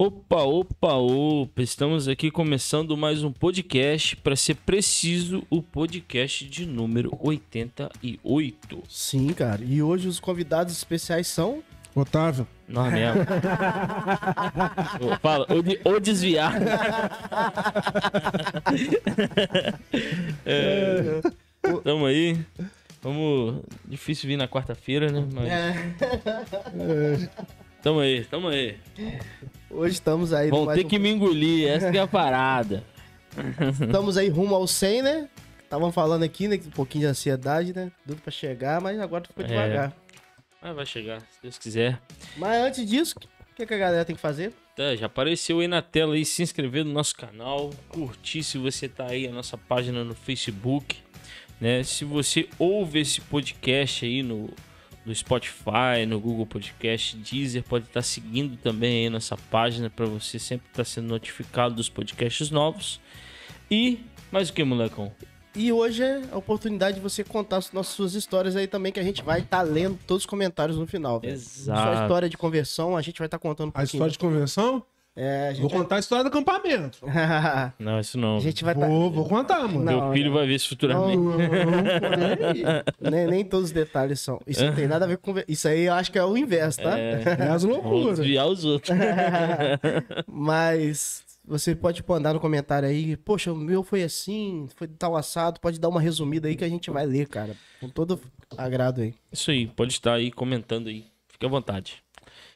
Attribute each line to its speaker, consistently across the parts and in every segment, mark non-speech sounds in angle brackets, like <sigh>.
Speaker 1: Opa, opa, opa! Estamos aqui começando mais um podcast. Para ser preciso, o podcast de número 88.
Speaker 2: Sim, cara. E hoje os convidados especiais são.
Speaker 3: Otávio.
Speaker 1: Nós é mesmo. Ô, Fala, ou, de- ou desviar. é, tamo aí. Vamos. Difícil vir na quarta-feira, né? Mas
Speaker 2: É.
Speaker 1: tamo aí, tamo aí.
Speaker 2: Hoje estamos aí. no
Speaker 1: Vão
Speaker 2: mais
Speaker 1: ter
Speaker 2: um-
Speaker 1: que me engolir, essa que é a parada.
Speaker 2: Estamos aí rumo ao 100, né? Estavam falando aqui, né? que Um pouquinho de ansiedade, né? Tudo pra chegar, mas agora ficou
Speaker 1: É.
Speaker 2: devagar.
Speaker 1: Mas vai chegar, se Deus quiser.
Speaker 2: Mas antes disso, o que, que a galera tem que fazer?
Speaker 1: Tá, já apareceu aí na tela aí, se inscrever no nosso canal, curtir se você tá aí a nossa página no Facebook, né? Se você ouve esse podcast aí no, no Spotify, no Google Podcast, Deezer, pode estar seguindo também aí nossa página para você sempre estar sendo notificado dos podcasts novos. E mais o que, molecão?
Speaker 2: E hoje é a oportunidade de você contar as nossas suas histórias aí também, que a gente vai estar lendo todos os comentários no final. velho. Sua
Speaker 1: Exato.
Speaker 2: história de conversão, a gente vai estar contando um
Speaker 3: A
Speaker 2: pouquinho.
Speaker 3: história de convenção?
Speaker 2: É, a
Speaker 3: Vou
Speaker 2: gente, <laughs>
Speaker 3: contar a história do acampamento.
Speaker 1: Não, isso
Speaker 2: a
Speaker 1: não.
Speaker 2: gente vai tá- estar.
Speaker 3: Vou, vou contar, mano.
Speaker 2: Não. né? é
Speaker 1: Meu filho vai ver isso futuramente. <laughs>
Speaker 2: nem, nem todos os detalhes são. Isso não tem nada a ver com. Isso aí eu acho que é o inverso, tá?
Speaker 1: É,
Speaker 3: É as
Speaker 1: vamos
Speaker 3: loucuras.
Speaker 1: desviar os outros.
Speaker 2: <laughs> Mas você pode pô, andar no comentário aí, poxa, o meu foi assim, foi tal assado, pode dar uma resumida aí que a gente vai ler, cara. Com todo agrado aí.
Speaker 1: Isso aí, pode estar aí comentando aí. Fique à vontade.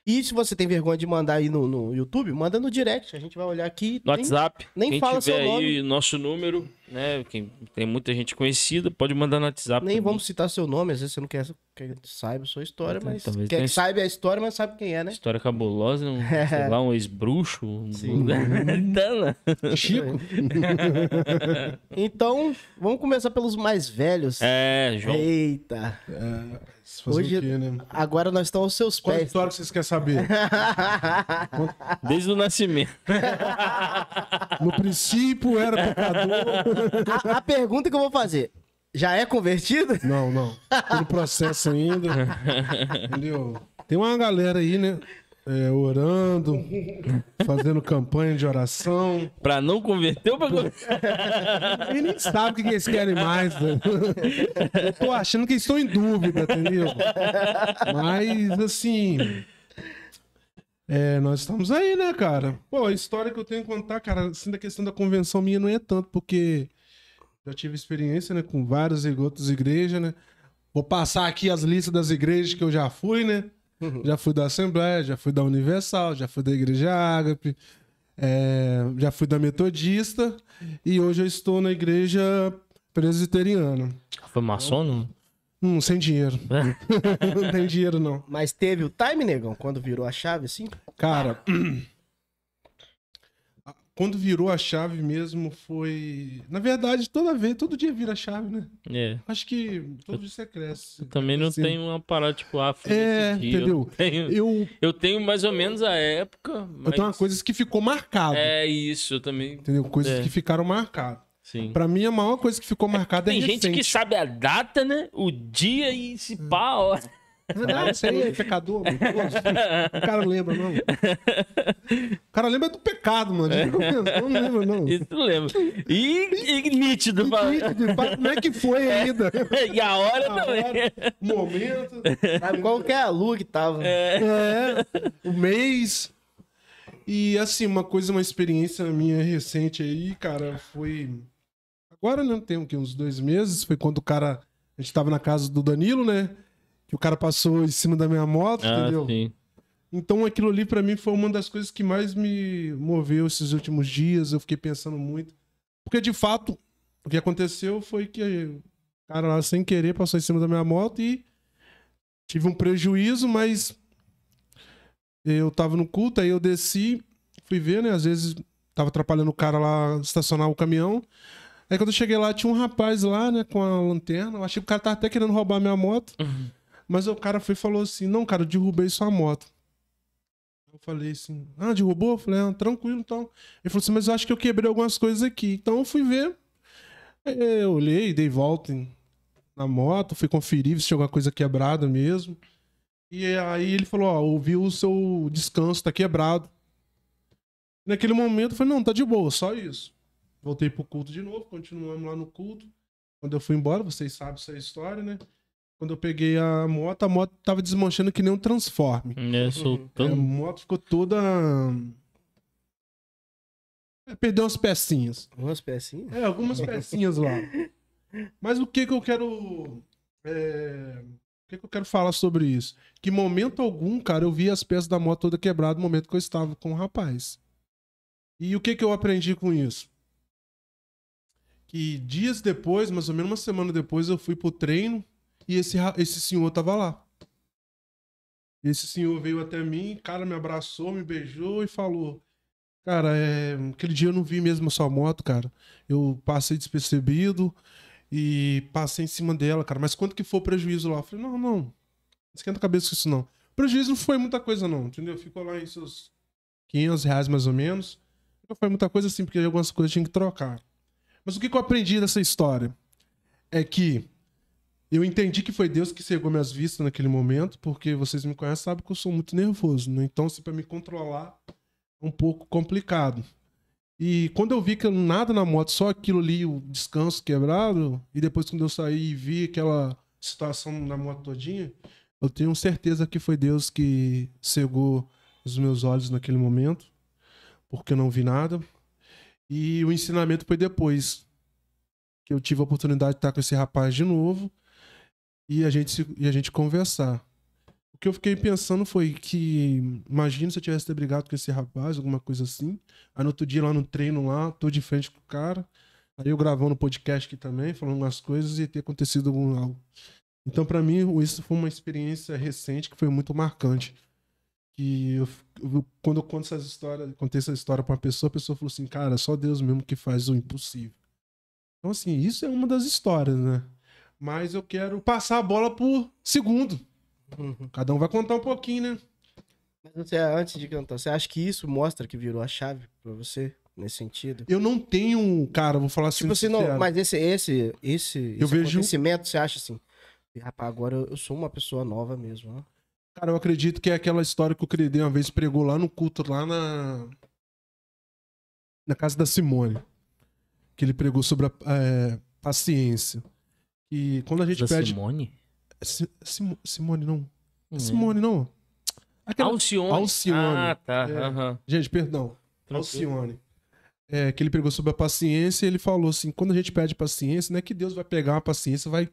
Speaker 2: E se você tem vergonha de mandar aí no, no YouTube, manda no direct, a gente vai olhar aqui.
Speaker 1: No
Speaker 2: Tem-
Speaker 1: WhatsApp,
Speaker 2: nem
Speaker 1: quem
Speaker 2: fala
Speaker 1: tiver
Speaker 2: seu nome.
Speaker 1: aí nosso número, né? Quem tem muita gente conhecida, pode mandar no WhatsApp.
Speaker 2: Nem
Speaker 1: também.
Speaker 2: vamos citar seu nome, às vezes você não quer quer que saiba a sua história,
Speaker 1: Então,
Speaker 2: mas
Speaker 1: talvez
Speaker 2: quer
Speaker 1: tenha-
Speaker 2: que saiba a história, mas sabe quem é, né?
Speaker 1: História cabulosa, um, sei lá, um ex-bruxo. Um... <laughs> né?
Speaker 2: Sim.
Speaker 1: Dana.
Speaker 3: Chico.
Speaker 2: Então, vamos começar pelos mais velhos.
Speaker 1: É, João.
Speaker 2: Eita,
Speaker 3: É, se fazer
Speaker 2: Hoje-
Speaker 3: o quê, né?
Speaker 2: agora nós estamos aos seus
Speaker 3: Qual a
Speaker 2: pés.
Speaker 3: história que vocês querem saber?
Speaker 1: Desde o nascimento.
Speaker 2: <laughs>
Speaker 3: No princípio era pecador.
Speaker 2: A, a pergunta que eu vou fazer, já é convertido?
Speaker 3: Não, não. Tô no processo ainda. Entendeu? Tem uma galera aí, né? é, orando, fazendo campanha de oração.
Speaker 1: Pra não converter ou pra converter?
Speaker 3: E nem sabe o que que eles querem mais. Né? Eu tô achando que eles estão em dúvida, entendeu? Mas, assim. É, nós estamos aí, né, cara? Pô, a história que eu tenho que contar, cara, assim, da questão da convenção minha não é tanto, porque já tive experiência, né, com várias e outras igrejas, né? Vou passar aqui as listas das igrejas que eu já fui, né? Já fui da Assembleia, já fui da Universal, já fui da Igreja Ágape, é, já fui da Metodista e hoje eu estou na Igreja Presbiteriana.
Speaker 1: Foi maçom, não?
Speaker 3: Hum, sem dinheiro.
Speaker 1: É.
Speaker 3: <laughs> não tem dinheiro, não.
Speaker 2: Mas teve o time, negão, quando virou a chave, assim?
Speaker 3: Cara, <clears throat> quando virou a chave mesmo foi... Na verdade, toda vez, todo dia vira a chave, né?
Speaker 1: É.
Speaker 3: Acho que todo dia você cresce.
Speaker 1: Eu também não
Speaker 3: Assim,
Speaker 1: tenho uma parada tipo, ah, fiz
Speaker 3: É,
Speaker 1: esse dia. Eu
Speaker 3: entendeu?
Speaker 1: tenho,
Speaker 3: Eu,
Speaker 1: eu tenho mais ou menos a época, mas...
Speaker 3: eu tenho uma coisa que ficou marcada.
Speaker 1: É isso, eu também...
Speaker 3: Entendeu? Coisas
Speaker 1: É.
Speaker 3: que ficaram marcadas.
Speaker 1: Sim.
Speaker 3: Pra mim, a maior coisa que ficou marcada é
Speaker 1: Tem gente que
Speaker 3: recente.
Speaker 1: sabe a data, né? O dia e se pá, a hora.
Speaker 3: Não, isso aí é pecador, mano. O cara lembra, não. O cara lembra do pecado, mano. Eu Não lembro, não.
Speaker 1: Isso tu lembra. E, e nítido. fala.
Speaker 3: Como é que foi ainda?
Speaker 1: E a hora
Speaker 3: A
Speaker 1: também.
Speaker 3: hora, o momento,
Speaker 2: Sabe qual que é a lua que tava?
Speaker 3: é, o mês. E assim, uma coisa, uma experiência minha recente aí, cara, foi. Agora não tem o quê? Uns dois meses. Foi quando o cara. A gente tava na casa do Danilo, né? Que o cara passou em cima da minha moto, entendeu?
Speaker 1: Ah, sim.
Speaker 3: Então aquilo ali pra mim foi uma das coisas que mais me moveu esses últimos dias. Eu fiquei pensando muito. Porque de fato, o que aconteceu foi que o cara lá sem querer passou em cima da minha moto e tive um prejuízo, mas eu tava no culto, aí eu desci, fui ver, né? Às vezes tava atrapalhando o cara lá estacionar o caminhão. Aí quando eu cheguei lá, tinha um rapaz lá, né, com a lanterna. Eu achei que o cara tava até querendo roubar a minha moto. Mas o cara foi e falou assim: Não, cara, eu derrubei sua moto. Eu falei assim, ah, derrubou? Eu falei, ah, tranquilo, então. Ele falou assim, mas eu acho que eu quebrei algumas coisas aqui. Então eu fui ver. É, Eu olhei, dei volta em- na moto, fui conferir se tinha alguma coisa quebrada mesmo. E aí ele falou, ó, ouviu o seu descanso, tá quebrado. Naquele momento eu falei, não, tá de boa, só isso. Voltei pro culto de novo, continuamos lá no culto. Quando eu fui embora, vocês sabem essa história, né? Quando eu peguei a moto, a moto tava desmanchando que nem um transforme.
Speaker 1: Né?
Speaker 3: É, A
Speaker 1: Soltando.
Speaker 3: moto ficou toda. É, Perdeu umas pecinhas.
Speaker 2: Umas pecinhas?
Speaker 3: É, algumas pecinhas lá. Mas o que que eu quero. é, O que que eu quero falar sobre isso? Que em momento algum, cara, eu vi as peças da moto toda quebrada no momento que eu estava com o rapaz. E o que que eu aprendi com isso? Que dias depois, mais ou menos uma semana depois, eu fui pro treino e esse, ra- esse senhor tava lá. Esse senhor veio até mim, cara, me abraçou, me beijou e falou: Cara, é, aquele dia eu não vi mesmo a sua moto, cara. Eu passei despercebido e passei em cima dela, cara. Mas quanto que foi o prejuízo lá? Eu falei, não, não. não Esquenta a cabeça com isso, não. O prejuízo não foi muita coisa, não, entendeu? Ficou lá em seus 500 reais, mais ou menos. Não foi muita coisa, assim, porque algumas coisas tinha que trocar. Mas o que que eu aprendi dessa história? É que eu entendi que foi Deus que cegou minhas vistas naquele momento, porque vocês me conhecem sabem que eu sou muito nervoso, né? Então, assim, pra me controlar é um pouco complicado. E quando eu vi que eu nada na moto, só aquilo ali, o descanso quebrado, e depois quando eu saí e vi aquela situação da moto todinha, eu tenho certeza que foi Deus que cegou os meus olhos naquele momento, porque eu não vi nada. E o ensinamento foi depois, que eu tive a oportunidade de estar com esse rapaz de novo e a gente, se- e a gente conversar. O que eu fiquei pensando foi que, imagina se eu tivesse ter brigado com esse rapaz, alguma coisa assim. Aí no outro dia lá no treino lá, tô de frente com o cara. Aí eu gravando podcast aqui também, falando umas coisas e ter acontecido algum algo. Então pra mim isso foi uma experiência recente que foi muito marcante. Que eu, f- eu- quando eu conto essas histórias, contei essa história pra uma pessoa, a pessoa falou assim, cara, só Deus mesmo que faz o impossível. Então assim, isso é uma das histórias, né? Mas eu quero passar a bola por segundo. Cada um vai contar um pouquinho, né?
Speaker 2: Mas você, antes de cantar, você acha que isso mostra que virou a chave pra você, nesse sentido?
Speaker 3: Eu não tenho, cara, vou falar assim.
Speaker 2: Tipo assim, não,
Speaker 3: sincero.
Speaker 2: mas esse, esse, esse,
Speaker 3: Eu
Speaker 2: esse
Speaker 3: vejo-
Speaker 2: acontecimento, você acha assim? Rapaz, agora eu eu sou uma pessoa nova mesmo, né? ó.
Speaker 3: Cara, eu acredito que é aquela história que o Credê uma vez pregou lá no culto, lá na. Na casa da Simone. Que ele pregou sobre a é, paciência. E quando a gente
Speaker 1: Da
Speaker 3: pede.
Speaker 1: Simone? Hum.
Speaker 3: Si- Simo- Simone, não.
Speaker 1: Não
Speaker 3: Simone, não.
Speaker 1: lembro.
Speaker 3: Aquela...
Speaker 1: É. Alcione.
Speaker 3: Alcione.
Speaker 1: Ah, tá.
Speaker 3: É.
Speaker 1: aham.
Speaker 3: Gente, perdão.
Speaker 1: Tranquilo.
Speaker 3: Alcione. É, que ele pregou sobre a paciência e ele falou assim: quando a gente pede paciência, não é que Deus vai pegar uma paciência, vai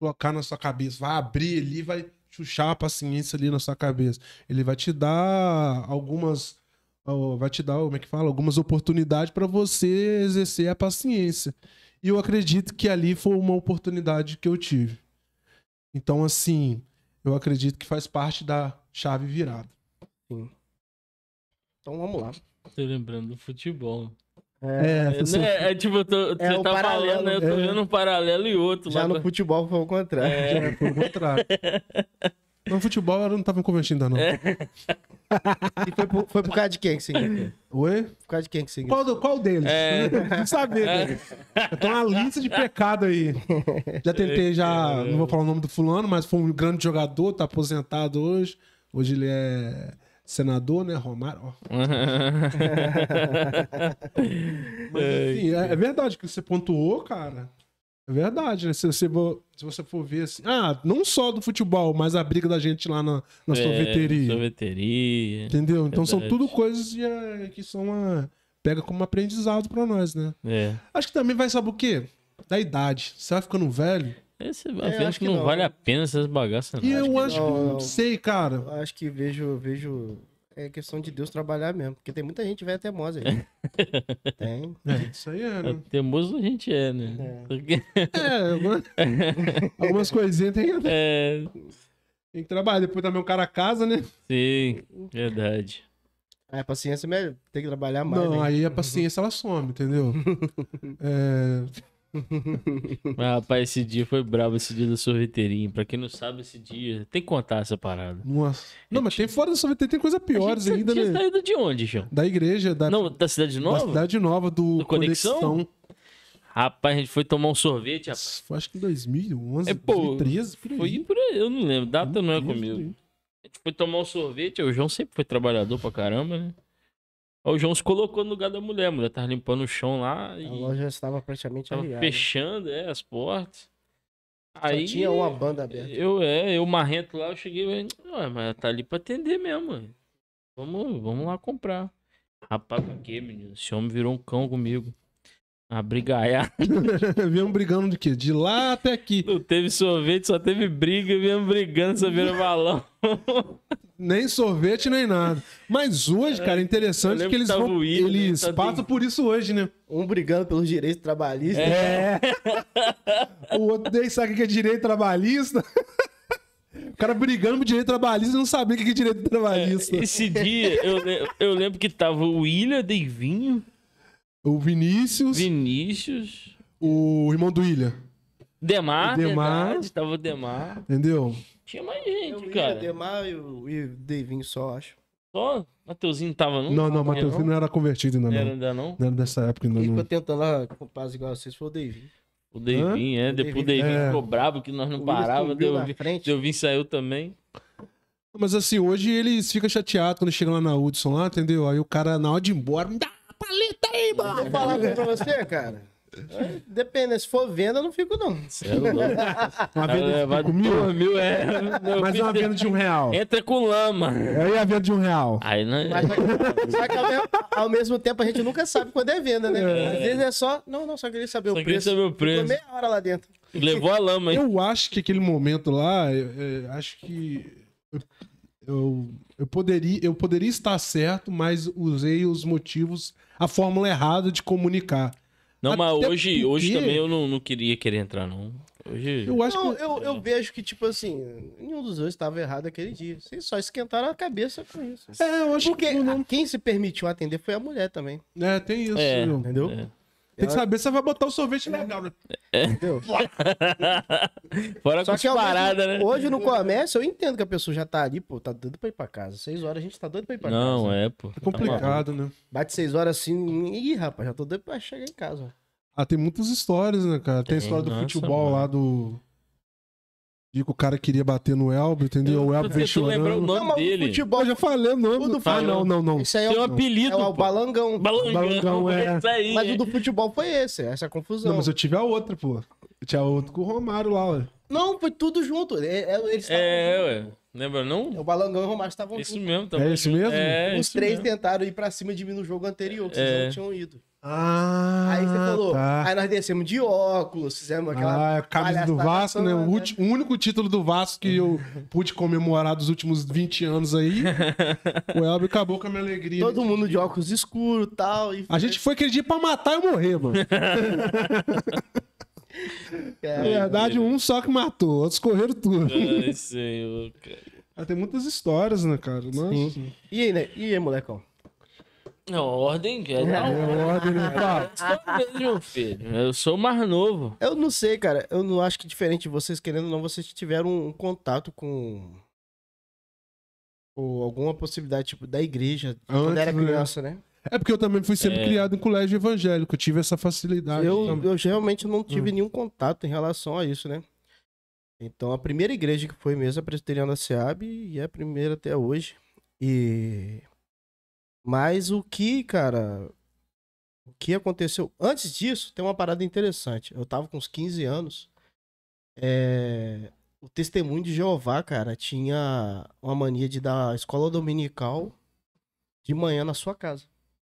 Speaker 3: colocar na sua cabeça, vai abrir ali, vai chuchar a paciência ali na sua cabeça. Ele vai te dar algumas. ó, Vai te dar, como é que fala? Algumas oportunidades para você exercer a paciência. E eu acredito que ali foi uma oportunidade que eu tive. Então, assim, eu acredito que faz parte da chave virada.
Speaker 2: Então vamos lá.
Speaker 1: Tô lembrando do futebol.
Speaker 3: É,
Speaker 1: É,
Speaker 3: você-
Speaker 1: né, é tipo, eu tô,
Speaker 2: É
Speaker 1: você
Speaker 2: um
Speaker 1: tá
Speaker 2: paralelo,
Speaker 1: falando, né, eu tô
Speaker 3: é.
Speaker 1: vendo um paralelo e outro.
Speaker 2: Já
Speaker 1: lá
Speaker 2: no <laughs>
Speaker 1: pra-
Speaker 2: futebol foi o contrário.
Speaker 3: É, foi o contrário. No futebol eu não tava me convertindo ainda, não.
Speaker 2: E foi por, foi por causa de quem que você enganou?
Speaker 3: Oi?
Speaker 2: Por causa de quem que você enganou?
Speaker 3: Qual, do- qual deles?
Speaker 1: É.
Speaker 3: Eu Não saber, velho. Eu tenho uma lista de pecado aí. Já tentei, já. Não vou falar o nome do fulano, mas foi um grande jogador, tá aposentado hoje. Hoje ele é senador, né? Romário. ó.
Speaker 1: <laughs>
Speaker 3: Mas, assim, é, é verdade que você pontuou, cara. É verdade, né? Se você, for, se você for ver assim. Ah, não só do futebol, mas a briga da gente lá na, na sorveteria.
Speaker 1: É, sorveteria.
Speaker 3: Entendeu? Então são
Speaker 1: Verdade.
Speaker 3: tudo coisas eh, que são uma. Pega como aprendizado pra nós, né?
Speaker 1: É.
Speaker 3: Acho que também vai saber o quê? Da idade. Você vai ficando velho.
Speaker 1: Esse, eu
Speaker 2: eu acho
Speaker 1: acho que
Speaker 2: que
Speaker 1: não,
Speaker 2: não.
Speaker 1: vale a pena essas bagaças, não.
Speaker 3: E eu acho que.
Speaker 2: não,
Speaker 3: Não
Speaker 2: não.
Speaker 1: <laughs>
Speaker 3: sei, cara.
Speaker 2: Eu acho que vejo, vejo. É questão de Deus trabalhar mesmo. Porque tem muita gente velha teimosa aí.
Speaker 1: <laughs>
Speaker 2: tem.
Speaker 3: É, isso aí é, né?
Speaker 1: Teimoso a gente é, né? Porque- <laughs>
Speaker 3: É, alguma- algumas coisinhas tem, tem
Speaker 1: É,
Speaker 3: que trabalhar. Depois também o cara casa, né?
Speaker 1: sim, verdade.
Speaker 2: Ah, A paciência mesmo tem que trabalhar mais. né?
Speaker 3: Não,
Speaker 2: hein?
Speaker 3: aí a paciência ela some,
Speaker 1: <laughs>
Speaker 3: entendeu? É,
Speaker 1: Mas, rapaz, esse dia foi brabo, esse dia da sorveteria. Pra quem não sabe, esse dia... Tem que contar essa parada.
Speaker 3: nossa. Não, mas tem fora da sorveteria, tem coisa piores
Speaker 1: Você
Speaker 3: ainda,
Speaker 1: tinha
Speaker 3: né?
Speaker 1: saído de onde, João?
Speaker 3: Da igreja, da,
Speaker 1: Não, da Cidade
Speaker 3: da
Speaker 1: Nova?
Speaker 3: cidade nova do,
Speaker 1: Do Conexão? Rapaz, a gente foi tomar um sorvete, rapaz.
Speaker 3: Foi, acho que em 2011,
Speaker 1: É, pô,
Speaker 3: 2013, por aí.
Speaker 1: Foi por aí, eu não lembro. Data não é
Speaker 3: Por aí, por
Speaker 1: comigo.
Speaker 3: aí.
Speaker 1: A gente foi tomar um sorvete, o João sempre foi trabalhador pra caramba, né? Ó, O João se colocou no lugar da mulher, a mulher tava limpando o chão lá
Speaker 2: A
Speaker 1: e
Speaker 2: loja estava praticamente
Speaker 1: tava
Speaker 2: arriada.
Speaker 1: fechando é, as portas. Aí
Speaker 2: Só tinha uma banda aberta.
Speaker 1: eu é, eu marrento lá, eu cheguei, ué, ué, mas tá ali pra atender mesmo. ué. Vamos, vamos lá comprar. Rapaz, pra quê, menino? Esse homem virou um cão comigo. A brigaiar.
Speaker 3: <laughs> Viemos brigando de quê? De lá até aqui.
Speaker 1: Não teve sorvete, só teve briga, viemos brigando, só virou <laughs> balão.
Speaker 3: Nem sorvete, nem nada. Mas hoje, cara, é
Speaker 1: eu
Speaker 3: interessante
Speaker 1: lembro
Speaker 3: que eles
Speaker 1: que tava
Speaker 3: vão.
Speaker 1: o Willian,
Speaker 3: eles
Speaker 1: tava-
Speaker 3: passam por isso hoje, né?
Speaker 2: Um brigando pelos direitos trabalhistas.
Speaker 3: É. <laughs> o outro nem sabe o que é direito trabalhista. o cara brigando por direito trabalhista e não sabia o que é direito trabalhista.
Speaker 1: Esse dia, eu, le- eu lembro que tava o William, Deivinho,
Speaker 3: O Vinícius,
Speaker 1: Vinícius,
Speaker 3: o irmão do William.
Speaker 1: Demar,
Speaker 3: Demar.
Speaker 1: verdade, tava o Demar.
Speaker 3: Entendeu?
Speaker 1: Tinha mais gente,
Speaker 2: Eu ia
Speaker 1: cara.
Speaker 2: Demar e o e o Devinho só, acho.
Speaker 1: Só Mateuzinho tava, não?
Speaker 3: Não, não, o Matheus
Speaker 1: não?
Speaker 3: Filho não era convertido ainda,
Speaker 1: Não Hum? um? era
Speaker 3: não.
Speaker 1: ainda não?
Speaker 3: Não era dessa época ainda,
Speaker 2: Quem
Speaker 3: não.
Speaker 2: ficou tentando lá com paz igual a vocês foi o Devinho.
Speaker 1: O Deivinho, é.
Speaker 2: O
Speaker 1: Depois o
Speaker 2: Deivinho.
Speaker 1: Deivinho
Speaker 3: É.
Speaker 1: ficou bravo que nós não parávamos.
Speaker 2: subiu na
Speaker 1: Deuvinho,
Speaker 2: frente.
Speaker 1: Deuvinho saiu também.
Speaker 3: Mas assim, hoje eles ficam chateados quando chegam lá na Hudson lá, entendeu? Aí o cara, na hora de ir embora, me dá uma paleta aí, mano.
Speaker 2: Vou falar pra você, cara.
Speaker 1: <laughs>
Speaker 2: É, Depende, se for venda, eu não fico, não.
Speaker 1: Era louco.
Speaker 3: Uma
Speaker 1: Cara,
Speaker 3: venda de
Speaker 1: levado
Speaker 3: 5 mil,
Speaker 1: dois mil, é. Meu
Speaker 3: mais
Speaker 1: filho,
Speaker 3: uma venda de um real.
Speaker 1: Entra com lama.
Speaker 3: Aí a venda de um real.
Speaker 1: Aí nós...
Speaker 2: Mas só que- só que ao mesmo, ao mesmo tempo a gente nunca sabe quando é venda, né? Às vezes é só. Não, não, só queria saber
Speaker 1: Só
Speaker 2: o
Speaker 1: queria
Speaker 2: preço.
Speaker 1: saber o
Speaker 2: Ficou
Speaker 1: preço.
Speaker 2: meia hora lá dentro.
Speaker 1: Levou a lama, hein?
Speaker 3: Eu acho que aquele momento lá, é, é, acho que eu- eu, eu, poderia, eu poderia estar certo, mas usei os motivos, a fórmula errada de comunicar.
Speaker 1: Não, mas
Speaker 3: Até
Speaker 1: hoje, hoje
Speaker 3: porque-
Speaker 1: também eu não, não queria querer entrar, não. Hoje... <laughs>
Speaker 3: Eu acho
Speaker 2: Não,
Speaker 3: que.
Speaker 2: eu, eu vejo que, tipo assim, nenhum dos dois estava errado aquele dia. Vocês só esquentaram a cabeça com isso.
Speaker 3: É, eu acho
Speaker 2: Porque
Speaker 3: que. Não,
Speaker 2: quem se permitiu atender foi a mulher também.
Speaker 3: É, tem isso.
Speaker 1: É.
Speaker 3: viu?
Speaker 2: Entendeu?
Speaker 1: É.
Speaker 3: Tem que saber se você vai botar o sorvete legal. né?
Speaker 2: Entendeu?
Speaker 1: <laughs> Fora com
Speaker 2: Só
Speaker 1: as
Speaker 2: que ao mesmo-
Speaker 1: paradas, né?
Speaker 2: hoje no comércio, eu entendo que a pessoa já tá ali, pô, tá doido pra ir pra casa. Seis horas a gente tá doido pra ir pra casa.
Speaker 1: Não, é, pô.
Speaker 3: É
Speaker 1: Tá maluco.
Speaker 3: complicado, né?
Speaker 2: Bate seis horas assim, ih, rapaz, já tô doido pra chegar em casa.
Speaker 3: Ah, tem muitas histórias, né, cara? Tem
Speaker 1: Tem,
Speaker 3: a história do
Speaker 1: nossa,
Speaker 3: futebol
Speaker 1: mano.
Speaker 3: lá do. De que o cara queria bater no Elber, entendeu? O
Speaker 1: Eu tô
Speaker 3: Elber veio
Speaker 1: tentando lembrar o
Speaker 3: chorando.
Speaker 1: nome
Speaker 2: Não, mas
Speaker 1: dele.
Speaker 2: o futebol,
Speaker 3: Eu já falei o nome
Speaker 2: O do
Speaker 3: do Ah, não, não, não.
Speaker 2: isso aí é
Speaker 1: Tem um
Speaker 2: o,
Speaker 1: apelido,
Speaker 2: é o
Speaker 1: pô.
Speaker 2: balangão.
Speaker 1: Balangão, <laughs>
Speaker 3: Balangão,
Speaker 1: é
Speaker 3: é.
Speaker 1: isso aí.
Speaker 2: Mas o
Speaker 1: é.
Speaker 2: do futebol foi esse, essa confusão.
Speaker 3: Não,
Speaker 2: Não,
Speaker 3: mas eu tive a outra, pô. Eu tinha a outra com o Romário lá, ué.
Speaker 2: foi tudo junto. É, é- eles tavam
Speaker 1: É, ué. Lembra não?
Speaker 2: junto. O balangão e o Romário estavam
Speaker 1: Isso
Speaker 2: juntos.
Speaker 1: mesmo, tá
Speaker 3: É esse mesmo?
Speaker 1: É,
Speaker 2: Os
Speaker 1: isso
Speaker 2: três
Speaker 1: mesmo.
Speaker 2: tentaram ir pra cima de mim no jogo anterior, que vocês
Speaker 1: É.
Speaker 2: não tinham ido.
Speaker 3: Ah,
Speaker 2: Aí você falou,
Speaker 3: Tá.
Speaker 2: aí nós descemos de óculos, fizemos aquela.
Speaker 3: Ah, a camisa
Speaker 2: palhaçada
Speaker 3: do Vasco, né?
Speaker 2: toda,
Speaker 3: O,
Speaker 2: né?
Speaker 3: ulti- o único título do Vasco que eu pude comemorar dos últimos 20 anos aí. o Elber acabou com a minha alegria.
Speaker 2: Todo mundo de óculos escuro e tal. E
Speaker 3: A gente foi aquele dia pra matar e morrer, mano. Na
Speaker 2: É,
Speaker 3: verdade, um só que matou, outros correram tudo.
Speaker 1: Ai, senhor, cara.
Speaker 3: Ah, tem muitas histórias, né, cara? Nossa.
Speaker 2: E aí, né? E aí, molecão?
Speaker 1: Não, ordem, é da
Speaker 3: É
Speaker 1: hora.
Speaker 3: ordem, né? Pá,
Speaker 1: Só mesmo, um filho. Eu sou mais novo.
Speaker 2: Eu não sei, cara. Eu não acho que diferente de vocês, querendo ou não, vocês tiveram um contato com. com alguma possibilidade, tipo, da igreja. quando
Speaker 3: Antes,
Speaker 2: era
Speaker 3: né?
Speaker 2: criança, né?
Speaker 3: É porque eu também fui sempre
Speaker 1: É.
Speaker 3: criado em colégio evangélico, eu tive essa facilidade.
Speaker 2: Eu,
Speaker 3: também.
Speaker 2: eu realmente não tive nenhum contato em relação a isso, né? Então, a primeira igreja que foi mesmo, a presbiteriana da SEAB, e é a primeira até hoje. E... Mas o que, cara... O que aconteceu... Antes disso, tem uma parada interessante. Eu tava com uns 15 anos. é, O testemunho de Jeová, cara, tinha uma mania de dar escola dominical de manhã na sua casa.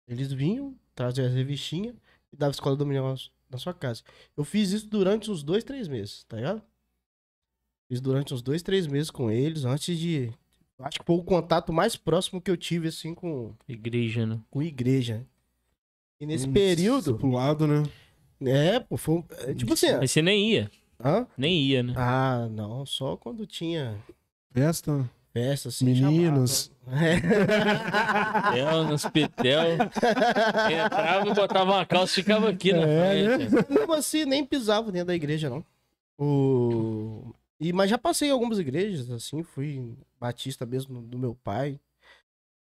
Speaker 2: Eles vinham, traziam as revistinhas e dava escola dominical na sua casa. Eu fiz isso durante uns dois, três meses, tá ligado? Fiz durante uns dois, três meses com eles, antes de. Acho que foi o contato mais próximo que eu tive, assim, com,
Speaker 1: Igreja, né?
Speaker 2: com igreja. E nesse
Speaker 3: Um
Speaker 2: período.
Speaker 3: Pro lado, né?
Speaker 2: É, pô, foi. um- é, Tipo assim.
Speaker 1: Mas você nem ia.
Speaker 2: Hã?
Speaker 1: Nem ia, né?
Speaker 2: Ah, não, só quando tinha
Speaker 3: Festa.
Speaker 2: festa, assim.
Speaker 3: Meninos.
Speaker 2: chamava. É.
Speaker 1: Petel, nos petel. Entrava, botava uma calça e ficava aqui na
Speaker 3: É,
Speaker 1: frente.
Speaker 2: Mesmo assim, nem pisava dentro da igreja, não. O... E, mas já passei em algumas igrejas, assim, fui em batista mesmo do meu pai,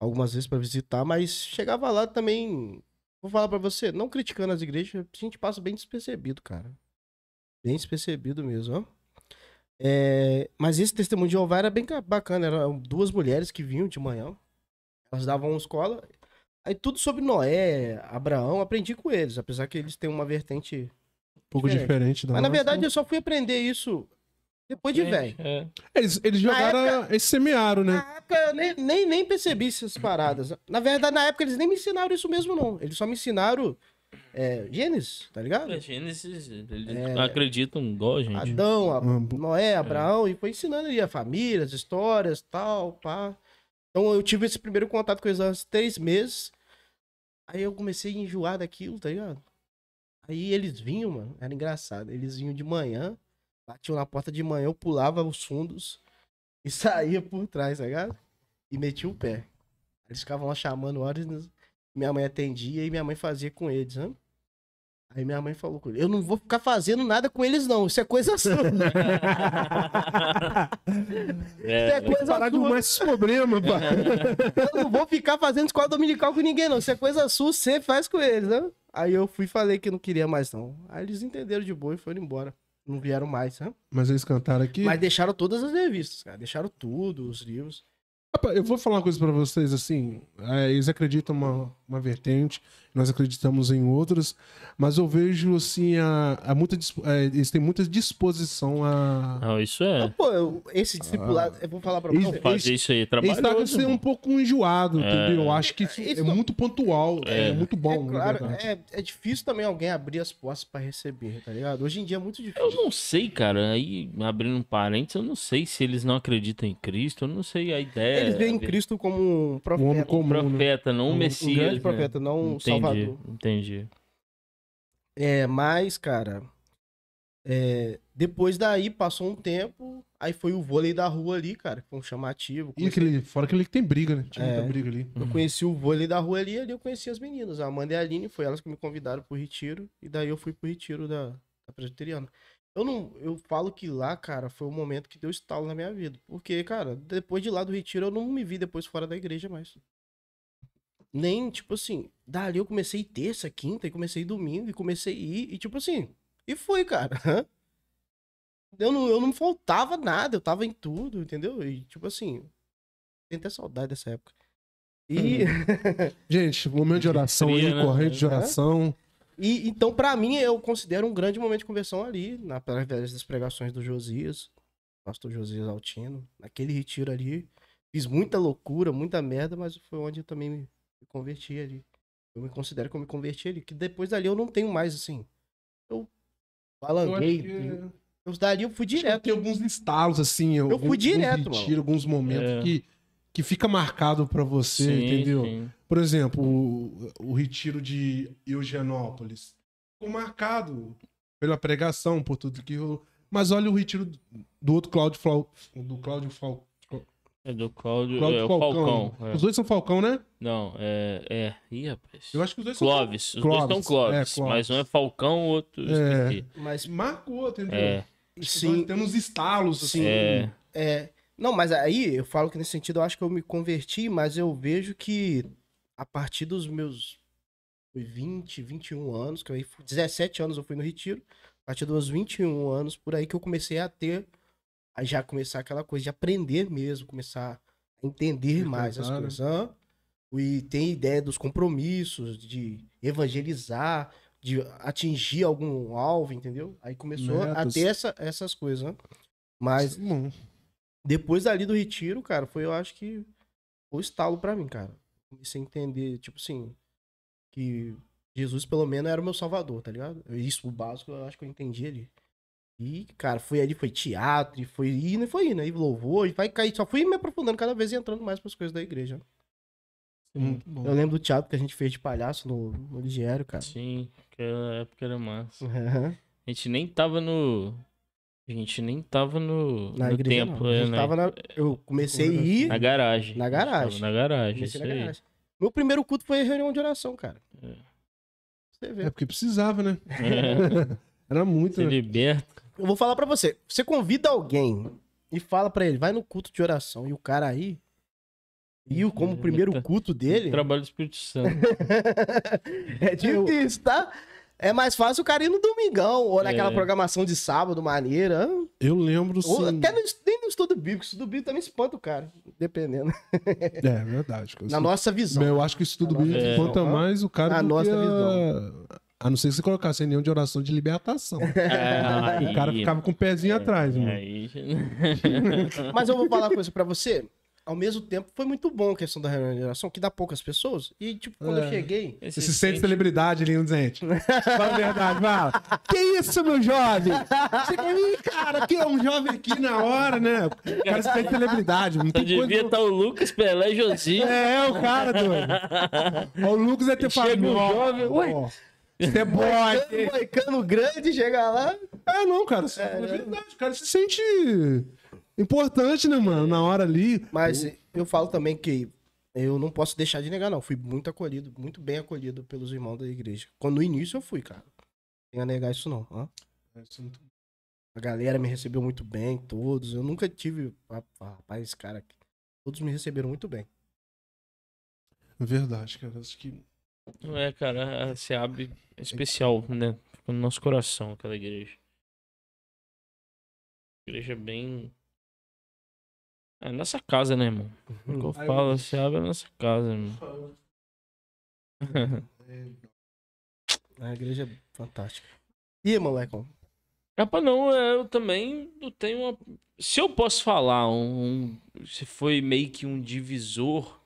Speaker 2: algumas vezes pra visitar, mas chegava lá também. Vou falar pra você, não criticando as igrejas, a gente passa bem despercebido, cara. Bem despercebido mesmo, ó. É, mas esse testemunho de Jeová era bem ca- bacana, eram duas mulheres que vinham de manhã, elas davam escola, Aí tudo sobre Noé, Abraão, aprendi com eles, apesar que eles têm uma vertente.
Speaker 3: Um pouco diferente, da
Speaker 2: Mas na
Speaker 3: nossa.
Speaker 2: verdade eu só fui aprender isso depois de velho.
Speaker 1: É.
Speaker 3: Eles, eles
Speaker 2: Na Ah,
Speaker 3: jogaram. Eles semearam, né?
Speaker 2: Na época eu nem, nem, nem percebi essas paradas. Na verdade, na época eles nem me ensinaram isso mesmo, não. Eles só me ensinaram é, Gênesis, tá ligado?
Speaker 1: É, Gênesis, eles não acreditam igual a gente.
Speaker 2: <laughs> Adão, Ab-
Speaker 3: Hum, bo-
Speaker 2: Noé, Abraão, e foi ensinando ali a família, as histórias, tal, pá. Então eu tive esse primeiro contato com eles há uns três meses. Aí eu comecei a enjoar daquilo, tá ligado? Aí eles vinham, mano, era engraçado. Eles vinham de manhã, batiam na porta de manhã, eu pulava os fundos e <laughs> saía por trás, tá ligado? E metia o pé. Eles ficavam lá chamando horas, né? minha mãe atendia e minha mãe fazia com eles, né? Aí minha mãe falou com ele, eu não vou ficar fazendo nada com eles não, isso é coisa <laughs> sua.
Speaker 1: É,
Speaker 2: Isso é coisa
Speaker 3: Parar de
Speaker 2: sua.
Speaker 3: arrumar esses problemas, pá.
Speaker 2: <laughs> Eu não vou ficar fazendo escola dominical com ninguém, não. Se é coisa sua, você faz com eles, né? Aí eu fui e falei que não queria mais, não. Aí eles entenderam de boa e foram embora. Não vieram mais, né?
Speaker 3: Mas eles cantaram aqui.
Speaker 2: Mas deixaram todas as revistas, cara. Deixaram tudo, os livros.
Speaker 3: Rapaz, Eu vou falar uma coisa pra vocês, assim, é, eles acreditam em uma, uma vertente, nós acreditamos em outras, mas eu vejo, assim, a, a muita, dis- é, eles têm muita disposição a...
Speaker 1: Não, isso
Speaker 2: Ah,
Speaker 1: é.
Speaker 2: pô, eu- esse discipulado, eu vou falar pra
Speaker 3: Isso-
Speaker 2: você.
Speaker 1: Fazer isso aí é
Speaker 3: Eles estavam
Speaker 1: trabalhoso.
Speaker 3: sendo um
Speaker 1: mano.
Speaker 3: pouco enjoado, entendeu? Eu acho que isso
Speaker 2: Isso
Speaker 3: é
Speaker 2: não-
Speaker 3: muito pontual, é,
Speaker 1: É.
Speaker 3: muito bom,
Speaker 2: é,
Speaker 3: na
Speaker 2: claro,
Speaker 3: verdade.
Speaker 2: é, é difícil também alguém abrir as portas pra receber, tá ligado? Hoje em dia é muito
Speaker 1: Eu
Speaker 2: difícil.
Speaker 1: não sei, cara. Aí, abrindo um parênteses, eu não sei se eles não acreditam em Cristo. Eu não sei a ideia.
Speaker 2: Eles veem
Speaker 1: a-
Speaker 2: Cristo como um
Speaker 3: Um homem
Speaker 2: profeta,
Speaker 1: um
Speaker 3: comum, né?
Speaker 1: profeta, não É, um,
Speaker 2: um
Speaker 1: Messias.
Speaker 2: grande
Speaker 1: né?
Speaker 2: profeta, não um
Speaker 1: entendi,
Speaker 2: salvador.
Speaker 1: Entendi.
Speaker 2: É, mas, cara, é, depois daí passou um tempo, aí foi o vôlei da rua ali, cara, que foi um chamativo.
Speaker 3: E
Speaker 2: comecei-
Speaker 3: aquele, fora aquele que tem briga, né? Tinha muita
Speaker 2: É.
Speaker 3: briga ali.
Speaker 2: Eu conheci o vôlei da rua ali, ali eu conheci as meninas, a Amanda e a Aline, foi elas que me convidaram pro retiro, e daí eu fui pro retiro da, da presbiteriana. Eu não, eu falo que lá, cara, foi o momento que deu estalo na minha vida, porque, cara, depois de lá do retiro eu não me vi depois fora da igreja mais. Nem, tipo assim, dali eu comecei terça, quinta, e comecei domingo, e comecei a ir, e tipo assim, e fui, cara. <laughs> Eu não, eu não faltava nada, eu tava em tudo, entendeu? E tipo assim, tenho até saudade dessa época. E,
Speaker 3: Gente, momento de oração
Speaker 1: Cria,
Speaker 3: aí,
Speaker 1: né?
Speaker 3: corrente de oração.
Speaker 2: e então, pra mim, eu considero um grande momento de conversão ali, na através das pregações do Josias, pastor Josias Altino, naquele retiro ali. Fiz muita loucura, muita merda, mas foi onde eu também me me converti ali. Eu me considero que eu me converti ali, que depois dali eu não tenho mais, assim. Eu
Speaker 3: Eu acho
Speaker 2: balanguei.
Speaker 3: que-
Speaker 2: Eu dali eu fui direto.
Speaker 3: Tem alguns estalos, assim. Eu
Speaker 2: fui direto, mano.
Speaker 3: alguns momentos
Speaker 1: É.
Speaker 3: que, que fica marcado pra você,
Speaker 1: Sim,
Speaker 3: entendeu?
Speaker 1: sim.
Speaker 3: Por exemplo, o, o retiro de Eugenópolis. Ficou marcado pela pregação, por tudo que rolou. Mas olha o retiro do outro Cláudio Flau, do Cláudio Fal,
Speaker 1: É do Cláudio.
Speaker 3: Cláudio
Speaker 1: é o
Speaker 3: Falcão.
Speaker 1: Falcão. é.
Speaker 3: Os dois são Falcão, né?
Speaker 1: Não, é. É. Ih, rapaz.
Speaker 3: Eu acho que os dois
Speaker 1: Clóvis. Os
Speaker 3: Clóvis,
Speaker 1: dois estão Clóvis,
Speaker 3: é, Clóvis.
Speaker 1: Mas um é Falcão, o outro.
Speaker 3: É.
Speaker 1: esqueci.
Speaker 2: Mas
Speaker 3: são. Marcou, entendeu?
Speaker 1: É.
Speaker 2: sim,
Speaker 3: Temos estalos, assim.
Speaker 2: Sim.
Speaker 1: É.
Speaker 2: É, não, mas aí eu falo que nesse sentido eu acho que eu me converti, mas eu vejo que a partir dos meus foi 20, 21 anos, que eu aí fui- 17 anos eu fui no retiro, a partir dos meus 21 anos por aí que eu comecei a ter a já começar aquela coisa de aprender mesmo, começar a entender
Speaker 3: Frequentar,
Speaker 2: mais as
Speaker 3: né?
Speaker 2: coisas. hã? E tem ideia dos compromissos, de evangelizar, de atingir algum alvo, entendeu? Aí começou a
Speaker 3: Metas.
Speaker 2: ter essa- essas coisas, né? Mas
Speaker 3: Bom,
Speaker 2: depois ali do retiro, cara, foi eu acho que o estalo pra mim, cara. Comecei a entender, tipo assim, que Jesus pelo menos era o meu salvador, tá ligado? Isso, o básico, eu acho que eu entendi ali. E, cara, foi ali, foi teatro, e foi indo, e foi indo, aí louvor, e vai cair. Só fui me aprofundando cada vez e entrando mais pras coisas da igreja.
Speaker 3: muito bom.
Speaker 2: Eu lembro do teatro que a gente fez de palhaço no, no Ligério, cara.
Speaker 1: Sim, aquela época era massa. A gente nem tava no. A gente nem tava no,
Speaker 2: Na
Speaker 1: no
Speaker 2: igreja,
Speaker 1: tempo.
Speaker 2: não. A
Speaker 1: é,
Speaker 2: gente
Speaker 1: na,
Speaker 2: tava na- Eu comecei a ir,
Speaker 1: na garagem.
Speaker 2: Na
Speaker 1: A gente tava
Speaker 2: garagem.
Speaker 1: Na garagem.
Speaker 2: comecei
Speaker 1: Isso
Speaker 2: na
Speaker 1: aí.
Speaker 2: garagem. Meu primeiro culto foi reunião de oração, cara.
Speaker 1: É.
Speaker 2: Você vê.
Speaker 3: É porque
Speaker 2: <laughs>
Speaker 3: precisava, né? <laughs>
Speaker 1: É,
Speaker 3: Era muito,
Speaker 1: se
Speaker 3: né?
Speaker 1: liberta.
Speaker 2: Eu vou falar pra você. Você convida alguém e fala pra ele, vai no culto de oração. E o cara aí. E o como <laughs> primeiro culto dele.
Speaker 1: Trabalho do Espírito Santo.
Speaker 2: é difícil, tá? É mais fácil o cara ir no domingão, ou naquela
Speaker 1: É.
Speaker 2: programação de sábado, maneira.
Speaker 3: Eu lembro sim.
Speaker 2: Ou até no, nem no estudo bíblico. O estudo bíblico também espanta o cara, dependendo.
Speaker 3: É verdade.
Speaker 2: Na nossa visão.
Speaker 3: Eu acho que isso tudo
Speaker 2: Na nossa
Speaker 3: bem
Speaker 1: visão.
Speaker 3: conta mais o cara
Speaker 2: Na
Speaker 3: do
Speaker 2: nossa
Speaker 3: que a... A não ser que você colocasse reunião de oração de
Speaker 2: <laughs>
Speaker 3: libertação.
Speaker 1: É,
Speaker 3: o cara
Speaker 1: aí-
Speaker 3: ficava com o pezinho
Speaker 1: É,
Speaker 3: atrás, mano.
Speaker 1: aí- <laughs>
Speaker 2: Mas eu vou falar uma coisa pra você. Ao mesmo tempo, foi muito bom a questão da reunião de oração, que dá poucas pessoas. E, tipo, quando eu
Speaker 3: É.
Speaker 2: cheguei.
Speaker 1: Esse
Speaker 3: Você se sente celebridade, lindo gente. Fala a verdade, fala.
Speaker 2: <laughs>
Speaker 3: Que isso, meu jovem? Você quer ir, cara? Que é um jovem aqui na hora, né? O cara se sente celebridade. Não
Speaker 1: Só
Speaker 3: tem
Speaker 1: devia
Speaker 3: coisa...
Speaker 1: estar o Lucas Pelé e Josinho. <laughs>
Speaker 3: É, é o
Speaker 2: <laughs>
Speaker 3: cara, doido. Ó, O Lucas é ter
Speaker 1: Chega
Speaker 3: falado.
Speaker 1: um
Speaker 3: "Ó,
Speaker 1: jovem,
Speaker 3: ó,
Speaker 1: ué."
Speaker 3: Você é boy.
Speaker 2: um Moicano grande, chega lá.
Speaker 3: É, não, cara. isso É, verdade. O cara se sente importante, né, mano? Na hora ali.
Speaker 2: Mas
Speaker 1: Uhum.
Speaker 2: eu falo também que eu não posso deixar de negar, não. Fui muito acolhido, muito bem acolhido pelos irmãos da igreja. Quando no início eu fui, cara. Não tenho a negar isso, não. ó.
Speaker 3: É
Speaker 2: A galera me recebeu muito bem, todos. Eu nunca tive. ah, Rapaz, esse cara aqui. Todos me receberam muito bem.
Speaker 3: É verdade, cara. Acho que.
Speaker 1: Não é, cara, a SEAB é especial, né? Fica no nosso coração aquela igreja. Igreja bem. É nossa casa, né, irmão? É o que eu
Speaker 3: Ai,
Speaker 1: falo, a
Speaker 3: eu-
Speaker 1: SEAB é nossa casa, irmão.
Speaker 2: A igreja é fantástica. E, molecão?
Speaker 1: Capa não, é, eu também eu tenho uma. Se eu posso falar, um, um- se foi meio que um divisor,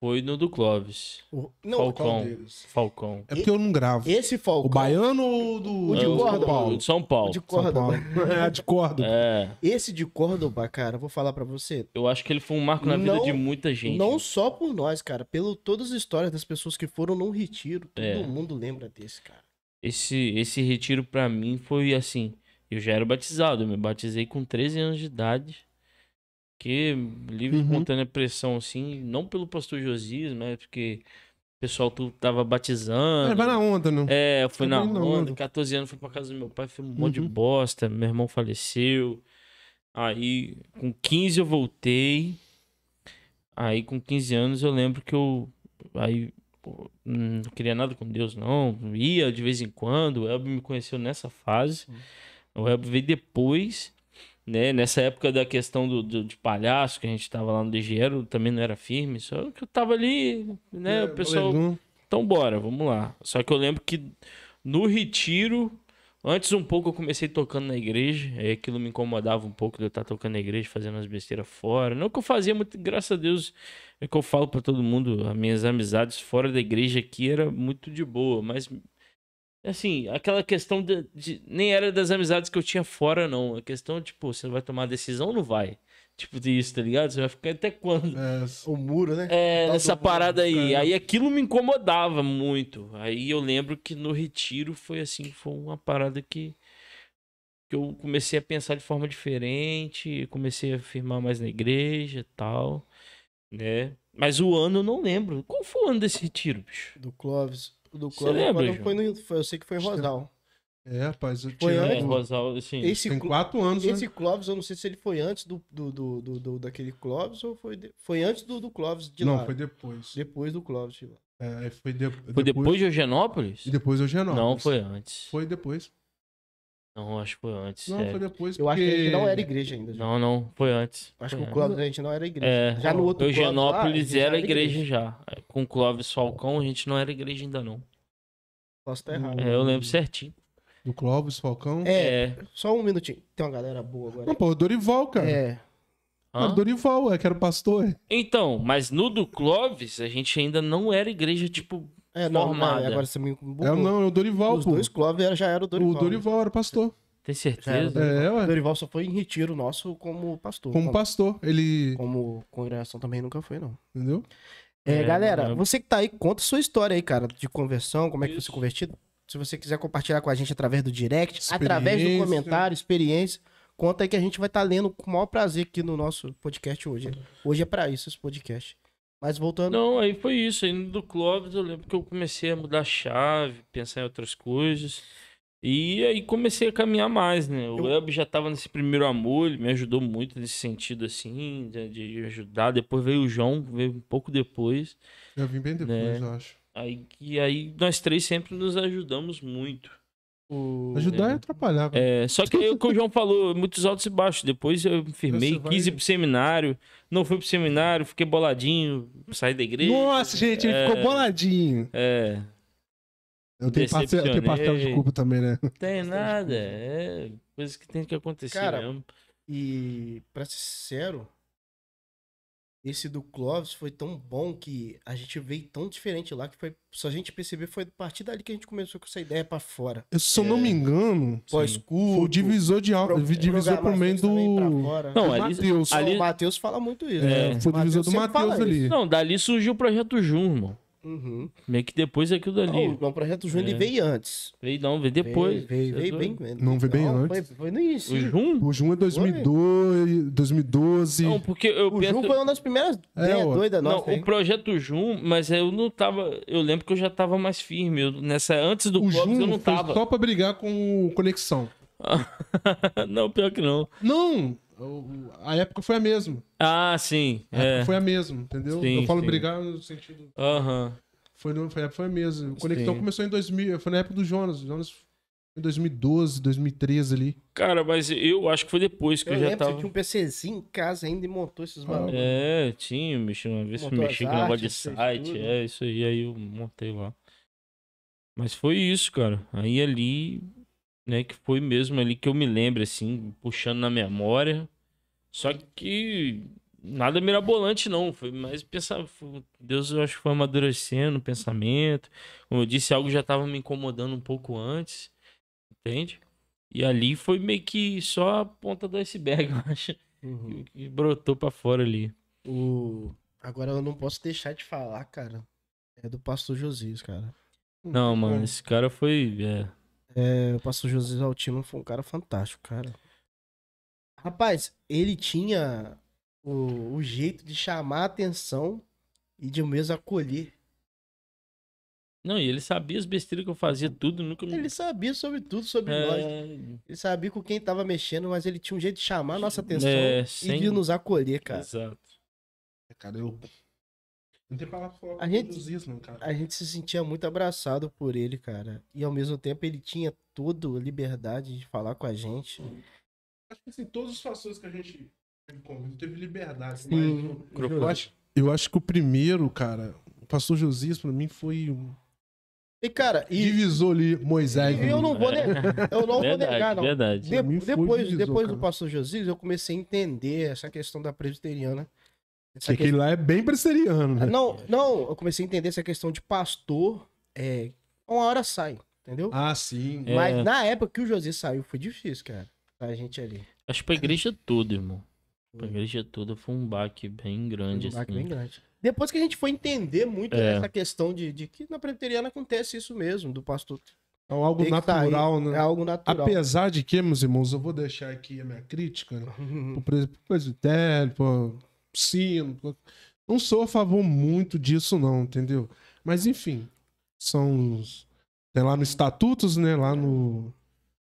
Speaker 1: foi no do Clovis,
Speaker 2: O- Não,
Speaker 1: Falcão.
Speaker 3: Qual deles?
Speaker 1: Falcão.
Speaker 3: É porque eu não gravo.
Speaker 2: esse Falcão.
Speaker 3: O baiano ou do.
Speaker 2: O de
Speaker 1: É,
Speaker 3: do
Speaker 2: corda,
Speaker 3: São Paulo?
Speaker 1: o de São Paulo.
Speaker 2: o de
Speaker 3: São Paulo.
Speaker 2: Córdoba.
Speaker 3: É, de corda.
Speaker 1: É,
Speaker 2: Esse de Córdoba, cara, eu vou falar pra você.
Speaker 1: eu acho que ele foi um marco na vida
Speaker 2: Não-
Speaker 1: de muita gente.
Speaker 2: Não só por nós, cara, pelo todas as histórias das pessoas que foram num retiro, todo
Speaker 1: É.
Speaker 2: mundo lembra desse, cara.
Speaker 1: Esse, esse retiro pra mim foi assim. Eu já era batizado, eu me batizei com 13 anos de idade. Que livre e
Speaker 3: Uhum.
Speaker 1: espontânea pressão, assim, não pelo pastor Josias, mas porque o pessoal tu tava batizando.
Speaker 3: É, vai na onda, não.
Speaker 1: É, eu fui
Speaker 3: Tá
Speaker 1: na
Speaker 3: bem na
Speaker 1: onda,
Speaker 3: onda.
Speaker 1: 14 anos fui pra casa do meu pai, foi um monte de
Speaker 3: Uhum.
Speaker 1: bosta, meu irmão faleceu. Aí, com 15 eu voltei. Aí, com 15 anos, eu lembro que eu. Aí, pô, hum, não queria nada com Deus, não. Ia de vez em quando. O Elber me conheceu nessa fase. O Elber veio depois, né? Nessa época da questão do, do- de palhaço, que a gente tava lá no DGero, também não era firme, só que eu tava ali, né? o pessoal.
Speaker 3: É, Moleque,
Speaker 1: Então bora, vamos lá. Só que eu lembro que no retiro, antes um pouco eu comecei tocando na igreja, aí aquilo me incomodava um pouco de eu estar tocando na igreja, fazendo as besteiras fora. Não que eu fazia muito, graças a Deus, é que eu falo pra todo mundo, as minhas amizades fora da igreja aqui era muito de boa, mas assim, aquela questão de, de- nem era das amizades que eu tinha fora não, a questão tipo, você vai tomar decisão ou não vai? Tipo disso, tá ligado? Você vai ficar até quando?
Speaker 3: é,
Speaker 2: O muro, né?
Speaker 1: É,
Speaker 2: Tal
Speaker 1: nessa
Speaker 2: do-
Speaker 1: parada aí.
Speaker 3: cara.
Speaker 1: Aí aquilo me incomodava muito. Aí eu lembro que no retiro foi assim, foi uma parada que, que eu comecei a pensar de forma diferente, comecei a firmar mais na igreja e tal, né? Mas o ano eu não lembro. Qual foi o ano desse retiro, bicho?
Speaker 2: Do Clóvis. O Do
Speaker 1: Cê
Speaker 2: Clóvis,
Speaker 1: lembra,
Speaker 2: quando
Speaker 1: João?
Speaker 2: foi no, foi, eu sei que foi em
Speaker 3: Acho que-
Speaker 2: Rosal.
Speaker 3: é, rapaz, eu
Speaker 2: Foi
Speaker 3: tinha.
Speaker 1: É,
Speaker 2: antes?
Speaker 3: um-
Speaker 1: Rosaldo, assim.
Speaker 2: Esse,
Speaker 3: Tem
Speaker 2: Cló-
Speaker 3: quatro anos, né?
Speaker 2: esse Clóvis, eu não sei se ele foi antes do, do, do, do- do- daquele Clóvis ou foi, de- foi antes do, do Clóvis de
Speaker 3: Não,
Speaker 2: lá.
Speaker 3: foi depois.
Speaker 2: Depois do Clóvis de lá.
Speaker 3: É, aí foi, de...
Speaker 1: Foi depois de Eugenópolis?
Speaker 3: E depois eu já não.
Speaker 1: Não, foi antes.
Speaker 3: Foi depois.
Speaker 1: Não, acho que foi antes.
Speaker 3: Não,
Speaker 1: é.
Speaker 3: foi depois.
Speaker 2: Eu acho que a gente
Speaker 3: porque-
Speaker 2: não era igreja ainda. João.
Speaker 1: não, não, foi antes.
Speaker 2: Acho
Speaker 1: Foi
Speaker 2: que o
Speaker 1: antes.
Speaker 2: Clóvis a gente não era igreja.
Speaker 1: É,
Speaker 2: Já no outro Clóvis ah, lá,
Speaker 1: Eugenópolis
Speaker 2: a gente já
Speaker 1: era igreja já. Com Clóvis Falcão a gente não era igreja ainda não.
Speaker 2: Posso estar errado.
Speaker 1: É, eu lembro certinho.
Speaker 3: Do Clóvis Falcão.
Speaker 2: Uhum. É,
Speaker 1: É.
Speaker 2: só um minutinho. Tem uma galera boa agora.
Speaker 3: Não, pô, o Dorival, cara.
Speaker 2: É.
Speaker 1: Hã?
Speaker 3: Era o Dorival, é que era o pastor.
Speaker 1: Então, mas no do Clóvis a gente ainda não era igreja tipo
Speaker 2: É, não,
Speaker 1: formada.
Speaker 2: não, agora você me bugou.
Speaker 3: É, não, é o Dorival,
Speaker 2: Os
Speaker 3: pô.
Speaker 2: dois Clóvis era- já era o Dorival. né?
Speaker 3: O Dorival era pastor.
Speaker 1: tem
Speaker 2: Era o
Speaker 1: certeza.
Speaker 2: Dorival.
Speaker 3: É, ué.
Speaker 2: O Dorival só foi em retiro nosso como pastor.
Speaker 3: Como
Speaker 2: como,
Speaker 3: pastor. Ele.
Speaker 2: como congregação também nunca foi, não.
Speaker 3: Entendeu?
Speaker 2: É,
Speaker 1: É,
Speaker 2: galera,
Speaker 1: é.
Speaker 2: você que tá aí, conta sua história aí, cara, de conversão, como é que foi
Speaker 1: Isso.
Speaker 2: seu convertido. Se você quiser compartilhar com a gente através do direct,
Speaker 3: Experiência.
Speaker 2: através do comentário, experiência, conta aí que a gente vai estar lendo com o maior prazer aqui no nosso podcast hoje. Hoje é pra isso esse podcast. Mas voltando,
Speaker 1: Não, aí foi isso. Aí no do Clóvis eu lembro que eu comecei a mudar a chave, pensar em outras coisas. E aí comecei a caminhar mais, né? O
Speaker 2: Eu-
Speaker 1: Elb já tava nesse primeiro amor, ele me ajudou muito nesse sentido, assim, de, de ajudar. Depois veio o João, veio um pouco depois.
Speaker 3: Eu vim bem depois,
Speaker 1: Né?
Speaker 3: eu acho.
Speaker 1: Aí, e aí nós três sempre nos ajudamos muito. O-
Speaker 3: Ajudar e atrapalhar. cara.
Speaker 1: É, só que aí o que o João falou, muitos altos e baixos. Depois eu me firmei,
Speaker 3: Você vai-
Speaker 1: quis ir pro seminário, não fui pro seminário, fiquei boladinho, saí da igreja.
Speaker 3: Nossa, gente, ele ficou boladinho.
Speaker 1: É,
Speaker 3: Eu tenho, parce... eu tenho parcela de
Speaker 1: Decepcionei.
Speaker 3: culpa também, né?
Speaker 1: não tem nada. É coisa que tem que acontecer
Speaker 2: Cara,
Speaker 1: mesmo.
Speaker 2: E, pra ser sincero, esse do Clóvis foi tão bom que a gente veio tão diferente lá que foi. Só a gente perceber foi a partir dali que a gente começou com essa ideia pra fora.
Speaker 3: Eu, se eu não
Speaker 1: É.
Speaker 3: me engano, foi
Speaker 2: Pós-culto.
Speaker 3: o divisor de
Speaker 2: pro-
Speaker 3: algo. Divisor por meio
Speaker 2: programações também pra
Speaker 3: do.
Speaker 2: fora.
Speaker 1: Não,
Speaker 3: do
Speaker 1: ali-
Speaker 3: Matheus.
Speaker 1: ali-
Speaker 2: O Matheus fala muito isso.
Speaker 1: É,
Speaker 2: né?
Speaker 3: Foi o divisor do
Speaker 2: sempre fala
Speaker 3: Matheus
Speaker 2: isso.
Speaker 3: ali.
Speaker 1: Não, dali surgiu o projeto Jun, irmão.
Speaker 2: Uhum.
Speaker 1: Meio que depois daquilo dali.
Speaker 2: Não, o projeto Júnior
Speaker 1: É.
Speaker 2: ele veio antes.
Speaker 1: Veio não, veio depois.
Speaker 2: Veio, veio,
Speaker 1: Eu
Speaker 2: veio
Speaker 1: tô-
Speaker 2: bem.
Speaker 3: Não, veio bem
Speaker 2: Foi,
Speaker 3: antes.
Speaker 2: foi no início.
Speaker 1: O Jun?
Speaker 3: O Jun é 2002, 2012.
Speaker 1: Não, porque eu
Speaker 2: O
Speaker 1: penso.
Speaker 2: Ju foi uma das primeiras
Speaker 3: É,
Speaker 2: ideias
Speaker 3: ué.
Speaker 2: doidas
Speaker 1: Não,
Speaker 2: nossas.
Speaker 1: o
Speaker 2: hein?
Speaker 1: projeto Jun, mas eu não tava. Eu lembro que eu já tava mais firme. eu- nessa, antes do
Speaker 3: o
Speaker 1: Clóvis eu
Speaker 3: Jun
Speaker 1: não
Speaker 3: foi
Speaker 1: tava.
Speaker 3: só pra brigar com o Conexão.
Speaker 1: <laughs> não, pior que não.
Speaker 3: Não! o- o- A época foi a mesma.
Speaker 1: Ah, sim.
Speaker 3: A
Speaker 1: É.
Speaker 3: época foi a mesma, entendeu?
Speaker 1: Sim,
Speaker 3: eu falo
Speaker 1: sim.
Speaker 3: brigar no sentido.
Speaker 1: Aham.
Speaker 3: Foi, no, foi, a época foi a mesma. O Conexão
Speaker 1: Sim.
Speaker 3: começou em 2000. Foi na época do Jonas. O Jonas foi em 2012, 2013 ali.
Speaker 1: Cara, mas eu acho que foi depois que
Speaker 2: Eu
Speaker 1: eu, já
Speaker 2: lembro,
Speaker 1: tava.
Speaker 2: você tinha um PCzinho em casa ainda e montou esses bagulhos.
Speaker 1: É, tinha, mexi uma vez que
Speaker 2: Montou as
Speaker 1: mexi com o negócio de
Speaker 2: artes, fez
Speaker 1: site,
Speaker 2: tudo.
Speaker 1: é, isso aí, aí eu montei lá. Mas foi isso, cara. Aí ali, né, que foi mesmo ali que eu me lembro, assim, puxando na memória. Só que nada mirabolante, não. Foi mais pensar. foi- Deus, eu acho que foi amadurecendo o pensamento. Como eu disse, algo já tava me incomodando um pouco antes. Entende? E ali foi meio que só a ponta do iceberg, <laughs> eu acho
Speaker 2: Uhum.
Speaker 1: que- que brotou pra fora ali.
Speaker 2: O... Agora eu não posso deixar de falar, cara. É do pastor Josias, cara.
Speaker 1: Não, mano,
Speaker 3: Bom,
Speaker 1: esse cara foi. É,
Speaker 2: É, o pastor Josias Altino foi um cara fantástico, cara. Rapaz, ele tinha o, o jeito de chamar a atenção e de mesmo acolher.
Speaker 1: Não, e ele sabia as besteiras que eu fazia, tudo, nunca me.
Speaker 2: Ele sabia sobre tudo, sobre nós.
Speaker 1: é,
Speaker 2: Ele sabia com quem tava mexendo, mas ele tinha um jeito de chamar a nossa atenção
Speaker 1: É,
Speaker 2: e
Speaker 1: sem-
Speaker 2: de nos acolher, cara.
Speaker 1: Exato.
Speaker 3: É, Cara, eu. Não tem palavra pra falar
Speaker 2: A gente-
Speaker 3: todos isso, não, cara.
Speaker 2: a gente se sentia muito abraçado por ele, cara. E ao mesmo tempo ele tinha toda a liberdade de falar com a gente.
Speaker 3: Acho que assim, todos os fatores que a gente teve convívio, teve liberdade.
Speaker 2: Sim.
Speaker 3: mas eu, acho, eu acho que o primeiro, cara, o pastor Josias, pra mim, foi um
Speaker 2: E, cara, e,
Speaker 3: divisor ali,
Speaker 2: e
Speaker 3: Moisés. né?
Speaker 2: eu não vou negar. Eu não vou
Speaker 1: verdade,
Speaker 2: negar, não.
Speaker 1: verdade.
Speaker 2: De-
Speaker 3: Pra mim foi
Speaker 2: depois
Speaker 3: divisor,
Speaker 2: depois do
Speaker 3: cara.
Speaker 2: pastor Josias, eu comecei a entender essa questão da presbiteriana.
Speaker 3: Que
Speaker 2: Essa
Speaker 3: aquele lá é bem presbiteriano, né?
Speaker 2: questão- Não, não, eu comecei a entender essa questão de pastor. É, uma hora sai, entendeu?
Speaker 3: Ah, sim.
Speaker 1: É.
Speaker 2: Mas na época que o Josias saiu, foi difícil, cara. Pra gente ali.
Speaker 1: Acho que pra igreja toda, irmão. Pra
Speaker 2: Foi.
Speaker 1: igreja toda foi um baque bem grande,
Speaker 2: Um baque
Speaker 1: assim.
Speaker 2: bem grande. Depois que a gente foi entender muito
Speaker 1: É.
Speaker 2: essa questão de, de que na preteriana acontece isso mesmo, do pastor.
Speaker 3: É algo
Speaker 2: Tem que tá aí,
Speaker 3: natural, né?
Speaker 2: É algo natural.
Speaker 3: Apesar de que, meus irmãos, eu vou deixar aqui a minha crítica né? pro
Speaker 2: <laughs> Uhum.
Speaker 3: pres- pro presbitério, pro sino. pro- Não sou a favor muito disso, não, entendeu? Mas, enfim, são os... Tem lá nos estatutos, né? Lá no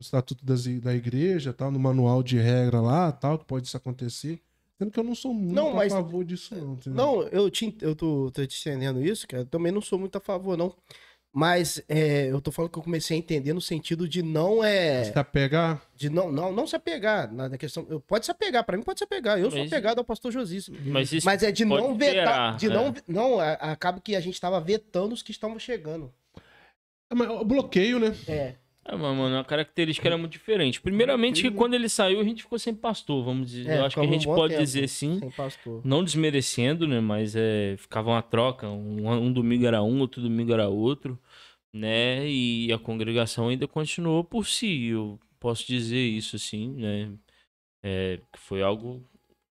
Speaker 3: no estatuto das i- da igreja, tal, no manual de regra lá, tal, que pode isso acontecer. Sendo que eu não sou muito
Speaker 2: Não,
Speaker 3: a
Speaker 2: mas-
Speaker 3: favor disso, não, entendeu?
Speaker 1: Uhum.
Speaker 2: Não, eu, te, en- eu tô, tô te entendendo isso, cara. Eu também não sou muito a favor, não. Mas é, eu tô falando que eu comecei a entender no sentido de não é.
Speaker 3: Se apegar...
Speaker 2: De não, não, não se apegar. Na na questão. Eu, pode se apegar, pra mim pode se apegar. Eu sou
Speaker 1: Mas-
Speaker 2: apegado ao pastor Josias.
Speaker 1: Mas isso.
Speaker 2: Mas é de
Speaker 1: pode
Speaker 2: não vetar.
Speaker 1: alterar,
Speaker 2: De
Speaker 1: é.
Speaker 2: não, não, a- acaba que a gente tava vetando os que estavam chegando.
Speaker 3: É, mas o bloqueio, né?
Speaker 2: É.
Speaker 1: Ah, mas, mano, a característica era muito diferente. Primeiramente, que quando ele saiu, a gente ficou sem pastor, vamos dizer.
Speaker 2: É,
Speaker 1: Eu acho que a
Speaker 2: ficamos um
Speaker 1: gente
Speaker 2: bom
Speaker 1: pode
Speaker 2: tempo
Speaker 1: dizer sim.
Speaker 2: Sem pastor.
Speaker 1: Não desmerecendo, né? Mas é, ficava uma troca. Um, um domingo era um, outro domingo era outro, né? E a congregação ainda continuou por si. Eu posso dizer isso, assim, né? É, que foi algo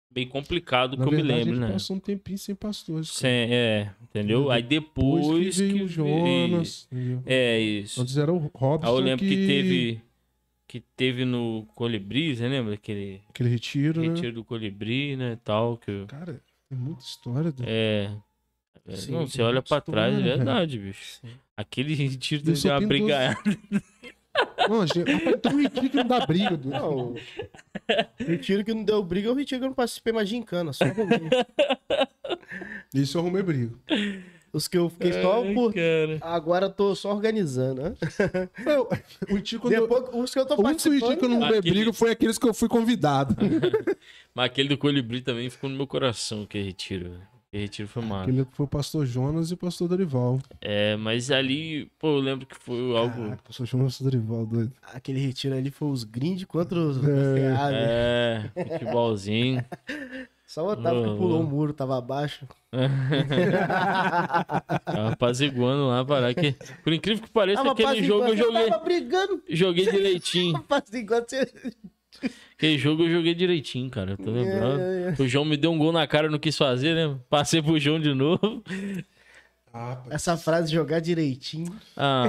Speaker 1: bem complicado
Speaker 3: Na
Speaker 1: que eu
Speaker 3: verdade,
Speaker 1: me lembro,
Speaker 3: ele
Speaker 1: né?
Speaker 3: passou um tempinho sem pastores. cara.
Speaker 1: Sem- é, entendeu? Aí
Speaker 3: Depois
Speaker 1: depois
Speaker 3: que
Speaker 1: que...
Speaker 3: veio
Speaker 1: veio-
Speaker 3: o Jonas. entendeu?
Speaker 1: É, isso.
Speaker 3: Antes era o Robson
Speaker 1: Aí eu lembro que
Speaker 3: que
Speaker 1: teve... Que teve no Colibri, você lembra? Aquele
Speaker 3: Aquele retiro, né?
Speaker 1: retiro do Colibri, né? Tal, que... eu-
Speaker 3: Cara, tem muita história. Do...
Speaker 1: É. é,
Speaker 2: Sim,
Speaker 1: não,
Speaker 2: tem
Speaker 1: você olha pra
Speaker 3: história,
Speaker 1: trás, é
Speaker 3: velho.
Speaker 2: <laughs>
Speaker 1: verdade, bicho. Aquele <laughs> retiro
Speaker 3: Eu
Speaker 1: dele
Speaker 3: sou
Speaker 1: é uma
Speaker 3: pintoso.
Speaker 1: brigaiada.
Speaker 3: Não, gente, rapaz, tem um retiro que não dá briga. Do...
Speaker 2: Não. Retiro que não deu briga, eu retiro que eu não participei mais de gincana, só comigo.
Speaker 3: Isso eu arrumei briga.
Speaker 2: Os que eu fiquei só
Speaker 1: Ai,
Speaker 2: por.
Speaker 1: cara.
Speaker 2: Agora eu tô só organizando, né?
Speaker 3: Eu- <laughs> o Itico, quando eu-
Speaker 2: Depois, os que eu tô
Speaker 3: o único Itico que eu
Speaker 2: participando.
Speaker 3: não
Speaker 1: Aquele-
Speaker 3: bebrigo foi aqueles que eu fui convidado.
Speaker 1: Mas aquele do colibri também ficou no meu coração, que retiro. velho. Que retiro foi massa.
Speaker 3: <laughs> Aquele foi o pastor Jonas e o pastor Dorival.
Speaker 1: É, mas ali, pô, eu lembro que foi algo.
Speaker 3: Caraca, pastor Jonas e pastor Dorival, doido.
Speaker 2: Aquele retiro ali foi os grindes contra os.
Speaker 3: É.
Speaker 2: Ah, velho.
Speaker 1: É, futebolzinho.
Speaker 2: Só o Otávio que
Speaker 1: Ô,
Speaker 2: pulou
Speaker 1: ô.
Speaker 2: o muro, tava abaixo.
Speaker 1: Tava apaziguando lá, parar que. Por incrível que pareça,
Speaker 2: Tava
Speaker 1: aquele
Speaker 2: Ah, apaziguando,
Speaker 1: jogo eu
Speaker 2: você
Speaker 1: joguei,
Speaker 2: Tava brigando.
Speaker 1: joguei direitinho.
Speaker 2: apaziguando, você-
Speaker 1: Aquele jogo eu joguei direitinho, cara. Eu tô lembrando.
Speaker 2: É,
Speaker 1: O João me deu um gol na cara, eu não quis fazer, né? Passei pro João de novo.
Speaker 3: Ah, pai.
Speaker 2: Essa frase jogar direitinho.
Speaker 1: Ah,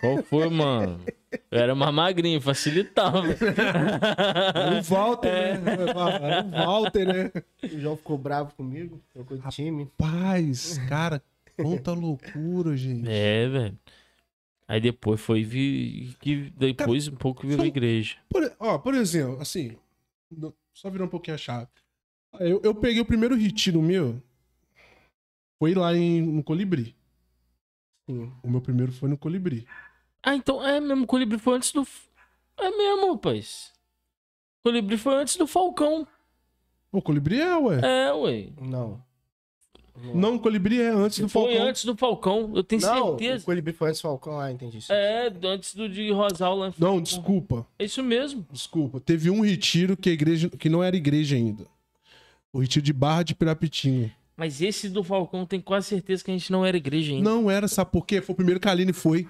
Speaker 1: qual foi, mano? Eu era mais magrinho,
Speaker 3: <laughs>
Speaker 1: facilitava.
Speaker 3: Era É o Walter,
Speaker 1: É.
Speaker 3: né? Era o
Speaker 1: <laughs>
Speaker 3: Walter, né?
Speaker 2: O João ficou bravo comigo, trocou de time.
Speaker 3: Paz, cara, quanta loucura, gente.
Speaker 1: É, velho. Aí depois foi vi que depois um pouco virou
Speaker 3: são-
Speaker 1: igreja.
Speaker 3: Por, ó, por exemplo, assim, no- só virar um pouquinho a chave. Ah, Eu, eu peguei o primeiro retiro meu, foi lá em, no Colibri.
Speaker 2: Sim.
Speaker 3: O meu primeiro foi no Colibri.
Speaker 1: Ah, então é mesmo, o Colibri foi antes do. É mesmo, rapaz. O Colibri foi antes do Falcão.
Speaker 3: O Colibri é, ué.
Speaker 1: É, ué.
Speaker 2: Não.
Speaker 3: Não, o Colibri é antes do
Speaker 1: Foi
Speaker 3: Falcão.
Speaker 1: antes do Falcão, eu tenho
Speaker 2: Não, o
Speaker 1: certeza.
Speaker 2: Colibri foi antes do Falcão. Ah, entendi.
Speaker 1: É, antes do de Rosal lá. em
Speaker 3: Não,
Speaker 1: Falcão.
Speaker 3: desculpa.
Speaker 1: É isso mesmo.
Speaker 3: Desculpa. Teve um retiro que, a igreja, que não era igreja ainda. O retiro de Barra de Pirapitinga.
Speaker 1: Mas esse do Falcão tem quase certeza que a gente não era igreja ainda.
Speaker 3: Não era, sabe por quê? Foi o primeiro que a Aline foi.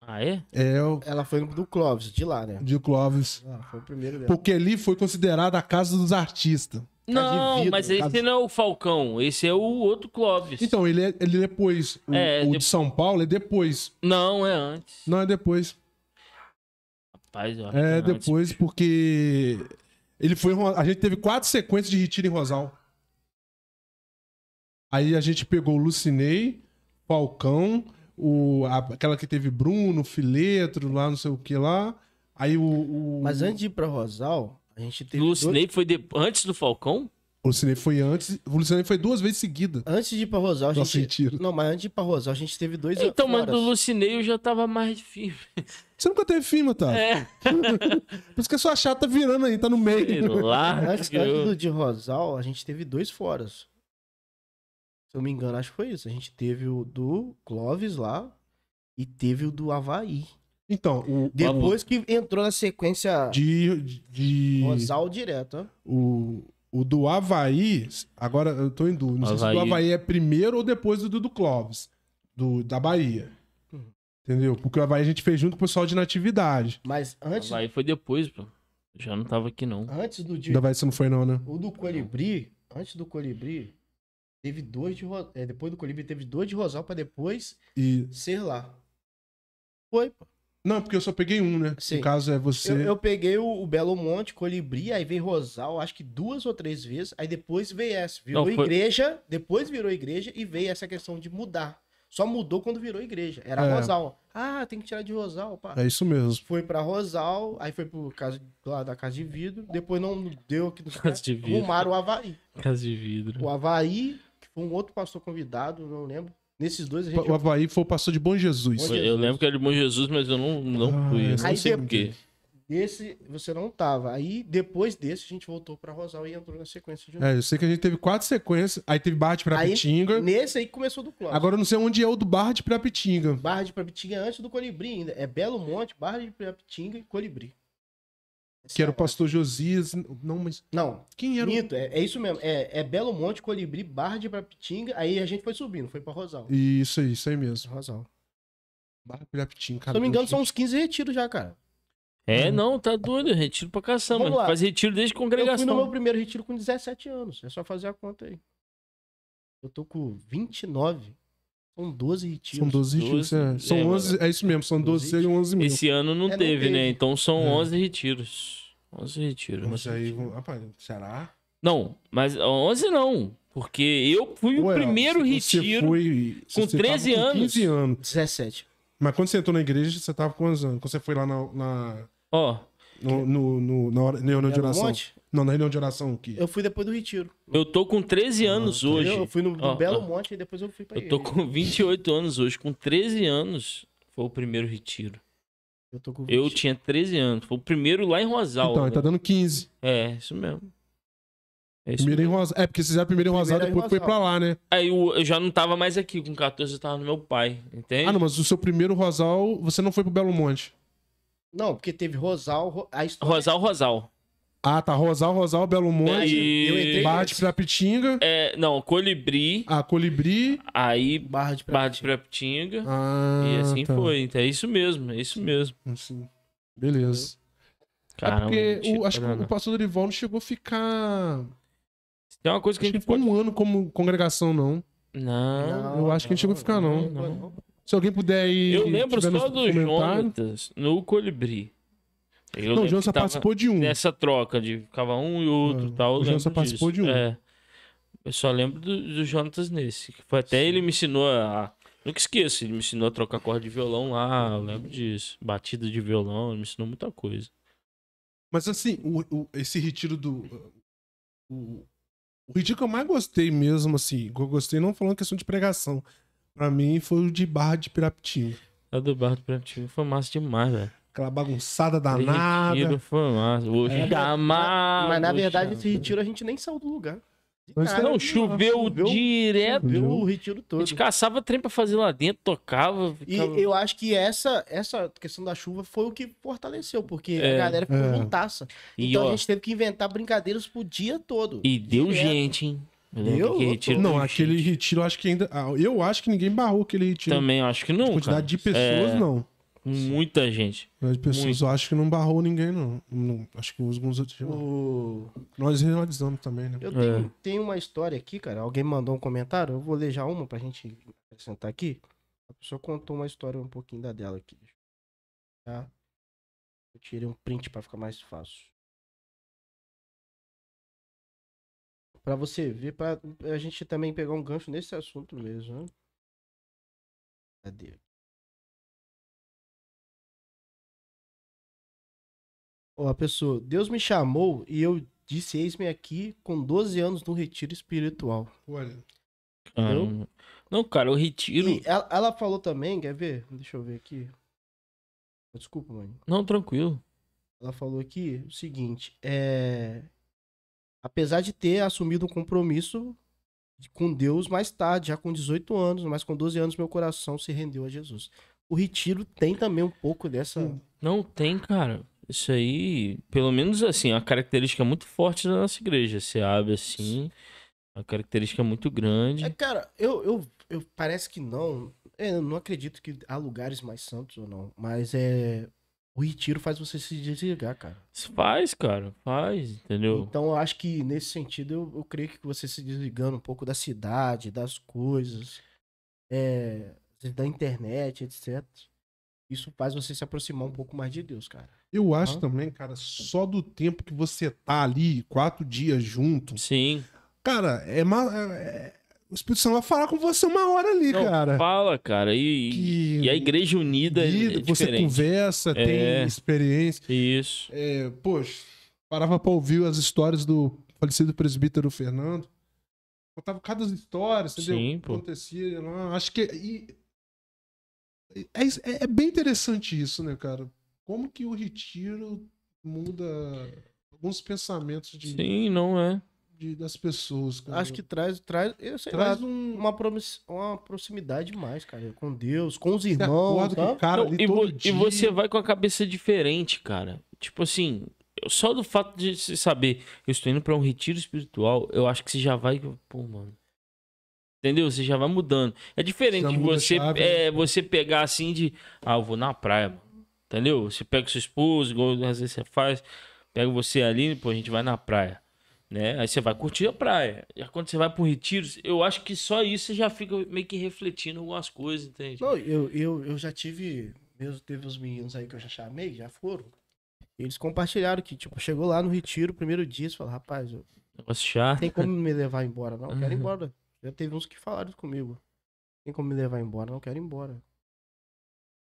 Speaker 1: Ah, é?
Speaker 3: É, o
Speaker 2: Ela foi do Clóvis, de lá, né?
Speaker 3: de Clóvis.
Speaker 2: Ah, foi o primeiro
Speaker 1: É.
Speaker 2: dela.
Speaker 3: Porque ali foi considerada a casa dos artistas.
Speaker 1: Não,
Speaker 2: vidro,
Speaker 1: mas
Speaker 2: tá
Speaker 1: esse não é o Falcão, esse é o outro Clóvis.
Speaker 3: Então, ele é, ele é depois. O,
Speaker 1: É,
Speaker 3: o
Speaker 1: de-
Speaker 3: de São Paulo é depois.
Speaker 1: Não, é antes.
Speaker 3: Não é depois.
Speaker 1: Rapaz, eu acho que
Speaker 3: É
Speaker 1: antes.
Speaker 3: depois porque. Ele foi. em Ro- A gente teve quatro sequências de retiro em Rosal. Aí a gente pegou o Lucinei, Falcão, o, a- aquela que teve Bruno, Filetro, lá não sei o que lá. Aí o. o
Speaker 2: Mas antes de ir pra Rosal, a gente teve.
Speaker 1: Lucinei foi de- antes do Falcão?
Speaker 3: O Lucinei foi antes. O Lucinei foi duas vezes seguida.
Speaker 2: Dois... Antes de ir pra Rosal, a gente.
Speaker 3: Nossa, mentira.
Speaker 2: Não, mas antes de ir pra Rosal, a gente teve dois
Speaker 1: Então, mas
Speaker 2: fora.
Speaker 1: do Lucinei eu já tava mais firme.
Speaker 3: Você nunca teve fim,
Speaker 2: Ah.
Speaker 3: Otávio.
Speaker 2: <laughs>
Speaker 1: É.
Speaker 3: Por isso que a sua chata tá virando aí, tá no
Speaker 1: Sei
Speaker 3: meio.
Speaker 1: lá.
Speaker 2: Antes,
Speaker 1: eu-
Speaker 2: antes do de Rosal, a gente teve dois foras. Se eu me engano, acho que foi isso. A gente teve o do Clóvis lá e teve o do Havaí.
Speaker 3: Então, o.
Speaker 2: Depois que entrou na sequência
Speaker 3: De. de-
Speaker 2: Rosal direto, ó.
Speaker 3: O, o do Havaí, agora eu tô em dúvida. Não sei se o do
Speaker 1: Havaí.
Speaker 3: Havaí é primeiro ou depois do do, do Clóvis, do, da Bahia.
Speaker 2: Uhum.
Speaker 3: Entendeu? Porque o Havaí a gente fez junto com o pessoal de natividade.
Speaker 2: Mas antes,
Speaker 1: Aí foi depois, pô. Já não tava aqui, não.
Speaker 2: antes do de,
Speaker 3: Do Havaí você não foi, não, né?
Speaker 2: o do Colibri, antes do Colibri, teve dois de Ro- é, depois do Colibri teve dois de Rosal pra depois
Speaker 3: E.
Speaker 2: ser lá. Foi, pô.
Speaker 3: Não, porque eu só peguei um, né?
Speaker 2: Sim.
Speaker 3: No caso é
Speaker 2: Eu,
Speaker 3: você.
Speaker 2: eu peguei o, o Belo Monte, Colibri, aí veio Rosal, acho que duas ou três vezes, aí depois veio essa. Virou
Speaker 1: Não, foi-
Speaker 2: igreja, depois virou igreja e veio essa questão de mudar. Só mudou quando virou igreja. Era
Speaker 3: É.
Speaker 2: Rosal. Ah, tem que tirar de Rosal, pá.
Speaker 3: É isso mesmo.
Speaker 2: Foi pra Rosal, aí foi pro caso lá da Casa de Vidro, depois não deu aqui no
Speaker 1: <laughs> Casa de Vidro.
Speaker 2: Arrumaram o Havaí.
Speaker 1: Casa de vidro.
Speaker 2: O Havaí, que foi um outro pastor convidado, não lembro. Nesses dois a gente.
Speaker 3: O Havaí foi o pastor de Bom Jesus.
Speaker 2: Bom Jesus.
Speaker 1: Eu lembro que era de Bom Jesus, mas eu não, não
Speaker 3: Ah,
Speaker 1: fui. Eu não
Speaker 2: aí
Speaker 1: sei
Speaker 2: tem-
Speaker 1: porquê.
Speaker 2: Esse você não tava. Aí depois desse a gente voltou pra Rosal e entrou na sequência de novo.
Speaker 3: É, eu sei que a gente teve quatro sequências. Aí teve Barra de Pirapitinga.
Speaker 2: Nesse aí começou do Clóvis.
Speaker 3: Agora eu não sei onde é o do Barra de Pirapitinga.
Speaker 2: Barra de Pirapitinga é antes do Colibri ainda. É Belo Monte, Barra de Pirapitinga e Colibri.
Speaker 3: Que era o pastor Josias. Não, mas.
Speaker 2: Não,
Speaker 3: Quem era o.
Speaker 2: minto, é, é isso mesmo. É, é Belo Monte, Colibri, Barra de Pirapitinga. Aí a gente foi subindo, foi pra Rosal.
Speaker 3: Isso aí, isso aí mesmo.
Speaker 2: Rosal.
Speaker 3: Barra Pirapitinga,
Speaker 2: Se eu não me engano, são uns 15 retiros já, cara.
Speaker 1: É, não, tá doido. Retiro pra caçamba.
Speaker 2: Hum. Vamos lá.
Speaker 1: Faz retiro desde
Speaker 2: Eu fui no meu
Speaker 1: congregação.
Speaker 2: primeiro retiro com 17 anos. É só fazer a conta aí. Eu tô com 29. São 12 retiros.
Speaker 3: São 12 retiros.
Speaker 1: 12,
Speaker 3: é. São
Speaker 1: é,
Speaker 3: 11, é isso mesmo, são 12 e 11 mil.
Speaker 1: Esse ano não
Speaker 2: É, não
Speaker 1: teve,
Speaker 2: teve.
Speaker 1: né? Então são
Speaker 3: É.
Speaker 1: 11 retiros. 11 retiros.
Speaker 2: é
Speaker 3: Mas
Speaker 1: 11
Speaker 3: aí,
Speaker 1: retiros.
Speaker 3: vamos- rapaz, será?
Speaker 1: Não, mas 11 não. Porque eu fui o
Speaker 3: Ué,
Speaker 1: primeiro
Speaker 3: você
Speaker 1: retiro.
Speaker 3: foi-
Speaker 1: com
Speaker 3: você tava
Speaker 1: 13 anos.
Speaker 3: 15 anos.
Speaker 2: 17.
Speaker 3: Mas quando você entrou na igreja, você tava com quantos anos? Quando você foi lá na. na-
Speaker 1: Ó,
Speaker 3: No, no, no- na, hora, na reunião
Speaker 2: Era
Speaker 3: de
Speaker 2: um
Speaker 3: oração.
Speaker 2: monte?
Speaker 3: Não, na reunião de oração aqui.
Speaker 2: Eu fui depois do retiro.
Speaker 1: Eu tô com 13
Speaker 3: Ah,
Speaker 1: anos
Speaker 3: então
Speaker 1: hoje.
Speaker 2: Eu fui no, no
Speaker 1: Ó,
Speaker 2: Belo
Speaker 1: ó,
Speaker 2: Monte e depois eu fui pra
Speaker 1: Eu tô
Speaker 2: igreja.
Speaker 1: com 28 anos hoje. Com 13 anos foi o primeiro retiro.
Speaker 2: Eu tô com
Speaker 1: Eu
Speaker 2: 20.
Speaker 1: tinha 13 anos. Foi o primeiro lá em Rosal.
Speaker 3: então,
Speaker 1: né?
Speaker 3: aí tá dando 15.
Speaker 1: É, isso mesmo. É isso
Speaker 3: Primeiro em
Speaker 1: mesmo.
Speaker 3: Rosa... É, porque vocês fizeram primeiro em Rosário e
Speaker 2: Primeiro em
Speaker 3: depois foi pra
Speaker 2: Rosário.
Speaker 3: lá, né?
Speaker 1: Aí eu, eu já não tava mais aqui. Com 14 eu tava no meu pai. Entende?
Speaker 3: Ah, não, mas o seu primeiro Rosal, você não foi pro Belo Monte.
Speaker 2: Não, porque teve Rosal, Ro- a história. é
Speaker 1: Rosal, Rosal.
Speaker 3: Ah, tá. Rosal, Rosal, Belo Monte.
Speaker 1: Aí-
Speaker 2: né? eu entrei-
Speaker 3: Barra de Pirapintinga.
Speaker 1: É, não, Colibri.
Speaker 3: Ah, Colibri.
Speaker 1: Aí
Speaker 2: Barra de
Speaker 1: Barra de Preptinga.
Speaker 3: Ah,
Speaker 1: e assim
Speaker 3: tá.
Speaker 1: foi. Então, é isso mesmo, é isso mesmo.
Speaker 3: Assim. Beleza.
Speaker 1: Caramba,
Speaker 3: é porque
Speaker 1: mentira,
Speaker 3: o, acho que
Speaker 1: não, não.
Speaker 3: o pastor Dorival não chegou a ficar.
Speaker 1: Tem uma coisa que a
Speaker 3: Acho que
Speaker 1: gente
Speaker 3: ficou
Speaker 1: pode...
Speaker 3: um ano como congregação, não.
Speaker 1: Não,
Speaker 3: eu acho que a gente chegou a ficar, não.
Speaker 2: não.
Speaker 3: Se alguém puder ir.
Speaker 1: Eu lembro
Speaker 3: tiver
Speaker 1: só
Speaker 3: nos
Speaker 1: do
Speaker 3: comentários-
Speaker 1: Jonatas no Colibri. Eu
Speaker 3: Não,
Speaker 1: lembro
Speaker 3: o Jonas
Speaker 1: que
Speaker 3: só
Speaker 1: tava
Speaker 3: participou de um.
Speaker 1: Nessa troca de ficava um e outro
Speaker 3: Ah,
Speaker 1: tal.
Speaker 3: o
Speaker 1: eu
Speaker 3: Jonas só
Speaker 1: lembro
Speaker 3: participou
Speaker 1: disso.
Speaker 3: de um.
Speaker 1: É. Eu só lembro do, do Jonatas nesse. que Foi até ele me ensinou a. Nunca esqueço, ele me ensinou a trocar corda de violão lá, eu lembro disso. Batida de violão, ele me ensinou muita coisa.
Speaker 3: Mas assim, o- o- esse retiro do. uh, O, o retiro que eu mais gostei mesmo, assim, que eu gostei não falando questão de pregação. Pra mim foi o de Barra de Pirapitinho.
Speaker 1: A do Bardo Prativo foi massa demais, velho.
Speaker 3: Aquela bagunçada
Speaker 1: Retiro
Speaker 3: danada.
Speaker 1: foi massa. Vou
Speaker 3: É.
Speaker 1: chamar.
Speaker 2: Mas na
Speaker 1: vou
Speaker 2: verdade,
Speaker 1: chamar.
Speaker 2: esse retiro a gente nem saiu do lugar. De
Speaker 3: Mas
Speaker 2: nada.
Speaker 1: Não, choveu,
Speaker 2: Choveu-
Speaker 1: direto.
Speaker 2: Viu o retiro
Speaker 1: A
Speaker 2: todo.
Speaker 1: gente caçava trem pra fazer lá dentro, tocava.
Speaker 2: E
Speaker 1: ficava-
Speaker 2: eu acho que essa, essa questão da chuva foi o que fortaleceu, porque
Speaker 1: É.
Speaker 2: a galera ficou
Speaker 3: É.
Speaker 2: juntaça.
Speaker 1: E,
Speaker 2: então
Speaker 1: ó,
Speaker 2: a gente teve que inventar brincadeiras pro dia todo.
Speaker 1: e deu
Speaker 2: direto.
Speaker 1: gente, hein? Eu lembro
Speaker 2: Deu?
Speaker 1: que retiro
Speaker 3: Não,
Speaker 1: deu
Speaker 3: aquele
Speaker 1: gente.
Speaker 3: retiro, eu acho que ainda. ah, Eu acho que ninguém barrou aquele retiro.
Speaker 1: Também acho que não.
Speaker 3: Tipo, quantidade
Speaker 1: cara.
Speaker 3: de pessoas,
Speaker 1: É,
Speaker 3: não.
Speaker 1: Muita gente.
Speaker 3: Quantidade de pessoas,
Speaker 1: muito.
Speaker 3: eu acho que não barrou ninguém, não. Não, acho que alguns outros.
Speaker 2: O-
Speaker 3: Nós realizamos também, né?
Speaker 2: Eu tenho, tenho uma história aqui, cara. Alguém mandou um comentário. Eu vou ler já uma pra gente acrescentar aqui. A pessoa contou uma história um pouquinho da dela aqui. Tá? Eu tirei um print pra ficar mais fácil. Pra você ver, pra a gente também pegar um gancho nesse assunto mesmo, né? Cadê? Ó, a pessoa, Deus me chamou e eu disse eis-me aqui com 12 anos no retiro espiritual.
Speaker 3: Olha,
Speaker 1: Caramba. Não, cara, o retiro.
Speaker 2: E ela, ela falou também, quer ver? Deixa eu ver aqui. Desculpa, mãe.
Speaker 1: Não, tranquilo.
Speaker 2: Ela falou aqui o seguinte: é. Apesar de ter assumido um compromisso com Deus mais tarde, já com 18 anos, mas com 12 anos meu coração se rendeu a Jesus. O retiro tem também um pouco dessa.
Speaker 3: Hum.
Speaker 1: Não tem, cara. Isso aí, pelo menos assim, é uma característica muito forte da nossa igreja. Você abre assim, uma característica muito grande.
Speaker 2: É, cara, eu, eu, eu- parece que não. É, Eu não acredito que há lugares mais santos ou não. Mas é. O retiro faz você se desligar, cara.
Speaker 1: Faz, cara, faz, entendeu?
Speaker 2: Então eu acho que nesse sentido eu, eu creio que você se desligando um pouco da cidade, das coisas, é, da internet, etc. Isso faz você se aproximar um pouco mais de Deus, cara.
Speaker 3: Eu acho
Speaker 2: Hã?
Speaker 3: também, cara, só do tempo que você tá ali, quatro dias junto,
Speaker 1: Sim.
Speaker 3: cara, é, ma- é- o Espírito Santo vai falar com você uma hora ali,
Speaker 1: Não,
Speaker 3: cara.
Speaker 1: Fala, cara. E,
Speaker 3: Que-
Speaker 1: e a igreja unida é
Speaker 3: Vida, você
Speaker 1: diferente.
Speaker 3: conversa,
Speaker 1: É.
Speaker 3: tem experiência.
Speaker 1: Isso.
Speaker 3: É, poxa, parava pra ouvir as histórias do falecido presbítero Fernando. Contava cada história, entendeu?
Speaker 1: Sim,
Speaker 3: O que
Speaker 1: pô.
Speaker 3: acontecia lá. Acho que. e- é, isso- é- é bem interessante isso, né, cara? Como que o retiro muda alguns pensamentos de,
Speaker 1: Sim, não é.
Speaker 3: de- das pessoas, cara.
Speaker 2: Acho que traz, traz, eu sei lá,
Speaker 3: traz um.
Speaker 2: uma, promis- uma proximidade mais, cara, com Deus, com os
Speaker 3: Você
Speaker 2: irmãos.
Speaker 3: acorda com
Speaker 2: Tá?
Speaker 3: o cara
Speaker 1: Não,
Speaker 3: ali
Speaker 1: e,
Speaker 3: todo
Speaker 1: vo- e
Speaker 3: dia.
Speaker 1: você vai com a cabeça diferente, cara. Tipo assim, eu- só do fato de se saber, eu estou indo pra um retiro espiritual, eu acho que você já vai. Pô, mano. Entendeu? Você já vai mudando. É diferente
Speaker 3: Já
Speaker 1: de
Speaker 3: muda a
Speaker 1: você,
Speaker 3: chave, né?
Speaker 1: é, você pegar assim de. Ah, eu vou na praia, mano. Entendeu? Você pega sua esposa, igual às vezes você faz, pega você ali, pô, a gente vai na praia. Né? Aí você vai curtir a praia. E quando você vai pro retiro, eu acho que só isso você já fica meio que refletindo algumas coisas, entende?
Speaker 2: Não, eu, eu, eu já tive. Mesmo teve os meninos aí que eu já chamei, já foram. Eles compartilharam que, tipo, chegou lá no retiro, primeiro dia, você falou, rapaz, eu
Speaker 1: Negócio chato.
Speaker 2: Tem como me levar embora, não? Eu Quero ir
Speaker 1: Uhum.
Speaker 2: embora. Já teve uns que falaram comigo. Tem como me levar embora, não? Eu Quero ir embora.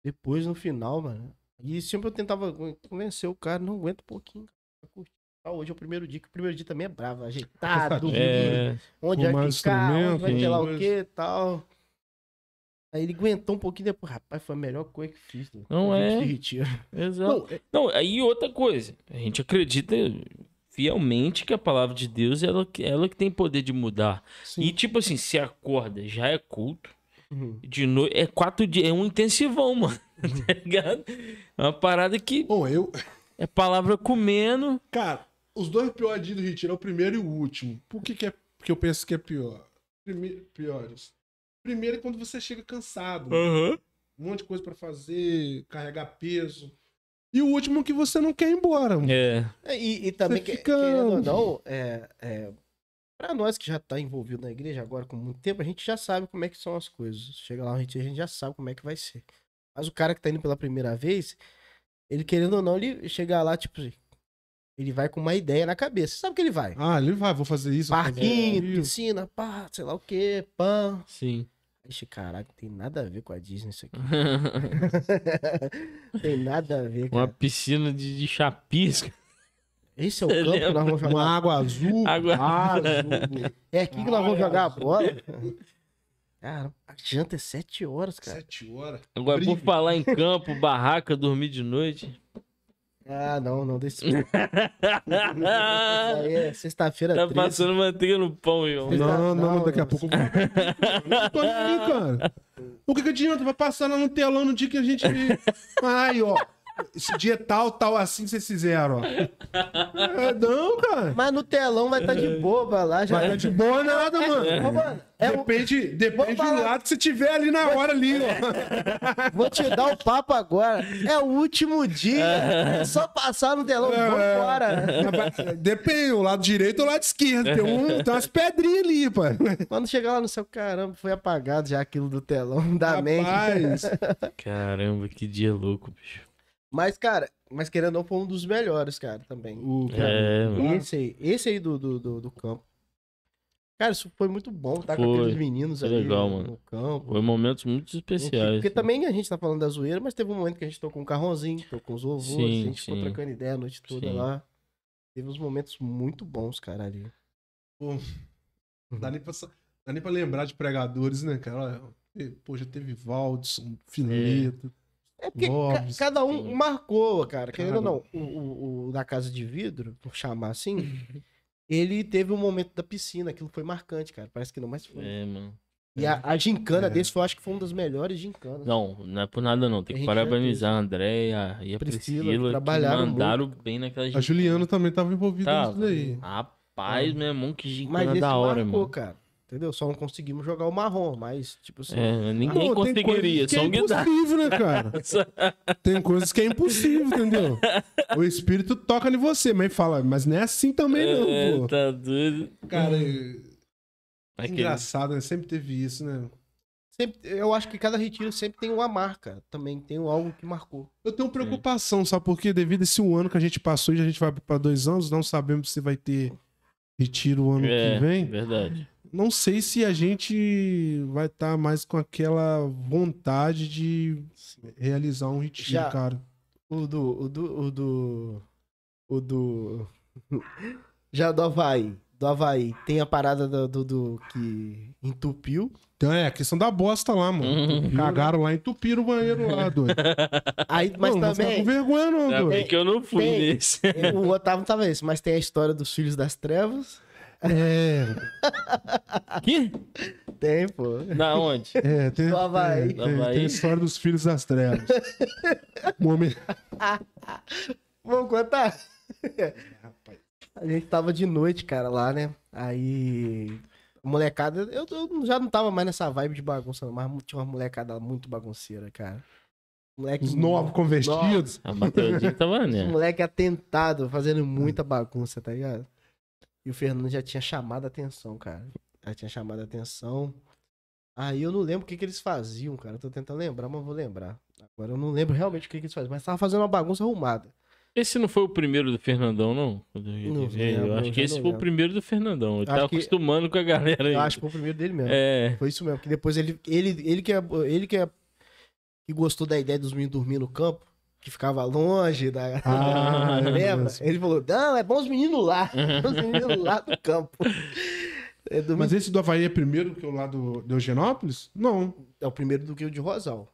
Speaker 2: Depois, no final, mano, a E sempre eu tentava convencer o cara, não aguenta um pouquinho. cara, vai curtir. Ah, hoje é o primeiro dia, que o primeiro dia também é bravo, ajeitado,
Speaker 1: <laughs> É,
Speaker 2: onde vai
Speaker 3: Arrumar
Speaker 2: ficar, onde vai
Speaker 1: instrumento,
Speaker 2: ter lá o
Speaker 3: coisa.
Speaker 2: que e tal. Aí ele aguentou um pouquinho depois, rapaz, foi a melhor coisa que fiz. né?
Speaker 1: Não
Speaker 2: A gente
Speaker 1: é?
Speaker 2: se retira.
Speaker 1: exato.
Speaker 2: Não, é-
Speaker 1: Não, aí outra coisa. A gente acredita fielmente que a palavra de Deus ela, que- ela que tem poder de mudar.
Speaker 3: Sim.
Speaker 1: E tipo assim, se acorda, já é culto.
Speaker 2: Uhum.
Speaker 1: De noite é quatro dias, é um intensivão, <laughs> mano. tá ligado? É uma parada que
Speaker 3: Bom, eu.
Speaker 1: é palavra comendo.
Speaker 3: Cara, os dois piores dias do retiro é o primeiro e o último. Por que, que, é, que eu penso que é pior? Prime- piores. Primeiro é quando você chega cansado.
Speaker 1: Ah.
Speaker 3: Um monte de coisa pra fazer, carregar peso. E o último é que você não quer ir embora.
Speaker 1: É.
Speaker 2: É, E, e também,
Speaker 3: Você
Speaker 2: que-
Speaker 3: fica-
Speaker 2: querendo ou não, é, é, pra nós que já tá envolvido na igreja agora com muito tempo, a gente já sabe como é que são as coisas. Chega lá, a gente, a gente já sabe como é que vai ser. Mas o cara que tá indo pela primeira vez, ele querendo ou não, ele chegar lá, tipo, ele vai com uma ideia na cabeça. Sabe que ele vai?
Speaker 3: Ah, ele vai, vou fazer é, isso. vou fazer
Speaker 2: Parquinho,
Speaker 3: aquilo.
Speaker 2: piscina, pá, sei lá o que, pã.
Speaker 1: Sim.
Speaker 2: Ixi, caraca, tem nada a ver com a Disney isso
Speaker 3: <laughs>
Speaker 2: aqui. tem nada a ver,
Speaker 1: Uma
Speaker 2: cara.
Speaker 1: piscina de, de chapisca.
Speaker 2: Esse é o
Speaker 1: Você
Speaker 2: campo que nós vamos jogar
Speaker 3: Uma água azul.
Speaker 1: Água-
Speaker 3: azul.
Speaker 1: <laughs>
Speaker 2: É aqui que nós vamos jogar a bola. Cara, a janta é 7 horas, cara.
Speaker 3: Sete horas.
Speaker 1: Agora, por
Speaker 3: Brilho.
Speaker 1: falar em campo, barraca, dormir de noite. <laughs>
Speaker 2: Ah, não, não, desse. Isso aí é sexta-feira
Speaker 1: Ah, tá
Speaker 2: 13.
Speaker 1: passando manteiga no pão, irmão.
Speaker 3: Não, não,
Speaker 2: Não,
Speaker 3: daqui a
Speaker 2: não.
Speaker 3: pouco. eu vou- Não tô aqui, cara. O que, que adianta? Vai passar lá no telão no dia que a gente. Ai, ó. Esse dia é tal, tal assim vocês fizeram, ó. É, não, cara.
Speaker 2: Mas no telão vai estar de boba lá, já
Speaker 3: Vai
Speaker 2: tá
Speaker 3: tá
Speaker 2: de
Speaker 3: de boa nada,
Speaker 2: Ô,
Speaker 3: mano.
Speaker 2: mano, é o-
Speaker 3: Depende, depende
Speaker 2: falar.
Speaker 3: do lado que você tiver ali na hora ali, ó.
Speaker 2: Vou te dar o papo agora. É o último dia. É só passar no telão.
Speaker 3: É.
Speaker 2: Vambora.
Speaker 3: Rapaz, Depende, o lado direito ou o lado esquerdo. Tem, um, tem umas pedrinhas ali, pai.
Speaker 2: Quando chegar lá no céu, caramba, foi apagado já aquilo do telão da mente.
Speaker 3: Rapaz,
Speaker 1: Caramba, que dia louco, bicho.
Speaker 2: Mas, cara, mas querendo ou não, foi um dos melhores, cara, também.
Speaker 3: o
Speaker 1: É, mano.
Speaker 2: Esse aí, esse aí do, do, do, do campo. Cara, isso foi muito bom, tá com
Speaker 1: Foi.
Speaker 2: aqueles meninos
Speaker 1: Foi
Speaker 2: ali
Speaker 1: legal,
Speaker 2: no,
Speaker 1: mano.
Speaker 2: no campo.
Speaker 1: Foi momentos muito especiais.
Speaker 2: Porque também a gente tá falando da zoeira, mas teve um momento que a gente tocou um carronzinho, tocou os ovos,
Speaker 1: Sim,
Speaker 2: a gente ficou
Speaker 1: sim.
Speaker 2: trocando ideia a noite toda
Speaker 1: Sim.
Speaker 2: lá. Teve uns momentos muito bons, cara, ali.
Speaker 3: Não dá nem pra, sa- dá nem pra lembrar de pregadores, né, cara? Olha, eh, Pô, já teve Valdson, Fileto.
Speaker 2: É porque ca-
Speaker 3: Lopes,
Speaker 2: cada um
Speaker 1: sim.
Speaker 2: marcou, cara. Querendo ou
Speaker 3: Cara.
Speaker 2: não, o, o- o da Casa de Vidro, por chamar assim, <laughs> ele teve um momento da piscina, aquilo foi marcante, cara. Parece que não, mas foi.
Speaker 1: É, mano.
Speaker 2: E a, a gincana
Speaker 3: É.
Speaker 2: desse, eu acho que foi uma das melhores gincanas.
Speaker 1: Não, não é por nada não. Tem
Speaker 2: A
Speaker 1: que
Speaker 2: gente
Speaker 1: parabenizar a Andréia e a
Speaker 2: Priscila,
Speaker 1: Priscila,
Speaker 2: que
Speaker 1: que
Speaker 2: trabalharam
Speaker 1: mandaram bem naquela
Speaker 3: A Juliana também tava envolvida
Speaker 1: É. Tava.
Speaker 3: nisso daí. É.
Speaker 1: Rapaz, meu irmão, que
Speaker 2: Mas
Speaker 1: gincana
Speaker 2: esse
Speaker 1: da hora,
Speaker 2: marcou,
Speaker 1: mano.
Speaker 2: cara. Entendeu? Só não conseguimos jogar o marrom, mas, tipo assim.
Speaker 1: É, ninguém
Speaker 3: Pô, Ah, tem
Speaker 1: conseguiria,
Speaker 3: coisas que
Speaker 1: só
Speaker 3: é
Speaker 1: um guitarra.
Speaker 3: impossível, né, cara?
Speaker 1: <laughs>
Speaker 3: Tem coisas que é impossível, entendeu? O espírito toca em você, mas fala, mas não é assim também,
Speaker 1: É,
Speaker 3: não, pô.
Speaker 1: tá doido.
Speaker 3: Cara, é
Speaker 1: Aquele-
Speaker 3: engraçado, né? Sempre teve isso, né?
Speaker 2: sempre- eu acho que cada retiro sempre tem uma marca. Também tem um algo que marcou.
Speaker 3: Eu tenho preocupação, sabe por quê? Devido a esse um ano que a gente passou e a gente vai pra dois anos, não sabemos se vai ter retiro o ano
Speaker 1: É,
Speaker 3: que vem.
Speaker 1: verdade.
Speaker 3: não sei se a gente vai estar mais com aquela vontade de realizar um retiro,
Speaker 2: Já.
Speaker 3: cara.
Speaker 2: O do. O do. O do. O do. <laughs> Já do Havaí. Do Havaí. Tem a parada do, do- do que entupiu.
Speaker 3: Então é a questão da bosta lá, mano.
Speaker 1: Uhum.
Speaker 3: Cagaram lá, entupiram o banheiro
Speaker 1: <laughs>
Speaker 3: lá, doido.
Speaker 2: Aí, mas é um
Speaker 3: não, não fica com
Speaker 2: também.
Speaker 3: vergonha, não,
Speaker 1: Ainda
Speaker 3: doido.
Speaker 1: bem que eu não fui
Speaker 2: tem-
Speaker 3: <laughs>
Speaker 1: nesse.
Speaker 2: O Otávio tava esse, mas tem a história dos filhos das trevas.
Speaker 3: É,
Speaker 1: Que?
Speaker 2: Tem, pô.
Speaker 1: Na onde?
Speaker 3: é, tem,
Speaker 2: Do Havaí.
Speaker 3: tem- tem
Speaker 1: Havaí.
Speaker 3: a história dos filhos
Speaker 2: <laughs>
Speaker 3: das trevas. Um homem-
Speaker 2: Vamos contar?
Speaker 3: É,
Speaker 2: A gente tava de noite, cara, lá, né? Aí. a Molecada, eu, eu já não tava mais nessa vibe de bagunça, não, mas tinha uma molecada muito bagunceira, cara. Moleque.
Speaker 3: Os novos é? convertidos.
Speaker 1: A Mateudinho tava,
Speaker 2: Os
Speaker 1: né?
Speaker 2: moleque atentado, fazendo
Speaker 3: Hum.
Speaker 2: muita bagunça, tá ligado? E o Fernando já tinha chamado a atenção, cara. Já tinha chamado a atenção. Aí eu não lembro o que, que eles faziam, cara. Eu tô tentando lembrar, mas vou lembrar. Agora eu não lembro realmente o que, que eles faziam, mas tava fazendo uma bagunça arrumada.
Speaker 1: Esse não foi o primeiro do Fernandão, não? Quando eu ia
Speaker 2: Não
Speaker 1: ver,
Speaker 2: lembro,
Speaker 1: eu acho
Speaker 2: eu
Speaker 1: que
Speaker 2: já
Speaker 1: esse
Speaker 2: não
Speaker 1: foi o
Speaker 2: lembro.
Speaker 1: primeiro do Fernandão. Ele
Speaker 2: Acho
Speaker 1: tava
Speaker 2: que-
Speaker 1: acostumando com a galera aí.
Speaker 2: Eu acho que foi o primeiro dele mesmo.
Speaker 1: É.
Speaker 2: Foi isso mesmo, que depois ele, ele, ele que, é- ele que, é- que gostou da ideia dos meninos dormir no campo, que ficava longe da.
Speaker 3: Ah, eu
Speaker 2: <laughs> Lembra?
Speaker 3: lembro.
Speaker 2: Ele falou: não, é bom os meninos lá. <laughs> é os meninos lá do campo. É, do-
Speaker 3: Mas esse do Havaí é primeiro que o lá do, do Eugenópolis? Não.
Speaker 2: é o primeiro do que o de Rosal.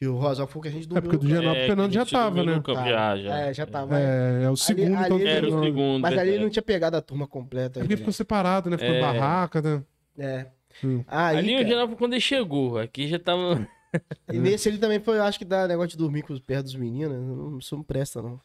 Speaker 2: Que o Rosal foi o que a gente
Speaker 3: É
Speaker 2: dormiu.
Speaker 3: porque o do
Speaker 2: no campo.
Speaker 3: Eugenópolis o Fernando
Speaker 1: que
Speaker 3: já
Speaker 1: a gente dormiu
Speaker 3: tava,
Speaker 1: no
Speaker 3: né?
Speaker 1: campo,
Speaker 2: Tá.
Speaker 1: Já, já.
Speaker 2: É, já tava.
Speaker 3: É, é o segundo, então.
Speaker 2: ali
Speaker 3: do
Speaker 1: Era o
Speaker 3: Fernando.
Speaker 1: segundo. né?
Speaker 2: Mas ali ele
Speaker 1: verdade.
Speaker 2: não tinha pegado a turma completa.
Speaker 3: É porque ficou separado, né? Ficou
Speaker 1: É.
Speaker 3: em barraca, né?
Speaker 2: É.
Speaker 3: Hum.
Speaker 2: Aí,
Speaker 1: Ali
Speaker 2: cara,
Speaker 1: eu já tava quando ele chegou. Aqui já tava. <laughs>
Speaker 2: e nesse ele também foi, eu acho que dá negócio de dormir com os pés dos meninos. né? Não, isso não presta, não.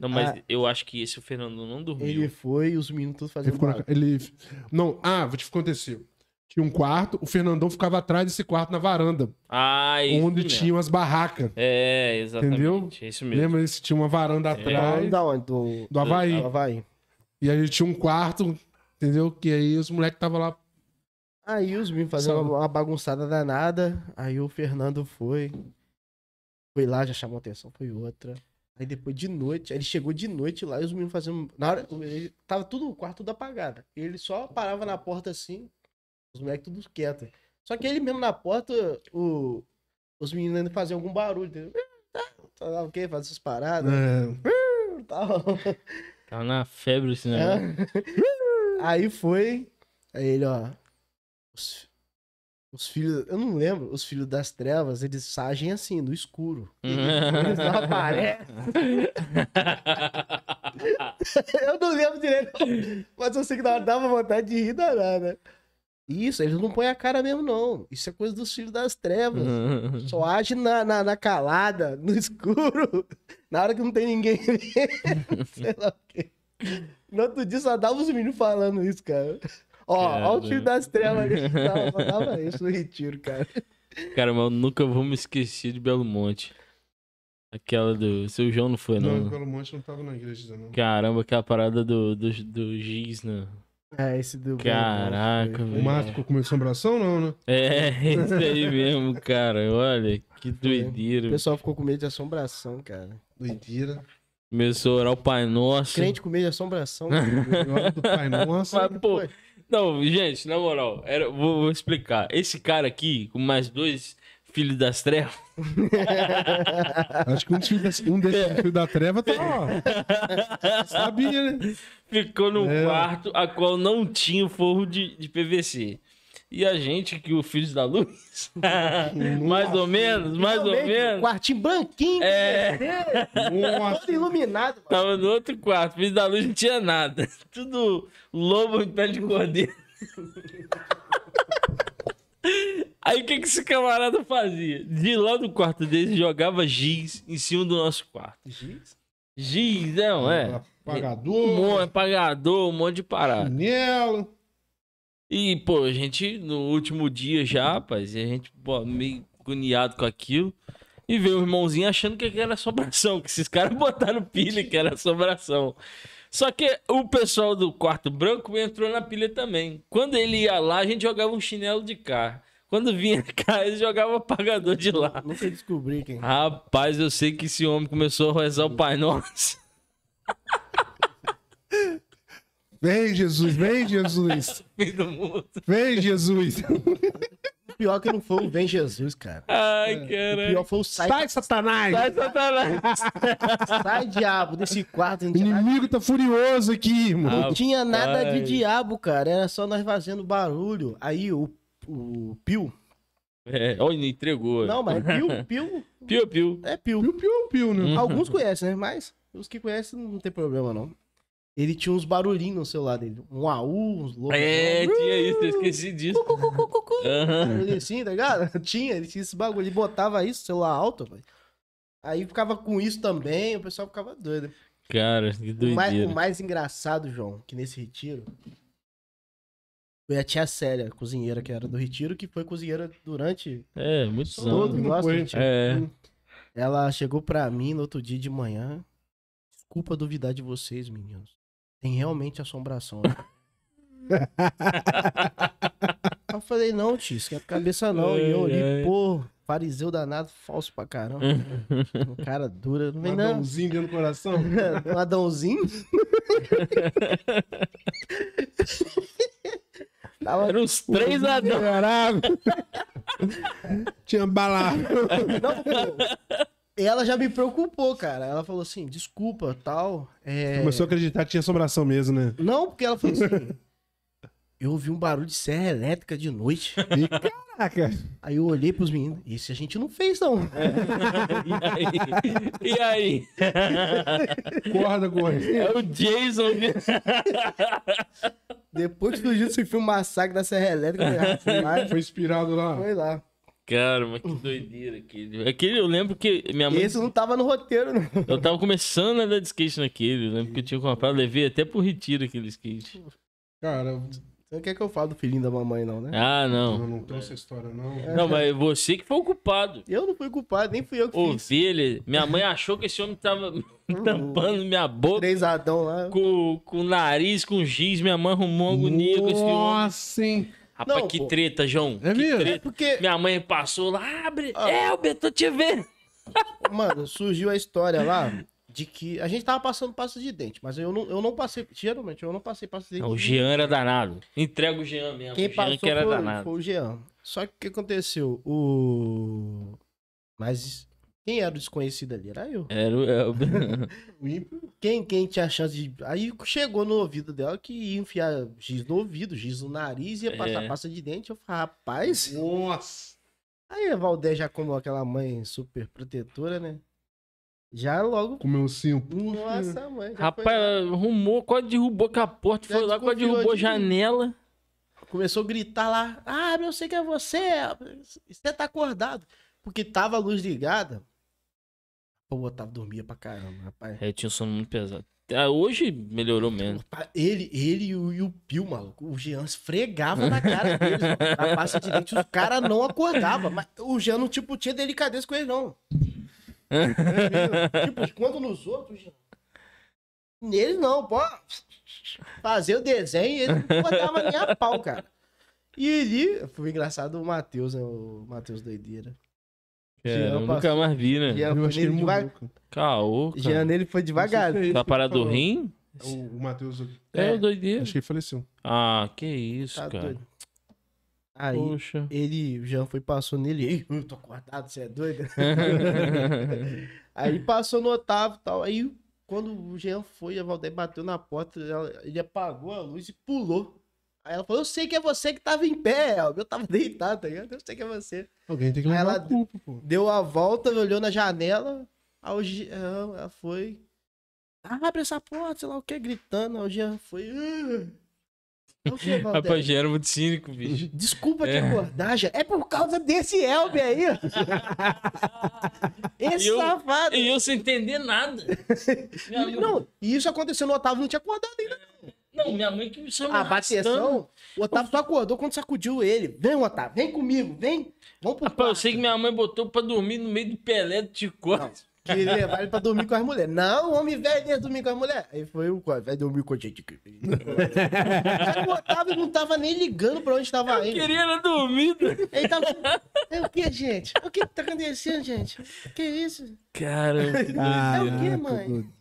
Speaker 1: Não, mas
Speaker 2: Ah.
Speaker 1: eu acho que esse o Fernando não dormiu.
Speaker 2: Ele foi e os meninos todos
Speaker 3: Ele
Speaker 2: fazendo.
Speaker 3: ficou na...
Speaker 2: barulho.
Speaker 3: ele... Não, ah, vou te acontecer. Tinha um quarto, o Fernandão ficava atrás desse quarto na varanda,
Speaker 1: Ah, isso
Speaker 3: onde
Speaker 1: mesmo.
Speaker 3: tinham as barracas.
Speaker 1: É, exatamente.
Speaker 3: Entendeu?
Speaker 1: É isso mesmo. É.
Speaker 3: Lembra? Esse tinha uma varanda atrás
Speaker 2: Falando É, da onde? Do,
Speaker 3: um do Havaí.
Speaker 2: do Havaí.
Speaker 3: E aí tinha um quarto, entendeu? Que aí os moleques estavam lá.
Speaker 2: Aí os meninos fazendo
Speaker 3: Sabe?
Speaker 2: uma, uma bagunçada danada. Aí o Fernando foi. Foi lá, já chamou atenção, foi outra. Aí depois de noite, aí ele chegou de noite lá e os meninos fazendo. Na hora, ele- tava tudo, o quarto tudo apagado. E ele só parava na porta assim, os moleques tudo quietos. Só que ele mesmo na porta, o, os meninos ainda faziam algum barulho. Entendeu? Tá, o quê? Faz essas paradas
Speaker 3: É,
Speaker 2: e tal.
Speaker 1: Tava na febre esse negócio. <laughs>
Speaker 2: É. Aí foi. Aí ele, ó. Os, os filhos. Eu não lembro. Os filhos das trevas, eles sagem assim, no escuro. Eles não aparecem. Eu não lembro direito. Mas eu sei que dava- dava vontade de rir danada. Isso, eles não põem a cara mesmo, não. Isso é coisa dos filhos das trevas. Só age na, na, na calada, <laughs> no escuro, na hora que não tem ninguém vendo, <laughs> sei lá o quê. No outro dia só dava os meninos falando isso, cara. Ó, ó
Speaker 1: Cara.
Speaker 2: o tio das trevas ali. Só só dava isso no retiro, cara.
Speaker 1: Cara, mas eu nunca vou me esquecer de Belo Monte. Aquela do. Seu João não foi, não.
Speaker 3: não, pelo monte não tava na igreja, não.
Speaker 1: Caramba, aquela parada do, do, do giz, né?
Speaker 2: É, esse do... né?
Speaker 1: Caraca,
Speaker 3: O
Speaker 1: velho.
Speaker 3: Márcio ficou com medo de assombração, não, né?
Speaker 1: É, <laughs> isso aí mesmo, cara. Olha, que
Speaker 2: O
Speaker 1: doideira.
Speaker 2: pessoal ficou com medo de assombração, cara.
Speaker 3: Doideira.
Speaker 1: Começou a orar o Pai Nosso.
Speaker 2: Crente com medo de
Speaker 1: <laughs>
Speaker 2: assombração.
Speaker 3: Hora do Pai Nosso.
Speaker 1: Mas, pô,
Speaker 2: Foi.
Speaker 1: não, gente, na moral, era- vou, vou explicar. Esse cara aqui, com mais dois filhos das trevas, <laughs>
Speaker 3: Acho que um desses filhos um desses filhos da treva
Speaker 1: <laughs>
Speaker 3: tá lá. Sabia, né?
Speaker 1: ficou num
Speaker 3: É.
Speaker 1: quarto a qual não tinha forro de, de PVC. E a gente, que o Filhos da Luz, <laughs> mais ou menos, mais ou
Speaker 2: Realmente,
Speaker 1: menos,
Speaker 2: Quartinho branquinho, é...
Speaker 3: Nossa.
Speaker 2: todo iluminado. mano.
Speaker 1: tava no outro quarto. Filhos da Luz não tinha nada. <laughs> Tudo lobo em pé de cordeiro. <laughs> Aí o que, que esse camarada fazia? De lá do quarto dele, jogava giz em cima do nosso quarto. Giz, não, é. Um monte,
Speaker 3: Apagador,
Speaker 1: apagador, um monte de parada.
Speaker 3: chinelo.
Speaker 1: E, pô, a gente, no último dia já, rapaz, e a gente, pô, meio agoniado com aquilo. E veio o irmãozinho achando que era assombração, que esses caras <laughs> botaram pilha que era assombração. Só que o pessoal do quarto branco entrou na pilha também. Quando ele ia lá, a gente jogava um chinelo de cá. Quando vinha <laughs> cá, ele jogava apagador de lá.
Speaker 2: Nunca descobri quem.
Speaker 1: Rapaz, eu sei que esse homem começou a rezar o Pai Nosso. <laughs>
Speaker 3: Vem, Jesus, vem, Jesus.
Speaker 1: Fim do mundo.
Speaker 3: Vem, Jesus.
Speaker 2: Pior é que não foi o Vem Jesus, cara.
Speaker 1: Ai,
Speaker 2: É, O
Speaker 1: caralho.
Speaker 2: pior foi o Sai
Speaker 3: Sai, Satanás.
Speaker 1: Sai,
Speaker 2: <laughs>
Speaker 1: Satanás.
Speaker 2: Sai, diabo, desse quarto. Não
Speaker 3: O
Speaker 2: tinha, nada,
Speaker 3: inimigo tá furioso aqui, irmão.
Speaker 2: não tinha nada de
Speaker 1: Rapaz.
Speaker 2: diabo, cara. Era só nós fazendo barulho. Aí o, o Pio.
Speaker 1: É, olha, ele entregou.
Speaker 2: Não, mas é Pio, Pio
Speaker 1: Piu, piu.
Speaker 2: é Pio.
Speaker 3: Piu, piu, piu, né?
Speaker 2: Alguns conhecem, né? Mas os que conhecem não tem problema, não. Ele tinha uns barulhinhos no celular dele. Um AU, uns loucos.
Speaker 1: É, tinha isso, eu esqueci disso. Aham.
Speaker 2: assim, tá ligado? <laughs> Tinha, ele tinha esse bagulho. Ele botava isso, celular alto, velho. Aí ficava com isso também, o pessoal ficava doido.
Speaker 1: Cara, que
Speaker 2: O mais, o
Speaker 1: doideira.
Speaker 2: mais engraçado, João, que nesse retiro foi a tia Célia, cozinheira que era do retiro, que foi cozinheira durante
Speaker 1: É, muitos
Speaker 2: todo o
Speaker 1: anos.
Speaker 3: Não
Speaker 2: nosso
Speaker 3: foi.
Speaker 2: retiro.
Speaker 1: É.
Speaker 2: Ela chegou pra mim no outro dia de manhã. Desculpa duvidar de vocês, meninos. Tem realmente assombração. Né? eu falei, não, tio, esquenta a cabeça não. E eu
Speaker 1: Ai, ai.
Speaker 2: olhei, pô, fariseu danado, falso pra caramba. Um cara dura. Não vem,
Speaker 3: Um
Speaker 2: não.
Speaker 3: adãozinho dentro do coração.
Speaker 2: <laughs> Um Adãozinho? Tava-
Speaker 1: Eram uns três adão.
Speaker 3: Caralho. Tinha balado.
Speaker 2: Não, pô. Ela já me preocupou, cara. Ela falou assim, desculpa, tal. é,
Speaker 3: Começou a acreditar que tinha assombração mesmo, né?
Speaker 2: Não, porque ela falou assim. Eu ouvi um barulho de serra elétrica de noite.
Speaker 3: E, caraca.
Speaker 2: Aí eu olhei pros meninos. Isso a gente não fez, não.
Speaker 1: <laughs> E aí? E aí?
Speaker 3: Corda, corre.
Speaker 1: É o Jason.
Speaker 2: Depois que surgiu esse filme Massacre da Serra Elétrica, eu fui lá,
Speaker 3: Foi inspirado lá.
Speaker 2: foi lá.
Speaker 1: Cara, mas que doideira aquele. Aquele eu lembro que minha mãe.
Speaker 2: Esse não tava no roteiro, não.
Speaker 1: Eu tava começando a andar de skate naquele. Eu lembro que eu tinha comprado, levei até pro retiro aquele skate.
Speaker 3: Cara,
Speaker 2: Você não quer Então que eu fale do filhinho da mamãe, não, né?
Speaker 1: Ah,
Speaker 3: eu
Speaker 1: não.
Speaker 3: não trouxe a história, não.
Speaker 1: Não, mas você que foi o culpado.
Speaker 2: Eu não fui culpado, nem fui eu que fiz.
Speaker 1: Ovelha, minha mãe achou que esse homem tava <laughs> tampando minha boca
Speaker 2: Três Adão lá.
Speaker 1: com, com o nariz, com giz. Minha mãe arrumou agonia com esse homem.
Speaker 3: Nossa, hein?
Speaker 1: Rapaz,
Speaker 2: Não,
Speaker 1: que
Speaker 2: pô.
Speaker 1: treta, João.
Speaker 3: É
Speaker 1: que
Speaker 3: mesmo?
Speaker 2: É
Speaker 1: treta.
Speaker 2: porque,
Speaker 1: Minha mãe passou lá, abre.
Speaker 2: Ah.
Speaker 1: É, o tô te vendo.
Speaker 2: mano, surgiu a história lá de que a gente tava passando pasta de dente, mas eu não, eu não passei, geralmente eu não passei pasta de dente.
Speaker 1: Não, o Jean era danado. Entrega o Jean mesmo.
Speaker 2: Quem
Speaker 1: o Jean
Speaker 2: passou
Speaker 1: que era
Speaker 2: foi,
Speaker 1: danado.
Speaker 2: foi o Jean. Só que o que aconteceu? O. Mas quem era o desconhecido ali? Era eu.
Speaker 1: Era o- é
Speaker 2: <laughs>
Speaker 1: o-
Speaker 3: O ímpio.
Speaker 2: Quem, quem tinha chance de. Aí chegou no ouvido dela que ia enfiar giz no ouvido, giz no nariz, ia passar
Speaker 1: É.
Speaker 2: pasta de dente. Eu falei, rapaz.
Speaker 3: Nossa.
Speaker 2: Aí a Valdez já como aquela mãe super protetora, né? Já logo.
Speaker 3: Comeu um cinco.
Speaker 2: Nossa, mãe.
Speaker 1: Hum.
Speaker 2: já foi
Speaker 1: Rapaz, ela arrumou, quase derrubou com a porta.
Speaker 2: Já
Speaker 1: Foi lá, quase
Speaker 2: desconfiou
Speaker 1: derrubou a
Speaker 2: de mim.
Speaker 1: janela.
Speaker 2: lá. Começou a gritar lá. Ah, eu sei que é você. Você tá acordado. Porque tava a luz ligada. Pô, o Otávio dormia pra caramba, rapaz.
Speaker 1: É, eu tinha um sono muito pesado. Ah, Hoje melhorou menos.
Speaker 2: Opa, Ele, ele e o, e o Pio, maluco, o Jean esfregava na cara deles. <laughs> na pasta de dente, os caras não acordavam. Mas o Jean não tipo, tinha delicadeza com ele, não. tipo, quando nos outros, Jean. Nele não, pô. Fazer o desenho, ele não botava nem a pau, cara. E ele, foi engraçado o Matheus, né? O Matheus doideira.
Speaker 1: Cara, É, eu
Speaker 2: Jean
Speaker 1: nunca mais vi, né?
Speaker 2: Jean,
Speaker 3: Eu
Speaker 2: foi
Speaker 3: acho que ele
Speaker 2: nele,
Speaker 3: mudou.
Speaker 2: devagar...
Speaker 3: cara.
Speaker 1: Caô,
Speaker 2: Jean
Speaker 1: cara.
Speaker 2: nele foi devagar. né?
Speaker 3: Não sei se é
Speaker 1: Tá
Speaker 3: isso que
Speaker 1: parado do
Speaker 3: ele falou.
Speaker 1: rim?
Speaker 3: O, o Matheus.
Speaker 1: É,
Speaker 2: É.
Speaker 1: o doideira.
Speaker 3: Acho que ele faleceu.
Speaker 1: Ah, que isso,
Speaker 2: Tá
Speaker 1: cara.
Speaker 2: doido. Aí, <laughs>
Speaker 1: Poxa.
Speaker 2: Ele, o Jean foi, passou nele. Ei, eu tô acordado, você é doido? <laughs> aí passou no Otávio e tal. Aí, quando o Jean foi, a Valdez bateu na porta, ela- ele apagou a luz e pulou. Aí ela falou, eu sei que é você que tava em pé, Elber, eu tava deitado, tá ligado? Eu sei que é você.
Speaker 3: Alguém tem que
Speaker 2: Aí
Speaker 3: levar
Speaker 2: ela-
Speaker 3: a culpa, pô.
Speaker 2: Deu a volta, olhou na janela, aí o Jean, ela foi... Abre essa porta, sei lá o que, gritando. Aí o Jean foi... "Ah". Eu falei,
Speaker 1: Rapaz,
Speaker 2: "Valdez,
Speaker 1: Jean era muito cínico, bicho.
Speaker 2: Desculpa te
Speaker 1: É.
Speaker 2: acordar, já. É por causa desse
Speaker 1: <laughs>
Speaker 2: Elber aí. Esse
Speaker 1: E eu-
Speaker 2: safado.
Speaker 1: E eu sem entender nada. Minha mãe-
Speaker 2: Não, e isso aconteceu no Otávio, não tinha acordado ainda.
Speaker 1: não, minha mãe que me chamou.
Speaker 2: A bateção, o Otávio só acordou quando sacudiu ele. Vem, Otávio, vem comigo, vem. Vamos pro
Speaker 1: Rapaz, eu
Speaker 2: quarto.
Speaker 1: sei que minha mãe botou pra dormir no meio do Pelé do Tico.
Speaker 2: Não, que levar ele pra dormir com as mulheres. Não, homem velho ia dormir com as mulheres. Aí foi o quarto, vai dormir com a
Speaker 1: <laughs>
Speaker 2: gente. aqui. Só que o Otávio não tava nem ligando pra onde tava
Speaker 1: Eu
Speaker 2: indo.
Speaker 1: queria era dormir.
Speaker 2: Ele tava... É o que, gente? O que tá acontecendo, gente? Que isso?
Speaker 1: Caramba,
Speaker 3: É
Speaker 1: que
Speaker 2: <laughs> o quê, mãe?
Speaker 3: doido.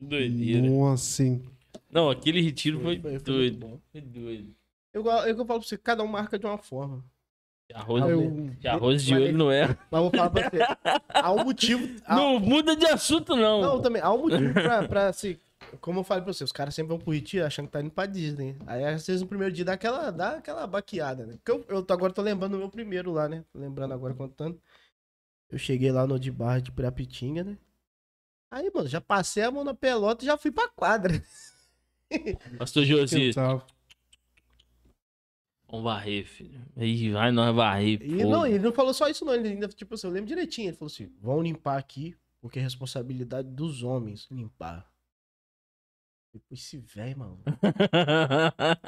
Speaker 1: doideira.
Speaker 3: Nossa, hein.
Speaker 1: Não, aquele retiro foi
Speaker 2: Foi- foi muito
Speaker 1: doido.
Speaker 2: bom.
Speaker 1: Foi doido.
Speaker 2: Eu, eu, eu falo pra você, cada um marca de uma forma.
Speaker 1: Arroz,
Speaker 2: Ah, Eu-
Speaker 1: de arroz de olho não é.
Speaker 2: Mas eu vou falar pra você. Há um motivo. Há, não.
Speaker 1: Não muda de assunto, não.
Speaker 2: também. Há um motivo pra, pra se. Como eu falei pra você, os caras sempre vão pro retiro achando que tá indo pra Disney. Aí às vezes no primeiro dia dá aquela, dá aquela baqueada, né? Porque eu, eu tô- agora tô lembrando do meu primeiro lá, né? Tô lembrando agora contando. Eu cheguei lá no de barra de Pirapitinga, né? Aí, mano, já passei a mão na pelota e já fui pra quadra.
Speaker 1: Pastor Josias,
Speaker 3: Tentava.
Speaker 1: vamos varrer, filho. Aí vai nós varrer.
Speaker 2: E
Speaker 1: pô.
Speaker 2: não, ele não falou só isso, não. Ele ainda, tipo assim, eu lembro direitinho. Ele falou assim: vão limpar aqui, porque é responsabilidade dos homens limpar. Depois esse velho, mano.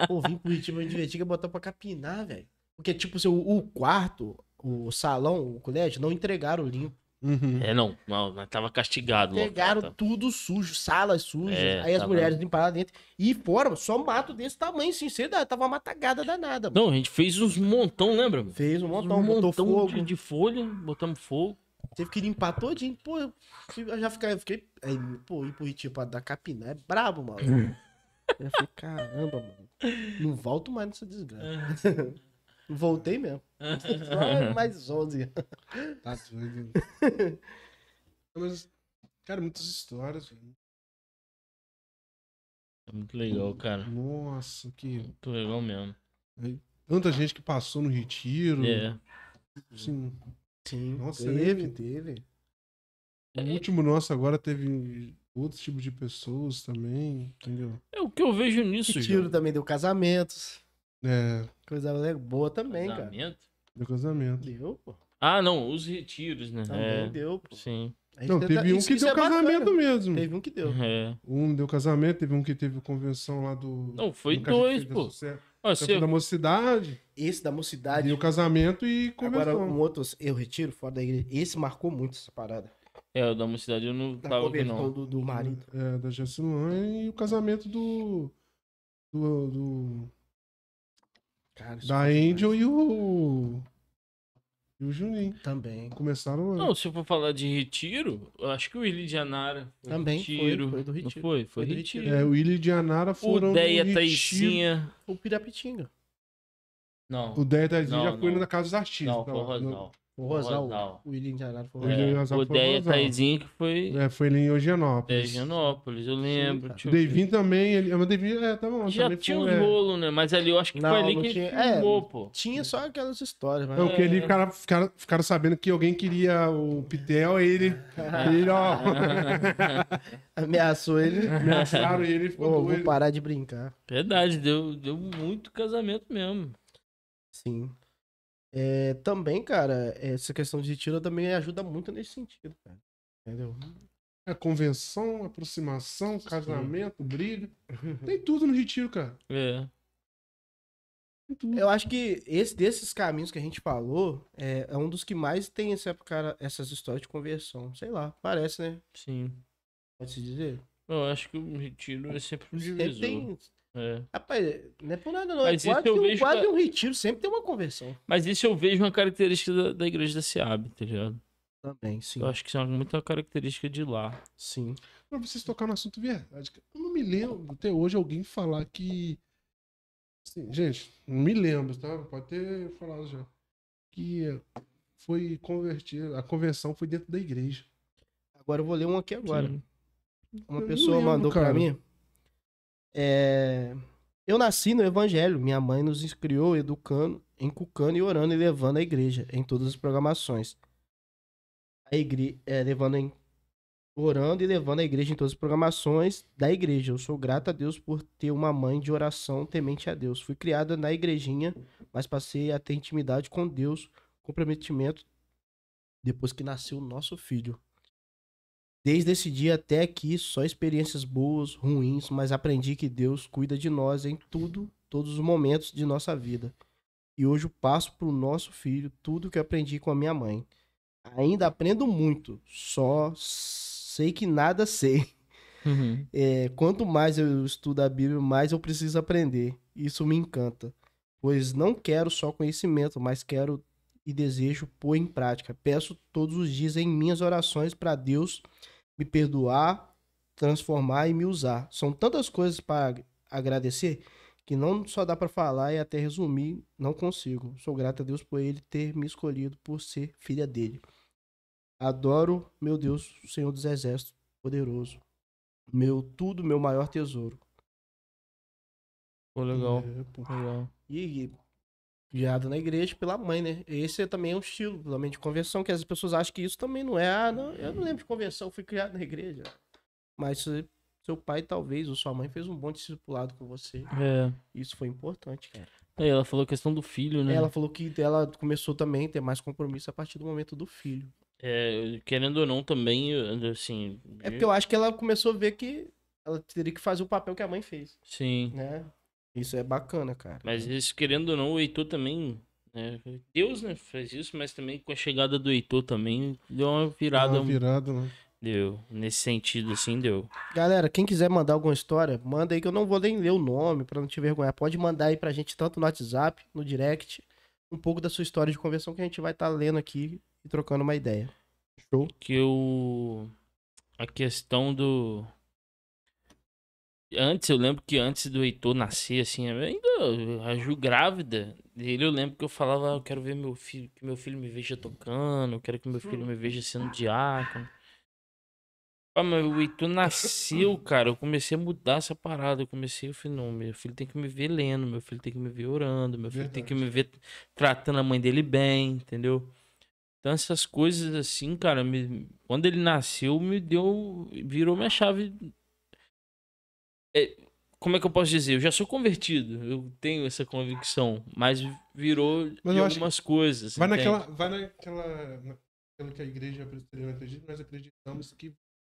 Speaker 2: Pô, vim pro Ritmo Divertido e botar pra capinar, velho. Porque, tipo, assim, o, o quarto, o salão, o colégio, não entregaram limpo.
Speaker 3: Uhum.
Speaker 1: <laughs> é, não, não, nós tava castigado. local,
Speaker 2: Entregaram
Speaker 1: tá?
Speaker 2: tudo sujo, salas sujas.
Speaker 1: É,
Speaker 2: aí as
Speaker 1: tá
Speaker 2: mulheres limparam lá dentro. E fora, só mato desse tamanho, sinceridade. Tava uma matagada danada, mano.
Speaker 1: Não, a gente fez uns montão, lembra? mano?
Speaker 2: Fez um montão,
Speaker 1: Uns
Speaker 2: botou fogo.
Speaker 1: De, de folha, botamos fogo.
Speaker 2: Teve que limpar todinho. Pô, eu fui- eu já fiquei. Eu fiquei aí, pô, ir pro Ritmo pra dar capina é brabo, mano. eu falei, caramba, mano. Não volto mais nessa desgraça.
Speaker 1: É.
Speaker 2: Voltei mesmo. Só mais 11
Speaker 3: Tá doido. <laughs> Mas, cara, muitas histórias. velho.
Speaker 1: <laughs> É muito legal, cara.
Speaker 3: Nossa, que.
Speaker 1: Muito legal mesmo.
Speaker 3: Tanta gente que passou no
Speaker 2: Hum.
Speaker 3: retiro.
Speaker 1: É.
Speaker 3: Assim,
Speaker 2: Sim,
Speaker 3: Nossa,
Speaker 2: teve,
Speaker 3: ele-
Speaker 2: teve.
Speaker 1: É.
Speaker 3: o último nosso agora teve outro tipo de pessoas também, entendeu?
Speaker 1: É o que eu vejo nisso,
Speaker 2: Retiro
Speaker 1: João.
Speaker 2: também deu casamentos.
Speaker 3: É,
Speaker 2: Coisa le- boa também, cara.
Speaker 1: Casamento?
Speaker 3: do casamento.
Speaker 2: Deu, pô.
Speaker 1: Ah, não, os retiros, né?
Speaker 2: Também
Speaker 1: É,
Speaker 2: deu, pô.
Speaker 1: Sim.
Speaker 2: A gente
Speaker 3: Não,
Speaker 2: tenta-
Speaker 3: teve um
Speaker 2: isso-
Speaker 3: que
Speaker 2: isso
Speaker 3: deu
Speaker 2: é bacana.
Speaker 3: casamento mesmo.
Speaker 2: Teve um que deu.
Speaker 1: É.
Speaker 3: Um deu casamento, teve um que teve convenção lá do.
Speaker 1: Não, foi
Speaker 3: do que a gente
Speaker 1: dois,
Speaker 3: fez da
Speaker 1: pô.
Speaker 3: Suce-
Speaker 1: Ó,
Speaker 3: Campo
Speaker 1: você-
Speaker 3: Da mocidade.
Speaker 2: Esse da
Speaker 3: E
Speaker 2: mocidade.
Speaker 3: o casamento e convenção.
Speaker 2: Agora, um outro, eu retiro fora da igreja. Esse marcou muito essa parada.
Speaker 1: É, o da mocidade eu não
Speaker 2: Da
Speaker 1: tava aqui,
Speaker 2: conversão
Speaker 1: não.
Speaker 2: do, do marido.
Speaker 3: É, da Gessilane e o casamento do. do, do-
Speaker 2: Cara, isso
Speaker 3: da
Speaker 2: foi demais.
Speaker 3: Angel e o. E o Juninho.
Speaker 2: Também.
Speaker 3: Começaram lá.
Speaker 1: Não, se eu for falar de retiro, eu acho que o Willi de Anara foi
Speaker 2: Também foi,
Speaker 1: retiro.
Speaker 2: foi do retiro.
Speaker 1: Não foi? Foi,
Speaker 2: Foi do
Speaker 1: retiro.
Speaker 3: É, o Willi e Dianara
Speaker 1: O
Speaker 3: foram.
Speaker 1: Deia
Speaker 3: no retiro.
Speaker 1: Taizinha.
Speaker 2: O Pirapitinga.
Speaker 1: Não.
Speaker 3: O Deia Taizinha
Speaker 1: Não,
Speaker 3: já foi
Speaker 1: não.
Speaker 3: na casa dos artistas. tá
Speaker 1: Não, foi o
Speaker 3: lá, no-
Speaker 1: Rosal.
Speaker 2: O Rosal.
Speaker 1: Rosal.
Speaker 2: O William de Arara foi o
Speaker 3: William
Speaker 1: É,
Speaker 3: de Rosal
Speaker 1: o
Speaker 3: foi o
Speaker 1: Deia
Speaker 3: Rosal.
Speaker 1: Taizinha que foi
Speaker 3: É, foi ali em
Speaker 1: de
Speaker 3: Eugenópolis.
Speaker 1: Higienópolis, eu lembro.
Speaker 2: cara.
Speaker 1: deixa
Speaker 3: O
Speaker 1: eu ver.
Speaker 3: Devin também. Ele, mas o Devin, é, tá bom.
Speaker 1: Já
Speaker 3: também
Speaker 1: tinha
Speaker 3: foi,
Speaker 1: os
Speaker 3: é.
Speaker 1: rolos, né? Mas ali eu acho que
Speaker 2: Não,
Speaker 1: foi ali
Speaker 2: não
Speaker 1: que ele
Speaker 2: tinha- é.
Speaker 1: filmou,
Speaker 2: <laughs>
Speaker 1: pô.
Speaker 2: Tinha só aquelas histórias, mas.
Speaker 3: Não, porque ele
Speaker 1: É.
Speaker 3: cara, ficaram, ficaram sabendo que alguém queria o Pitel, aí ele. ele ó,
Speaker 1: <laughs>
Speaker 2: Ameaçou ele. <laughs>
Speaker 3: ameaçaram ele e
Speaker 2: Pô,
Speaker 3: ficou
Speaker 2: vou
Speaker 3: doido.
Speaker 2: parar de brincar.
Speaker 1: Verdade, deu, deu muito casamento mesmo.
Speaker 2: Sim. É, também, cara, essa questão de retiro também ajuda muito nesse sentido, cara. Entendeu?
Speaker 3: É convenção, aproximação, casamento, briga. Tem tudo no retiro, cara.
Speaker 1: É.
Speaker 3: Tem tudo.
Speaker 2: Eu acho que esse desses caminhos que a gente falou é, é um dos que mais tem esse, cara, essas histórias de conversão. Sei lá, parece, né?
Speaker 1: Sim.
Speaker 2: Pode se dizer.
Speaker 1: Eu acho que o retiro é sempre um
Speaker 2: Sempre
Speaker 1: divisor.
Speaker 2: tem.
Speaker 1: É.
Speaker 2: Rapaz, não é por nada, não.
Speaker 1: Mas
Speaker 2: é
Speaker 1: isso
Speaker 2: quase,
Speaker 1: eu
Speaker 2: um,
Speaker 1: vejo
Speaker 2: quase
Speaker 1: que-
Speaker 2: um retiro, sempre tem uma conversão.
Speaker 1: Mas isso eu vejo uma característica da, da igreja da Seab, tá ligado?
Speaker 2: Também, sim.
Speaker 1: Eu acho que isso é uma- muita característica de lá.
Speaker 2: Sim.
Speaker 3: Pra vocês tocar no assunto verdade, cara. Eu não me lembro até hoje alguém falar que. Assim, gente, não me lembro, tá? Pode ter falado já. Que foi convertir. A conversão foi dentro da igreja.
Speaker 2: Agora eu vou ler um aqui agora.
Speaker 1: Sim.
Speaker 2: Uma
Speaker 3: Eu não
Speaker 2: pessoa
Speaker 3: lembro,
Speaker 2: mandou pra
Speaker 3: cara.
Speaker 2: mim. É, Eu nasci no evangelho. Minha mãe nos criou educando, encucando e orando e levando a igreja em todas as programações. A igre... é, levando em... Orando e levando a igreja em todas as programações da igreja. Eu sou grata a Deus por ter uma mãe de oração temente a Deus. Fui criada na igrejinha, mas passei a ter intimidade com Deus, comprometimento, depois que nasceu o nosso filho. Desde esse dia até aqui, só experiências boas, ruins, mas aprendi que Deus cuida de nós em tudo, todos os momentos de nossa vida. E hoje eu passo para o nosso filho tudo que eu aprendi com a minha mãe. Ainda aprendo muito, só sei que nada sei.
Speaker 1: Uhum.
Speaker 2: É, quanto mais eu estudo a Bíblia, mais eu preciso aprender. Isso me encanta, pois não quero só conhecimento, mas quero e desejo pôr em prática. Peço todos os dias em minhas orações para Deus me perdoar, transformar e me usar. São tantas coisas para agradecer que não só dá para falar e até resumir, não consigo. Sou grata a Deus por ele ter me escolhido por ser filha dele. Adoro, meu Deus, o Senhor dos Exércitos, poderoso meu tudo, meu maior tesouro.
Speaker 1: Pô, legal.
Speaker 3: É, pô.
Speaker 1: Legal.
Speaker 2: E e criado na igreja pela mãe, né? Esse é também é um estilo também de conversão, que as pessoas acham que isso também não é. Ah, não, eu não lembro de conversão, fui criado na igreja. Mas se- seu pai, talvez, ou sua mãe, fez um bom discipulado com você.
Speaker 1: É.
Speaker 2: Isso foi importante, cara.
Speaker 1: Aí ela falou a questão do filho, É, né?
Speaker 2: Ela falou que ela começou também a ter mais compromisso a partir do momento do filho.
Speaker 1: É, querendo ou não, também, assim.
Speaker 2: É porque eu acho que ela começou a ver que ela teria que fazer o papel que a mãe fez,
Speaker 1: Sim.
Speaker 2: né? Isso é bacana, cara.
Speaker 1: Mas isso, querendo ou não, o Heitor também. né, Deus, né, fez isso, mas também com a chegada do Heitor também deu uma virada.
Speaker 3: Ah, virado, né?
Speaker 1: Deu. Nesse sentido, assim, deu.
Speaker 2: Galera, quem quiser mandar alguma história, manda aí que eu não vou nem ler o nome pra não te vergonhar. Pode mandar aí pra gente tanto no WhatsApp, no direct, um pouco da sua história de conversão que a gente vai estar lendo aqui e trocando uma ideia. Show?
Speaker 1: que o a questão do antes eu lembro que antes do Heitor nascer assim ainda a Ju grávida dele eu lembro que eu falava "Ah, eu quero ver meu filho que meu filho me veja tocando eu quero que meu filho me veja sendo diácono Ah, mas o Itu nasceu, cara. Eu comecei a mudar essa parada. Eu comecei, eu falei, não, meu filho tem que me ver lendo, meu filho tem que me ver orando, meu filho tem que me ver tratando a mãe dele bem, entendeu? Então essas coisas assim, cara, me- quando ele nasceu, me deu. virou minha chave. É, como é que eu posso dizer? Eu já sou convertido, eu tenho essa convicção, mas virou
Speaker 3: Mas
Speaker 1: de
Speaker 3: eu acho
Speaker 1: algumas coisas.
Speaker 3: Vai
Speaker 1: entende?
Speaker 3: naquela, vai naquela, naquilo que a igreja presbiteriana acredita, nós acreditamos que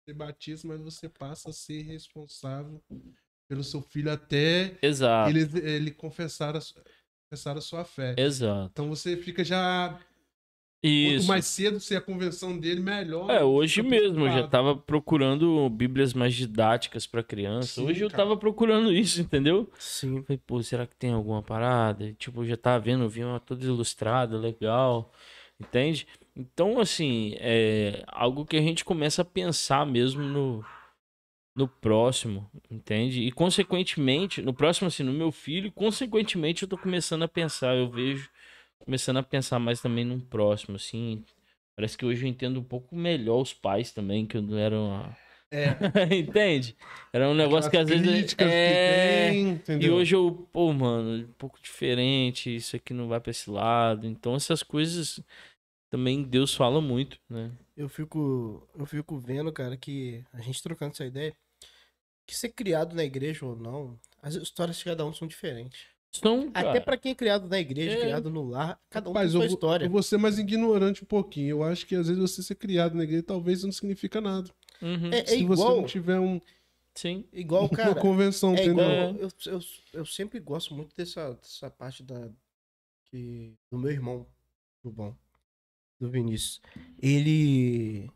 Speaker 3: você batiza, mas você passa a ser responsável pelo seu filho até
Speaker 1: Exato.
Speaker 3: ele, ele confessar, a, su- confessar a sua fé.
Speaker 1: Exato.
Speaker 3: Então você fica já. Quanto
Speaker 1: Isso.
Speaker 3: é mais cedo ser a convenção dele, melhor.
Speaker 1: É, hoje
Speaker 3: Fica
Speaker 1: mesmo eu já
Speaker 3: preocupado.
Speaker 1: tava procurando bíblias mais didáticas pra criança.
Speaker 3: Sim,
Speaker 1: hoje eu
Speaker 3: cara.
Speaker 1: tava procurando isso, entendeu?
Speaker 2: Sim.
Speaker 1: Falei, pô, será que tem alguma parada? E, Tipo, eu já tava vendo, eu vi uma toda ilustrada, legal, entende? Então, assim, é algo que a gente começa a pensar mesmo no, no próximo, entende? E, consequentemente, no próximo, assim, no meu filho, consequentemente, eu tô começando a pensar, eu vejo, começando a pensar mais também no próximo, assim. Parece que hoje eu entendo um pouco melhor os pais também, que eu não era uma...
Speaker 3: É,
Speaker 1: <laughs> entende? Era um negócio tá. que às
Speaker 3: aquelas
Speaker 1: vezes...
Speaker 3: críticas
Speaker 1: é...
Speaker 3: que tem,
Speaker 1: E
Speaker 3: entendeu?
Speaker 1: hoje eu, pô, mano, um pouco diferente, isso aqui não vai pra esse lado. Então essas coisas também Deus fala muito, né?
Speaker 2: Eu fico, eu fico vendo, cara, que a gente trocando essa ideia, que ser criado na igreja ou não, as histórias de cada um são diferentes.
Speaker 1: Então,
Speaker 2: Até
Speaker 1: cara,
Speaker 2: pra quem é criado na igreja,
Speaker 1: É.
Speaker 2: criado no lar, cada um
Speaker 3: Rapaz,
Speaker 2: tem
Speaker 3: eu,
Speaker 2: sua
Speaker 3: vou-
Speaker 2: história.
Speaker 3: eu vou ser mais ignorante um pouquinho. Eu acho que às vezes você ser criado na igreja talvez não significa nada.
Speaker 1: uhum,
Speaker 2: É, é
Speaker 3: se você não
Speaker 2: igual,
Speaker 3: tiver um,
Speaker 1: sim.
Speaker 3: <laughs>
Speaker 2: igual,
Speaker 3: uma
Speaker 2: cara.
Speaker 3: convenção,
Speaker 2: É
Speaker 3: entendeu?
Speaker 2: igual,
Speaker 1: entendeu?
Speaker 2: eu, eu, eu sempre gosto muito dessa, dessa parte da, que, do meu irmão, do bom, do Vinícius. Ele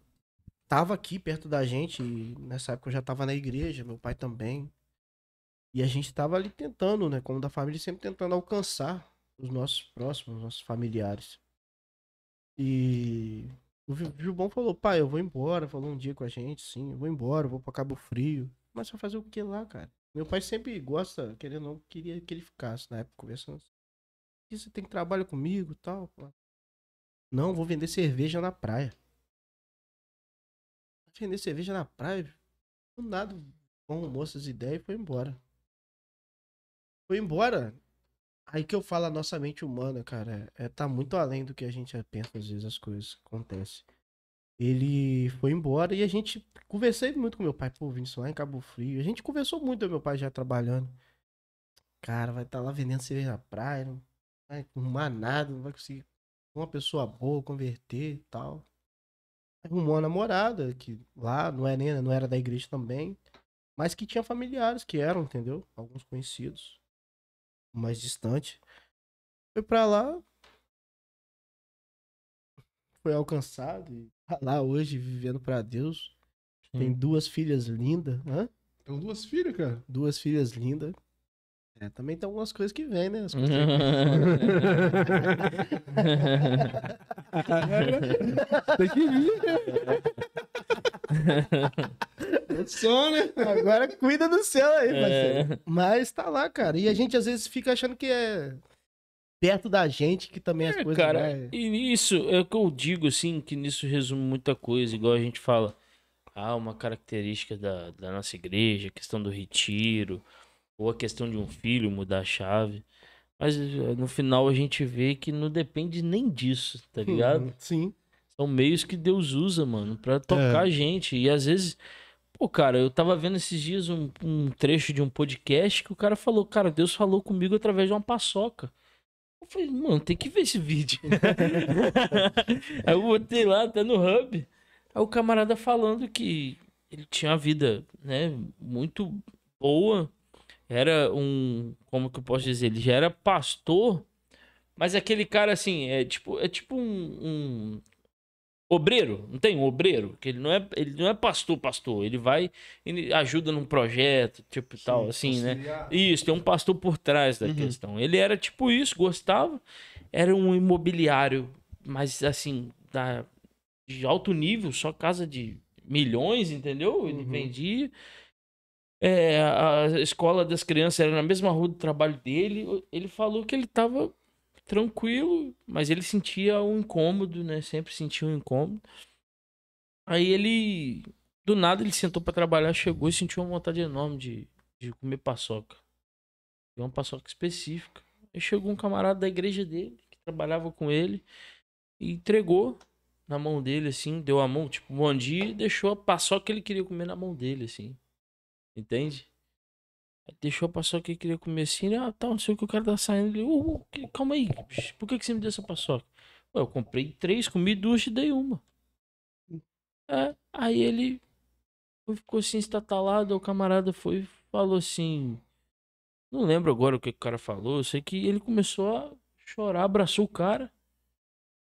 Speaker 2: tava aqui perto da gente, e nessa época eu já tava na igreja, meu pai também. E a gente tava ali tentando, né, como da família, sempre tentando alcançar os nossos próximos, os nossos familiares. E o Ju- Gilbão falou, pai, eu vou embora, falou um dia com a gente, sim, eu vou embora, eu vou pra Cabo Frio. Mas vai fazer o que lá, cara? Meu pai sempre gosta, querendo ou não, queria que ele ficasse na época conversando. assim, "E Você tem que trabalhar comigo e tal. pá." Não, vou vender cerveja na praia. Vender cerveja na praia. Do nada, bom almoço, as ideias e foi embora. Foi embora. Aí que eu falo a nossa mente humana, cara, é, tá muito além do que a gente pensa às vezes as coisas que acontecem. Ele foi embora e a gente conversei muito com meu pai, pô, Vinícius, lá em Cabo Frio. A gente conversou muito, eu e meu pai já trabalhando. Cara, vai estar lá vendendo cerveja na praia, não vai arrumar nada, não vai conseguir uma pessoa boa, converter e tal. Arrumou uma namorada, que lá não era, nem- não era da igreja também, mas que tinha familiares que eram, entendeu? Alguns conhecidos, mais distante. Foi pra lá, foi alcançado e tá lá hoje vivendo pra Deus. Tem
Speaker 1: Sim.
Speaker 2: duas filhas lindas, né?
Speaker 3: São duas filhas,
Speaker 2: <laughs>
Speaker 3: cara.
Speaker 2: Duas filhas lindas. É, também tem algumas coisas que vêm, né?
Speaker 1: <laughs>
Speaker 2: As <laughs> coisas que-
Speaker 1: Uhum.
Speaker 3: Tem que vir, né? Só, né?
Speaker 2: Agora cuida do céu aí,
Speaker 1: É. Hum.
Speaker 2: parceiro. Mas tá lá, cara. E a gente às vezes fica achando que é perto da gente que também as
Speaker 1: É,
Speaker 2: coisas. né?
Speaker 1: cara,
Speaker 2: vai-
Speaker 1: e nisso é o que eu digo, assim, que nisso resume muita coisa, igual a gente fala. Ah, uma característica da, da nossa igreja, a questão do retiro, ou a questão de um filho mudar a chave. Mas eh, no final a gente vê que não depende nem disso, tá ligado?
Speaker 2: Uhum, Sim.
Speaker 1: São meios que Deus usa, mano, pra
Speaker 2: É.
Speaker 1: tocar a gente. E às vezes, pô, cara, eu tava vendo esses dias um, um trecho de um podcast que o cara falou, cara, Deus falou comigo através de uma paçoca. Eu falei, mano, tem que ver esse vídeo. <laughs> Aí eu botei lá, tá no hub. Aí o camarada falando que ele tinha uma vida, né, muito boa. Era um, como que eu posso dizer, ele já era pastor, mas aquele cara assim, é tipo, é tipo um, um- obreiro, não tem um obreiro, que ele não é, ele não é pastor, pastor, ele vai ele ajuda num projeto, tipo e tal, assim, né?
Speaker 3: ah. Tá.
Speaker 1: Isso, tem um pastor por trás da questão. Ele era tipo isso, gostava, era um imobiliário, mas assim, da, de alto nível, só casa de milhões, entendeu? Ele
Speaker 2: Uhum.
Speaker 1: vendia. É, a a escola das crianças era na mesma rua do trabalho dele. Ele falou que ele tava tranquilo, mas ele sentia um incômodo, né? Sempre sentia um incômodo. Aí ele Do nada ele sentou pra trabalhar, chegou e sentiu uma vontade enorme de, de comer paçoca. E uma paçoca específica. Aí chegou um camarada da igreja dele, que trabalhava com ele, e entregou na mão dele, assim, deu a mão, tipo, bom dia, e deixou a paçoca que ele queria comer na mão dele, assim. Entende? Aí deixou a paçoca que ele queria comer assim, ah, tá, não sei o que o cara tá saindo. Ele, "Ô, ô, que- calma aí, bicho, por que, que você me deu essa paçoca? Ué, eu comprei três, comi duas e dei uma. É, aí ele foi- ficou assim, estatalado, o camarada foi e falou assim. Não lembro agora o que o cara falou, eu sei que ele começou a chorar, abraçou o cara.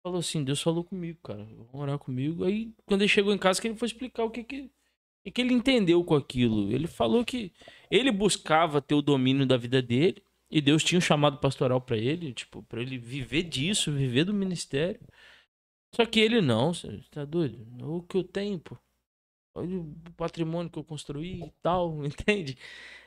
Speaker 1: Falou assim, Deus falou comigo, cara, vão orar comigo. Aí quando ele chegou em casa, que ele foi explicar o que que, o que que ele entendeu com aquilo. Ele falou que ele buscava ter o domínio da vida dele e Deus tinha um chamado pastoral pra ele, tipo, para ele viver disso, viver do ministério. Só que ele não, você tá doido? O que eu tenho, pô. Olha o patrimônio que eu construí e tal, <laughs> entende?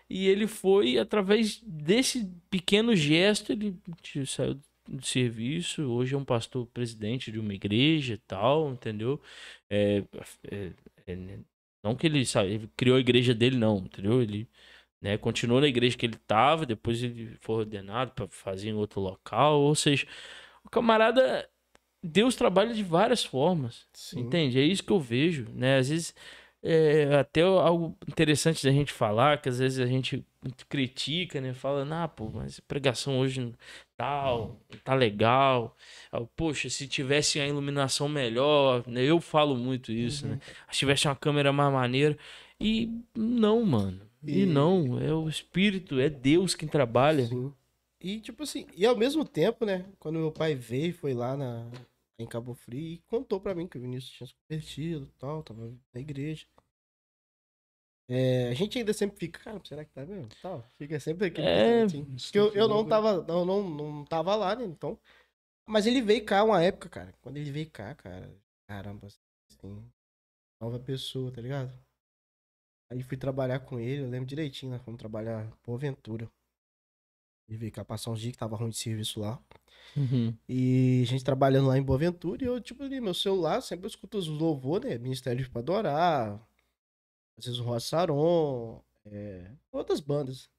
Speaker 1: E ele foi, através desse pequeno gesto, ele te- saiu do serviço, hoje é um pastor presidente de uma igreja e tal, entendeu? É, é, é, não que ele, sa- ele criou a igreja dele, não, entendeu? Ele né, continuou na igreja que ele estava, depois ele foi ordenado para fazer em outro local, ou seja, o camarada, Deus trabalha de várias formas,
Speaker 2: Sim.
Speaker 1: entende? É isso que eu vejo, né? Às vezes, é até algo interessante da gente falar, que às vezes a gente critica, né? Fala, ah, pô, mas a pregação hoje não- tal, não tá legal. Ah, Poxa, se tivesse a iluminação melhor, né? Eu falo muito isso,
Speaker 2: Uhum.
Speaker 1: né? Se tivesse uma câmera mais maneira. E não, mano. E,
Speaker 2: E-
Speaker 1: não, é o Espírito, é Deus quem trabalha.
Speaker 2: Sim. E tipo assim, e ao mesmo tempo, né? Quando meu pai veio, foi lá na, em Cabo Frio e contou pra mim que o Vinícius tinha se convertido e tal, tava na igreja. É, a gente ainda sempre fica, cara, será que tá mesmo? Tal, fica sempre aquele
Speaker 1: É,
Speaker 2: pensamento assim. Porque eu, eu não tava, eu não, não tava lá, né? Então. Mas ele veio cá uma época, cara. Quando ele veio cá, cara, caramba, assim. Nova pessoa, tá ligado? Aí fui trabalhar com ele, eu lembro direitinho, nós fomos trabalhar por aventura. Ele veio cá passar uns dias que tava ruim de serviço lá.
Speaker 1: Uhum.
Speaker 2: E a gente trabalhando lá em Boaventura, e eu, tipo, ali, meu celular, sempre eu escuto os louvor, né? Ministério pra Adorar, às vezes o Rossaron, é, outras bandas.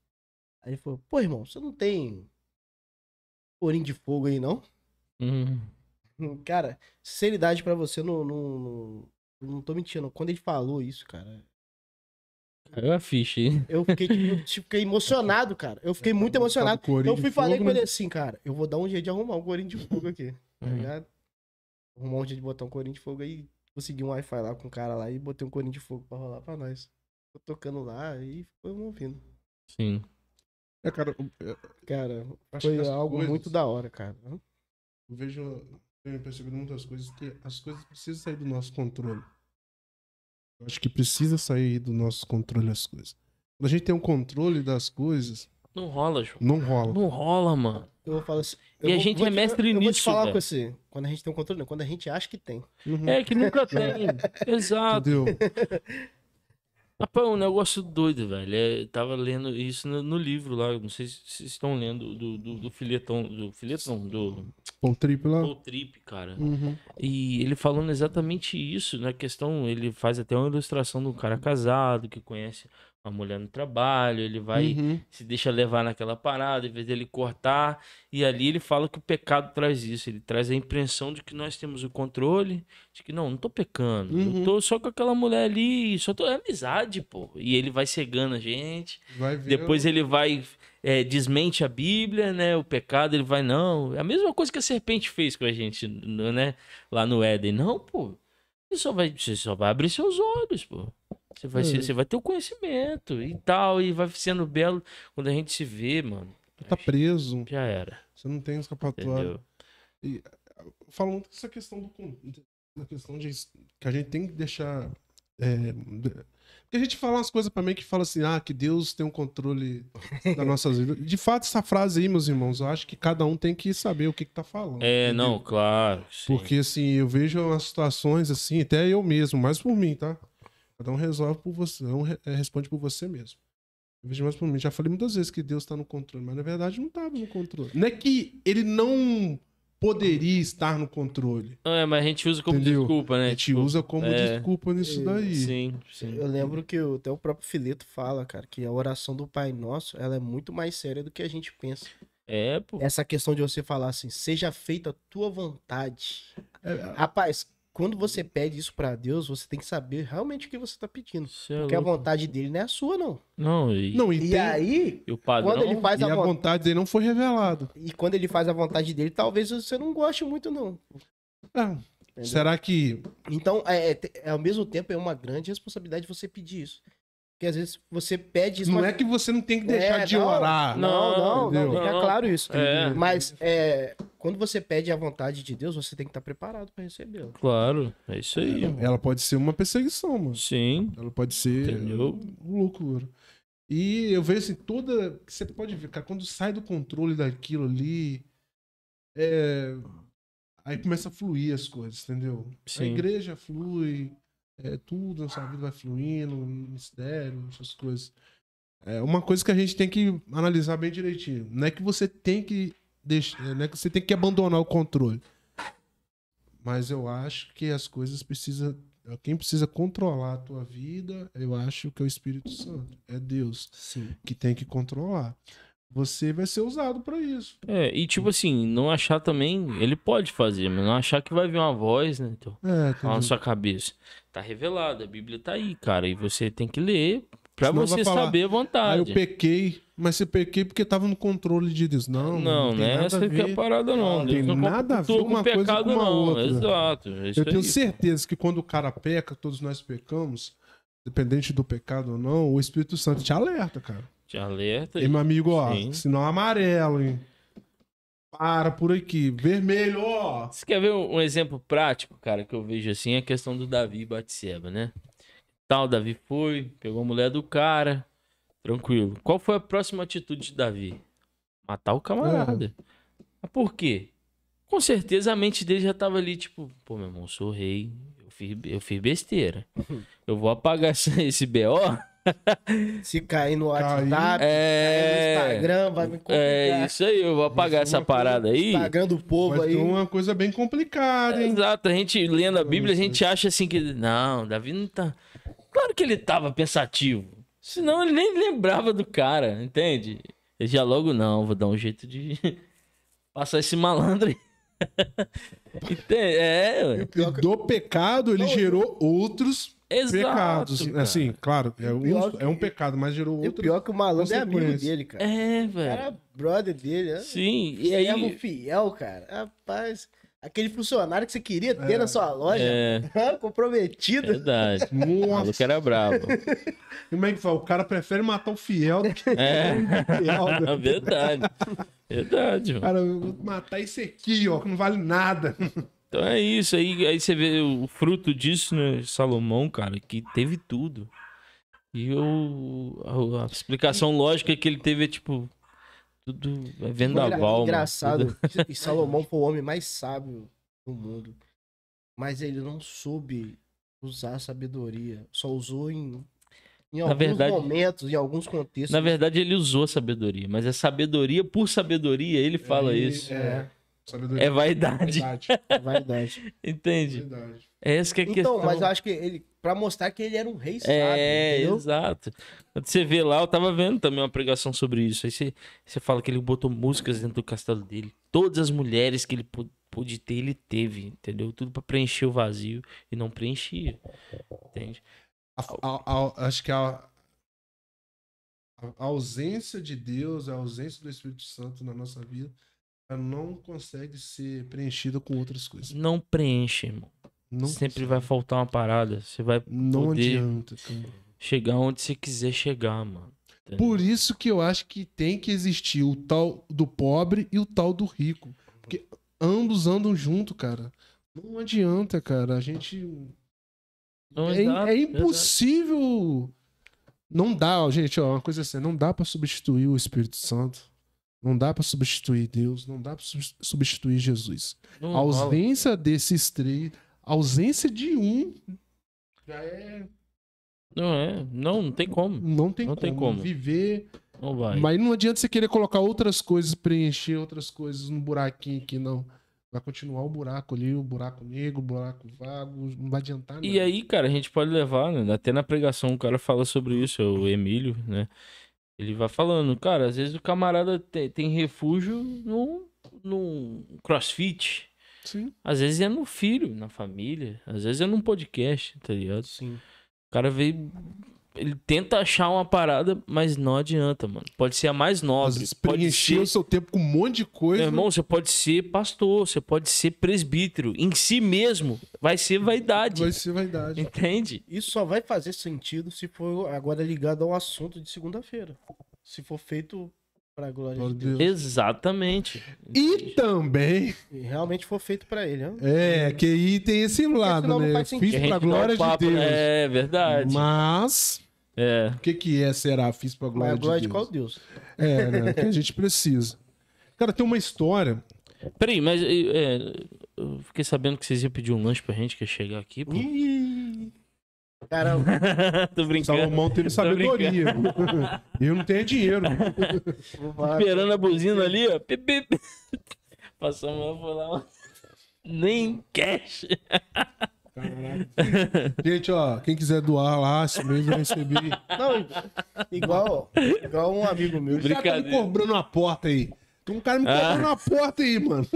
Speaker 2: Aí ele falou, pô, irmão, você não tem Corinho de Fogo aí, não? <laughs>
Speaker 1: Uhum.
Speaker 2: Cara, sinceridade pra você, não, não, não, eu não tô mentindo. Quando ele falou isso, cara,
Speaker 1: Caiu É a ficha, hein?
Speaker 2: eu fiquei, tipo, tipo, fiquei emocionado, cara. Eu fiquei muito emocionado. Eu fui e falei
Speaker 3: né?
Speaker 2: com ele assim, cara, eu vou dar um jeito de arrumar um corinho de fogo aqui, tá
Speaker 1: Uhum.
Speaker 2: ligado? Arrumar um jeito de botar um corinho de fogo aí, consegui um Wi-Fi lá com o cara lá e botei um corinho de fogo pra rolar pra nós. Tô tocando lá e foi um ouvindo.
Speaker 1: Sim.
Speaker 3: É, cara, eu- eu
Speaker 2: Cara,
Speaker 3: acho
Speaker 2: foi
Speaker 3: que as
Speaker 2: algo
Speaker 3: coisas-
Speaker 2: muito da hora, cara.
Speaker 3: Eu vejo, tenho percebido muitas coisas que as coisas precisam sair do nosso controle. Eu acho que precisa sair do nosso controle as coisas. Quando a gente tem um controle das coisas,
Speaker 1: Não rola, João.
Speaker 3: não rola.
Speaker 1: Não rola, mano.
Speaker 2: Eu falo assim.
Speaker 1: E a gente é mestre
Speaker 2: eu Vou te
Speaker 1: nisso,
Speaker 2: falar
Speaker 1: velho.
Speaker 2: com você. Quando a gente tem um controle, não, quando a gente acha que tem.
Speaker 3: Uhum.
Speaker 1: É que nunca tem. Exato. <laughs>
Speaker 3: Entendeu?
Speaker 1: Rapaz, é um negócio doido, velho. É, eu tava lendo isso no, no livro lá. Não sei se vocês estão lendo do, do, do filetão. Do filetão, do
Speaker 3: Pão tripla.
Speaker 1: Paul Trip, cara.
Speaker 3: Uhum.
Speaker 1: E ele falando exatamente isso, na questão, ele faz até uma ilustração de um cara casado que conhece uma mulher no trabalho, ele vai
Speaker 3: Uhum.
Speaker 1: se deixa levar naquela parada, em vez dele cortar. E ali ele fala que o pecado traz isso. Ele traz a impressão de que nós temos o controle, de que não, não tô pecando.
Speaker 3: Uhum.
Speaker 1: Eu tô só com aquela mulher ali, só tô. É amizade, pô. E ele vai cegando a gente.
Speaker 3: Vai ver.
Speaker 1: Depois ele vai, é, desmente a Bíblia, né? O pecado, ele vai, não. É a mesma coisa que a serpente fez com a gente, no- né? Lá no Éden. Não, pô. Você só vai, você só vai abrir seus olhos, pô. Você vai, ser-
Speaker 3: É.
Speaker 1: você vai ter o conhecimento e tal, e vai sendo belo. Quando a gente se vê, mano,
Speaker 3: Você tá preso.
Speaker 1: já era.
Speaker 3: Você não tem escapatória.
Speaker 1: Entendeu?
Speaker 3: Eu falo muito essa questão do. con- Na questão de. Que a gente tem que deixar. É, de- porque a gente fala umas coisas pra mim que fala assim, ah, que Deus tem um controle das nossas vidas. De fato, essa frase aí, meus irmãos, eu acho que cada um tem que saber o que, que tá falando.
Speaker 1: É,
Speaker 3: entendeu?
Speaker 1: não, claro. sim.
Speaker 3: Porque assim, eu vejo umas situações assim, até eu mesmo, mais por mim, tá? Cada um resolve por você, um re- eh, responde por você mesmo. Eu vejo mais por mim. Já falei muitas vezes que Deus tá no controle, mas na verdade não tava no controle. Não é que ele não poderia estar no controle.
Speaker 1: É, mas a gente usa como
Speaker 3: Entendeu?
Speaker 1: desculpa, né?
Speaker 3: a gente
Speaker 1: Tipo,
Speaker 3: usa como
Speaker 1: é.
Speaker 3: desculpa nisso daí.
Speaker 1: Sim, sim.
Speaker 2: Eu lembro que o- até o próprio Fileto fala, cara, que a oração do Pai Nosso, ela é muito mais séria do que a gente pensa.
Speaker 1: É, pô.
Speaker 2: Essa questão de você falar assim, seja feita a tua vontade.
Speaker 3: É,
Speaker 2: Rapaz, quando você pede isso pra Deus, você tem que saber realmente o que você tá pedindo.
Speaker 1: Cê é
Speaker 2: Porque a
Speaker 1: louco.
Speaker 2: vontade dele não é a sua, não.
Speaker 1: Não, e,
Speaker 3: Não, e,
Speaker 2: E
Speaker 3: tem-
Speaker 2: aí,
Speaker 1: e o padrão...
Speaker 2: quando ele faz
Speaker 3: e
Speaker 2: a
Speaker 3: a
Speaker 2: vontade.
Speaker 3: vontade dele não foi revelada.
Speaker 2: E quando ele faz a vontade dele, talvez você não goste muito, não.
Speaker 3: Ah, será que
Speaker 2: Então, é, é, te- é, ao mesmo tempo, é uma grande responsabilidade você pedir isso. Porque às vezes você pede isso,
Speaker 3: não
Speaker 2: mas-
Speaker 3: é que você não tem que deixar
Speaker 2: É,
Speaker 3: de
Speaker 2: não.
Speaker 3: orar?
Speaker 2: Não, não, não,
Speaker 3: Entendeu?
Speaker 2: é claro isso.
Speaker 1: É.
Speaker 2: Mas é, quando você pede a vontade de Deus, você tem que estar preparado para recebê-la.
Speaker 1: Claro, é isso aí.
Speaker 3: Ela pode ser uma perseguição, mano.
Speaker 1: Sim,
Speaker 3: Ela pode ser
Speaker 1: Entendeu?
Speaker 3: um loucura. E eu vejo assim, toda. Você pode ver, cara, quando sai do controle daquilo ali. é, Aí começa a fluir as coisas, entendeu? A
Speaker 1: Sim.
Speaker 3: igreja flui, é, tudo na sua vida vai fluindo, ministério, essas coisas. É uma coisa que a gente tem que analisar bem direitinho. Não é que você tem que deixar, não é que você tem que abandonar o controle. Mas eu acho que as coisas precisam. Quem precisa controlar a tua vida, eu acho que é o Espírito Santo. É Deus
Speaker 2: Sim.
Speaker 3: que tem que controlar. Você vai ser usado pra isso.
Speaker 1: é, e tipo assim, não achar também, ele pode fazer, mas não achar que vai vir uma voz, né? Então,
Speaker 3: É,
Speaker 1: lá na
Speaker 3: entendeu?
Speaker 1: sua cabeça. Tá revelado, a Bíblia tá aí, cara, e você tem que ler pra
Speaker 3: Senão vai
Speaker 1: você
Speaker 3: falar,
Speaker 1: saber a
Speaker 3: Aí eu
Speaker 1: vontade.
Speaker 3: pequei, mas você pequei porque tava no controle de Deus. Não,
Speaker 1: Não, não
Speaker 3: tem
Speaker 1: é
Speaker 3: nada a
Speaker 1: essa que é
Speaker 3: ver.
Speaker 1: a parada, não.
Speaker 3: Tem
Speaker 1: Deus não
Speaker 3: nada a ver
Speaker 1: compactua com
Speaker 3: uma coisa
Speaker 1: pecado,
Speaker 3: com a
Speaker 1: não.
Speaker 3: outra.
Speaker 1: Exato. é isso
Speaker 3: Eu tenho
Speaker 1: aí.
Speaker 3: certeza que quando o cara peca, todos nós pecamos, dependente do pecado ou não, o Espírito Santo te alerta, cara.
Speaker 1: Te alerta.
Speaker 3: Ei, meu amigo, ó,
Speaker 1: Sim.
Speaker 3: sinal amarelo, hein? Para por aqui. Vermelho, ó.
Speaker 1: Você quer ver um um exemplo prático, cara, que eu vejo assim? É a questão do Davi e Batseba, né? Tal, Davi foi, pegou a mulher do cara, tranquilo. Qual foi a próxima atitude de Davi? Matar o camarada. Mas por quê? Com certeza a mente dele já tava ali, tipo, pô, meu irmão, eu sou rei, eu fiz, eu fiz besteira. Eu vou apagar esse, esse BO.
Speaker 2: Se cair no
Speaker 3: Cair.
Speaker 2: WhatsApp,
Speaker 1: É.
Speaker 2: cair no Instagram, vai me complicar.
Speaker 1: É isso é aí, eu vou apagar essa
Speaker 3: Uma coisa-
Speaker 1: parada aí.
Speaker 2: Instagram do povo
Speaker 3: Vai
Speaker 2: aí. É,
Speaker 3: ter uma coisa bem complicada, hein?
Speaker 1: Exato, a gente lendo a Bíblia, a gente acha assim que. Não, Davi não tá. Claro que ele tava pensativo. Senão ele nem lembrava do cara, entende? Ele já logo, não, vou dar um jeito de <laughs> passar esse malandro aí. <laughs> Entende? É, ué.
Speaker 3: E do pecado, ele gerou outros
Speaker 1: Exato,
Speaker 3: pecados.
Speaker 1: cara.
Speaker 3: Assim, claro, é um,
Speaker 2: pior que-
Speaker 3: é um pecado, mas gerou
Speaker 2: E o
Speaker 3: outros.
Speaker 2: pior é que o malandro é amigo
Speaker 3: consequências.
Speaker 2: dele, cara.
Speaker 1: É,
Speaker 2: O
Speaker 1: velho.
Speaker 2: cara é brother dele, né?
Speaker 1: Sim, e
Speaker 2: Servo
Speaker 1: aí.
Speaker 2: fiel, cara. Rapaz, aquele funcionário que você queria ter na sua loja,
Speaker 1: É,
Speaker 2: <laughs> comprometido.
Speaker 1: verdade.
Speaker 3: Nossa,
Speaker 1: O cara é brabo.
Speaker 3: como é que fala? O cara prefere matar o fiel do que <laughs>
Speaker 1: É,
Speaker 3: o fiel.
Speaker 1: <laughs>
Speaker 3: né?
Speaker 1: verdade. Verdade, mano.
Speaker 3: Cara, eu vou matar esse aqui, ó, que não vale nada.
Speaker 1: Então é isso aí, aí você vê o fruto disso, né, Salomão, cara, que teve tudo. E o, a, a explicação lógica que ele teve é tipo tudo é
Speaker 2: Engra-
Speaker 1: vendaval, mano.
Speaker 2: engraçado. E Salomão foi o homem mais sábio do mundo. Mas ele não soube usar a sabedoria. Só usou em, em alguns
Speaker 1: verdade-
Speaker 2: momentos, em alguns contextos.
Speaker 1: Na verdade ele usou a sabedoria, mas é sabedoria por sabedoria, ele fala
Speaker 3: E-
Speaker 1: isso. É,
Speaker 3: É. Sabedoria.
Speaker 1: vaidade, <laughs>
Speaker 3: Verdade,
Speaker 2: verdade.
Speaker 1: entende?
Speaker 3: verdade.
Speaker 1: É essa que é a questão.
Speaker 2: Então, mas eu acho que ele, pra mostrar que ele era um rei sábio,
Speaker 1: É,
Speaker 2: entendeu?
Speaker 1: exato. Quando você vê lá, eu tava vendo também uma pregação sobre isso. Aí você, você fala que ele botou músicas dentro do castelo dele. Todas as mulheres que ele pô- pôde ter, ele teve, entendeu? Tudo pra preencher o vazio e não preenchia. Entende?
Speaker 3: A- a- a- acho que a, a ausência de Deus, a ausência do Espírito Santo na nossa vida, ela não consegue ser preenchida com outras coisas.
Speaker 1: Não preenche, irmão.
Speaker 3: Não,
Speaker 1: Sempre vai faltar uma parada. Você vai
Speaker 3: não
Speaker 1: poder.
Speaker 3: adianta. cara.
Speaker 1: chegar onde você quiser chegar, mano. Entendeu?
Speaker 3: Por isso que eu acho que tem que existir o tal do pobre e o tal do rico. Porque ambos andam junto, cara. Não adianta, cara. A gente
Speaker 1: Não,
Speaker 3: É,
Speaker 1: Então, exato,
Speaker 3: é
Speaker 1: exato.
Speaker 3: impossível. Não dá, ó, gente, ó, uma coisa assim, não dá pra substituir o Espírito Santo. Não dá pra substituir Deus, não dá pra subs- substituir Jesus.
Speaker 1: Não
Speaker 3: A
Speaker 1: rola.
Speaker 3: ausência desses três, a ausência de um já é-
Speaker 1: Não é. Não, não tem como.
Speaker 3: não tem
Speaker 1: Não
Speaker 3: como,
Speaker 1: tem como. Tá
Speaker 3: viver.
Speaker 1: Não vai.
Speaker 3: Mas não adianta você querer colocar outras coisas, preencher outras coisas no buraquinho aqui não. Vai continuar o buraco ali, o buraco negro, o buraco vago, não vai adiantar nada.
Speaker 1: E aí, cara, a gente pode levar, né? Até na pregação o cara fala sobre isso, é o Emílio, né? Ele vai falando, cara, às vezes o camarada te- tem, refúgio num, num crossfit.
Speaker 3: Sim.
Speaker 1: Às vezes é no filho, na família. Às vezes é num podcast, tá ligado?
Speaker 2: Sim.
Speaker 1: O cara veio. Ele tenta achar uma parada, mas não adianta, mano. Pode ser a mais
Speaker 3: Às
Speaker 1: nobre.
Speaker 3: vezes
Speaker 1: Pode
Speaker 3: preencher
Speaker 1: ser.
Speaker 3: o seu tempo com um monte de coisa.
Speaker 1: Meu irmão, você pode ser pastor, você pode ser presbítero. Em si mesmo, vai ser vaidade.
Speaker 3: vai ser vaidade.
Speaker 1: Entende?
Speaker 2: Isso só vai fazer sentido se for agora ligado ao assunto de segunda-feira. Se for feito pra glória
Speaker 3: Glória a
Speaker 2: de Deus.
Speaker 3: Deus.
Speaker 1: Exatamente.
Speaker 3: E também,
Speaker 2: E realmente for feito pra ele, né?
Speaker 3: é, que aí tem esse lado,
Speaker 2: senão não
Speaker 3: né?
Speaker 2: faz sentido.
Speaker 3: Fiz
Speaker 1: A gente
Speaker 3: pra
Speaker 1: dá
Speaker 3: glória
Speaker 1: o papo,
Speaker 3: de Deus.
Speaker 1: É verdade.
Speaker 3: Mas,
Speaker 1: É.
Speaker 3: o que que é será? Fiz pra
Speaker 2: Mas
Speaker 3: glória,
Speaker 2: a glória de
Speaker 3: de
Speaker 2: qual
Speaker 3: Deus.
Speaker 2: Deus?
Speaker 3: É, né? que a gente precisa. Cara, tem uma história.
Speaker 1: Peraí, mas é, eu fiquei sabendo que vocês iam pedir um lanche pra gente que ia chegar aqui, pô.
Speaker 2: Caramba,
Speaker 1: <laughs> Tô brincando.
Speaker 3: Salomão teve sabedoria. Eu não tenho dinheiro.
Speaker 1: <laughs>
Speaker 2: vou falar.
Speaker 1: Esperando a buzina ali, ó. Pip, pip. <laughs> Passamos lá, foi lá. ó. Nem cash.
Speaker 3: Gente, ó, quem quiser doar lá, esse mês eu recebi.
Speaker 2: Não, igual, igual um amigo meu.
Speaker 3: O cara tá me
Speaker 1: Brincadeira.
Speaker 3: cobrando uma porta aí. Tem um cara me cobrando uma porta aí, mano.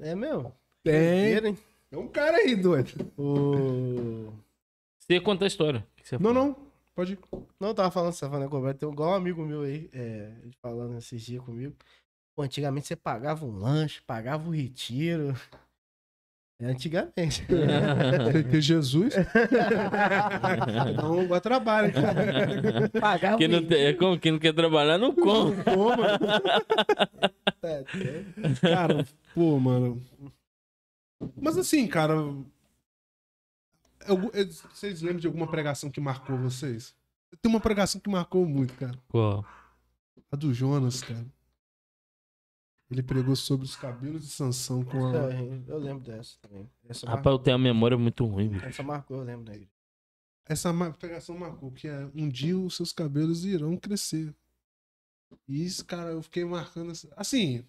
Speaker 2: É meu.
Speaker 3: Tem.
Speaker 2: Doideira, hein?
Speaker 3: Tem um cara aí, doido.
Speaker 2: O...
Speaker 1: Você ia contar a história. O que você ia
Speaker 3: Não,
Speaker 1: falar?
Speaker 3: não. Pode ir. <laughs>
Speaker 2: Não, eu tava falando, Savana Coberta. Tem igual um amigo meu aí, é, ele falando esses dias comigo. Pô, antigamente você pagava um lanche, pagava um retiro. É, antigamente.
Speaker 3: Tem É que ter <laughs> Jesus. Dá um bom trabalho, cara.
Speaker 1: <laughs>
Speaker 2: pagava
Speaker 1: Quem não, tem- é como? Quem não quer trabalhar, não come.
Speaker 3: Pô, mano.
Speaker 2: Tá retiro.
Speaker 3: Cara, pô, mano. Mas assim, cara. eu- eu- vocês lembram de alguma pregação que marcou vocês? Tem uma pregação que marcou muito, cara.
Speaker 1: Qual?
Speaker 3: A do Jonas, cara. Ele pregou sobre os cabelos de Sansão com a.
Speaker 2: É, Eu lembro dessa também. Essa,
Speaker 3: Ah.
Speaker 2: mar-
Speaker 1: Rapaz, eu tenho a memória muito ruim, bicho.
Speaker 2: essa marcou, eu lembro da igreja.
Speaker 3: Essa ma- pregação marcou, que é um dia os seus cabelos irão crescer. E isso, cara, eu fiquei marcando. essa- Assim.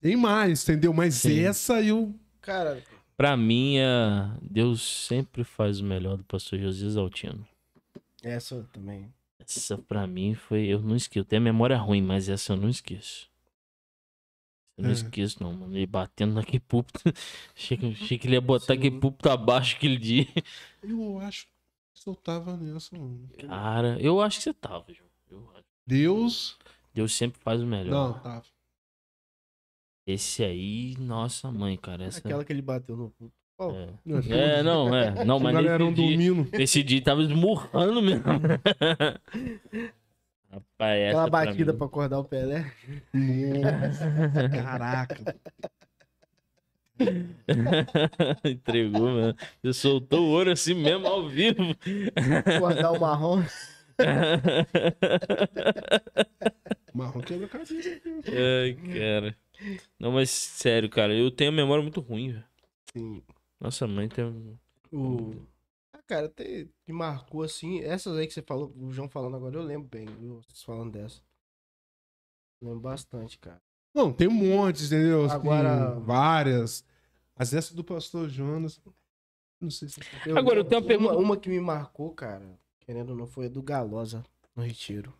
Speaker 3: Tem mais, entendeu? Mas
Speaker 1: Sim.
Speaker 3: essa eu.
Speaker 2: Cara,
Speaker 1: Pra mim, é... Deus sempre faz o melhor do pastor Josias Altino.
Speaker 2: essa também.
Speaker 1: Essa pra mim foi. Eu não esqueço. Eu tenho a memória ruim, mas essa eu não esqueço. Eu não
Speaker 3: É.
Speaker 1: esqueço, não, mano. Ele batendo naquele púlpito. <laughs> Achei que, achei que ele ia botar
Speaker 3: Sim.
Speaker 1: aquele púlpito abaixo aquele dia.
Speaker 3: Eu acho que eu tava nessa, mano.
Speaker 1: Cara, eu acho que você tava, João. Eu acho.
Speaker 3: Deus.
Speaker 1: Deus sempre faz o melhor.
Speaker 3: Não, tá. tava.
Speaker 1: Esse aí, nossa mãe, cara. Essa...
Speaker 2: Aquela que ele bateu no cu. Pô,
Speaker 1: É. É, não, é.
Speaker 3: <laughs>
Speaker 1: Não,
Speaker 3: O
Speaker 1: mas
Speaker 3: galerão
Speaker 1: nesse dia,
Speaker 3: dormindo.
Speaker 1: nesse dia tava esmurrando mesmo. <laughs> Rapaz, essa pra
Speaker 2: aquela batida
Speaker 1: mim-
Speaker 2: pra acordar o Pelé.
Speaker 3: Nossa, caraca. <laughs>
Speaker 1: <laughs> Entregou, mano. Você soltou o ouro assim mesmo, ao vivo.
Speaker 2: Acordar
Speaker 1: <laughs>
Speaker 2: o marrom.
Speaker 3: Marrom quebra a cabeça.
Speaker 1: Ai, cara. Não, mas sério, cara, eu tenho a memória muito ruim, velho.
Speaker 2: Sim.
Speaker 1: Nossa mãe tem. um-
Speaker 2: O... Ah, cara, tem... que marcou assim. Essas aí que você falou, o João falando agora, eu lembro bem. viu? Vocês falando dessa. Lembro bastante, cara.
Speaker 3: Não, tem um monte, entendeu? Tem
Speaker 2: Agora-
Speaker 3: várias. Mas essa do pastor Jonas. Não sei se. é
Speaker 1: Agora, eu tenho uma pergunta-
Speaker 2: Uma, uma que me marcou, cara, querendo ou não, foi a do Galosa no Retiro.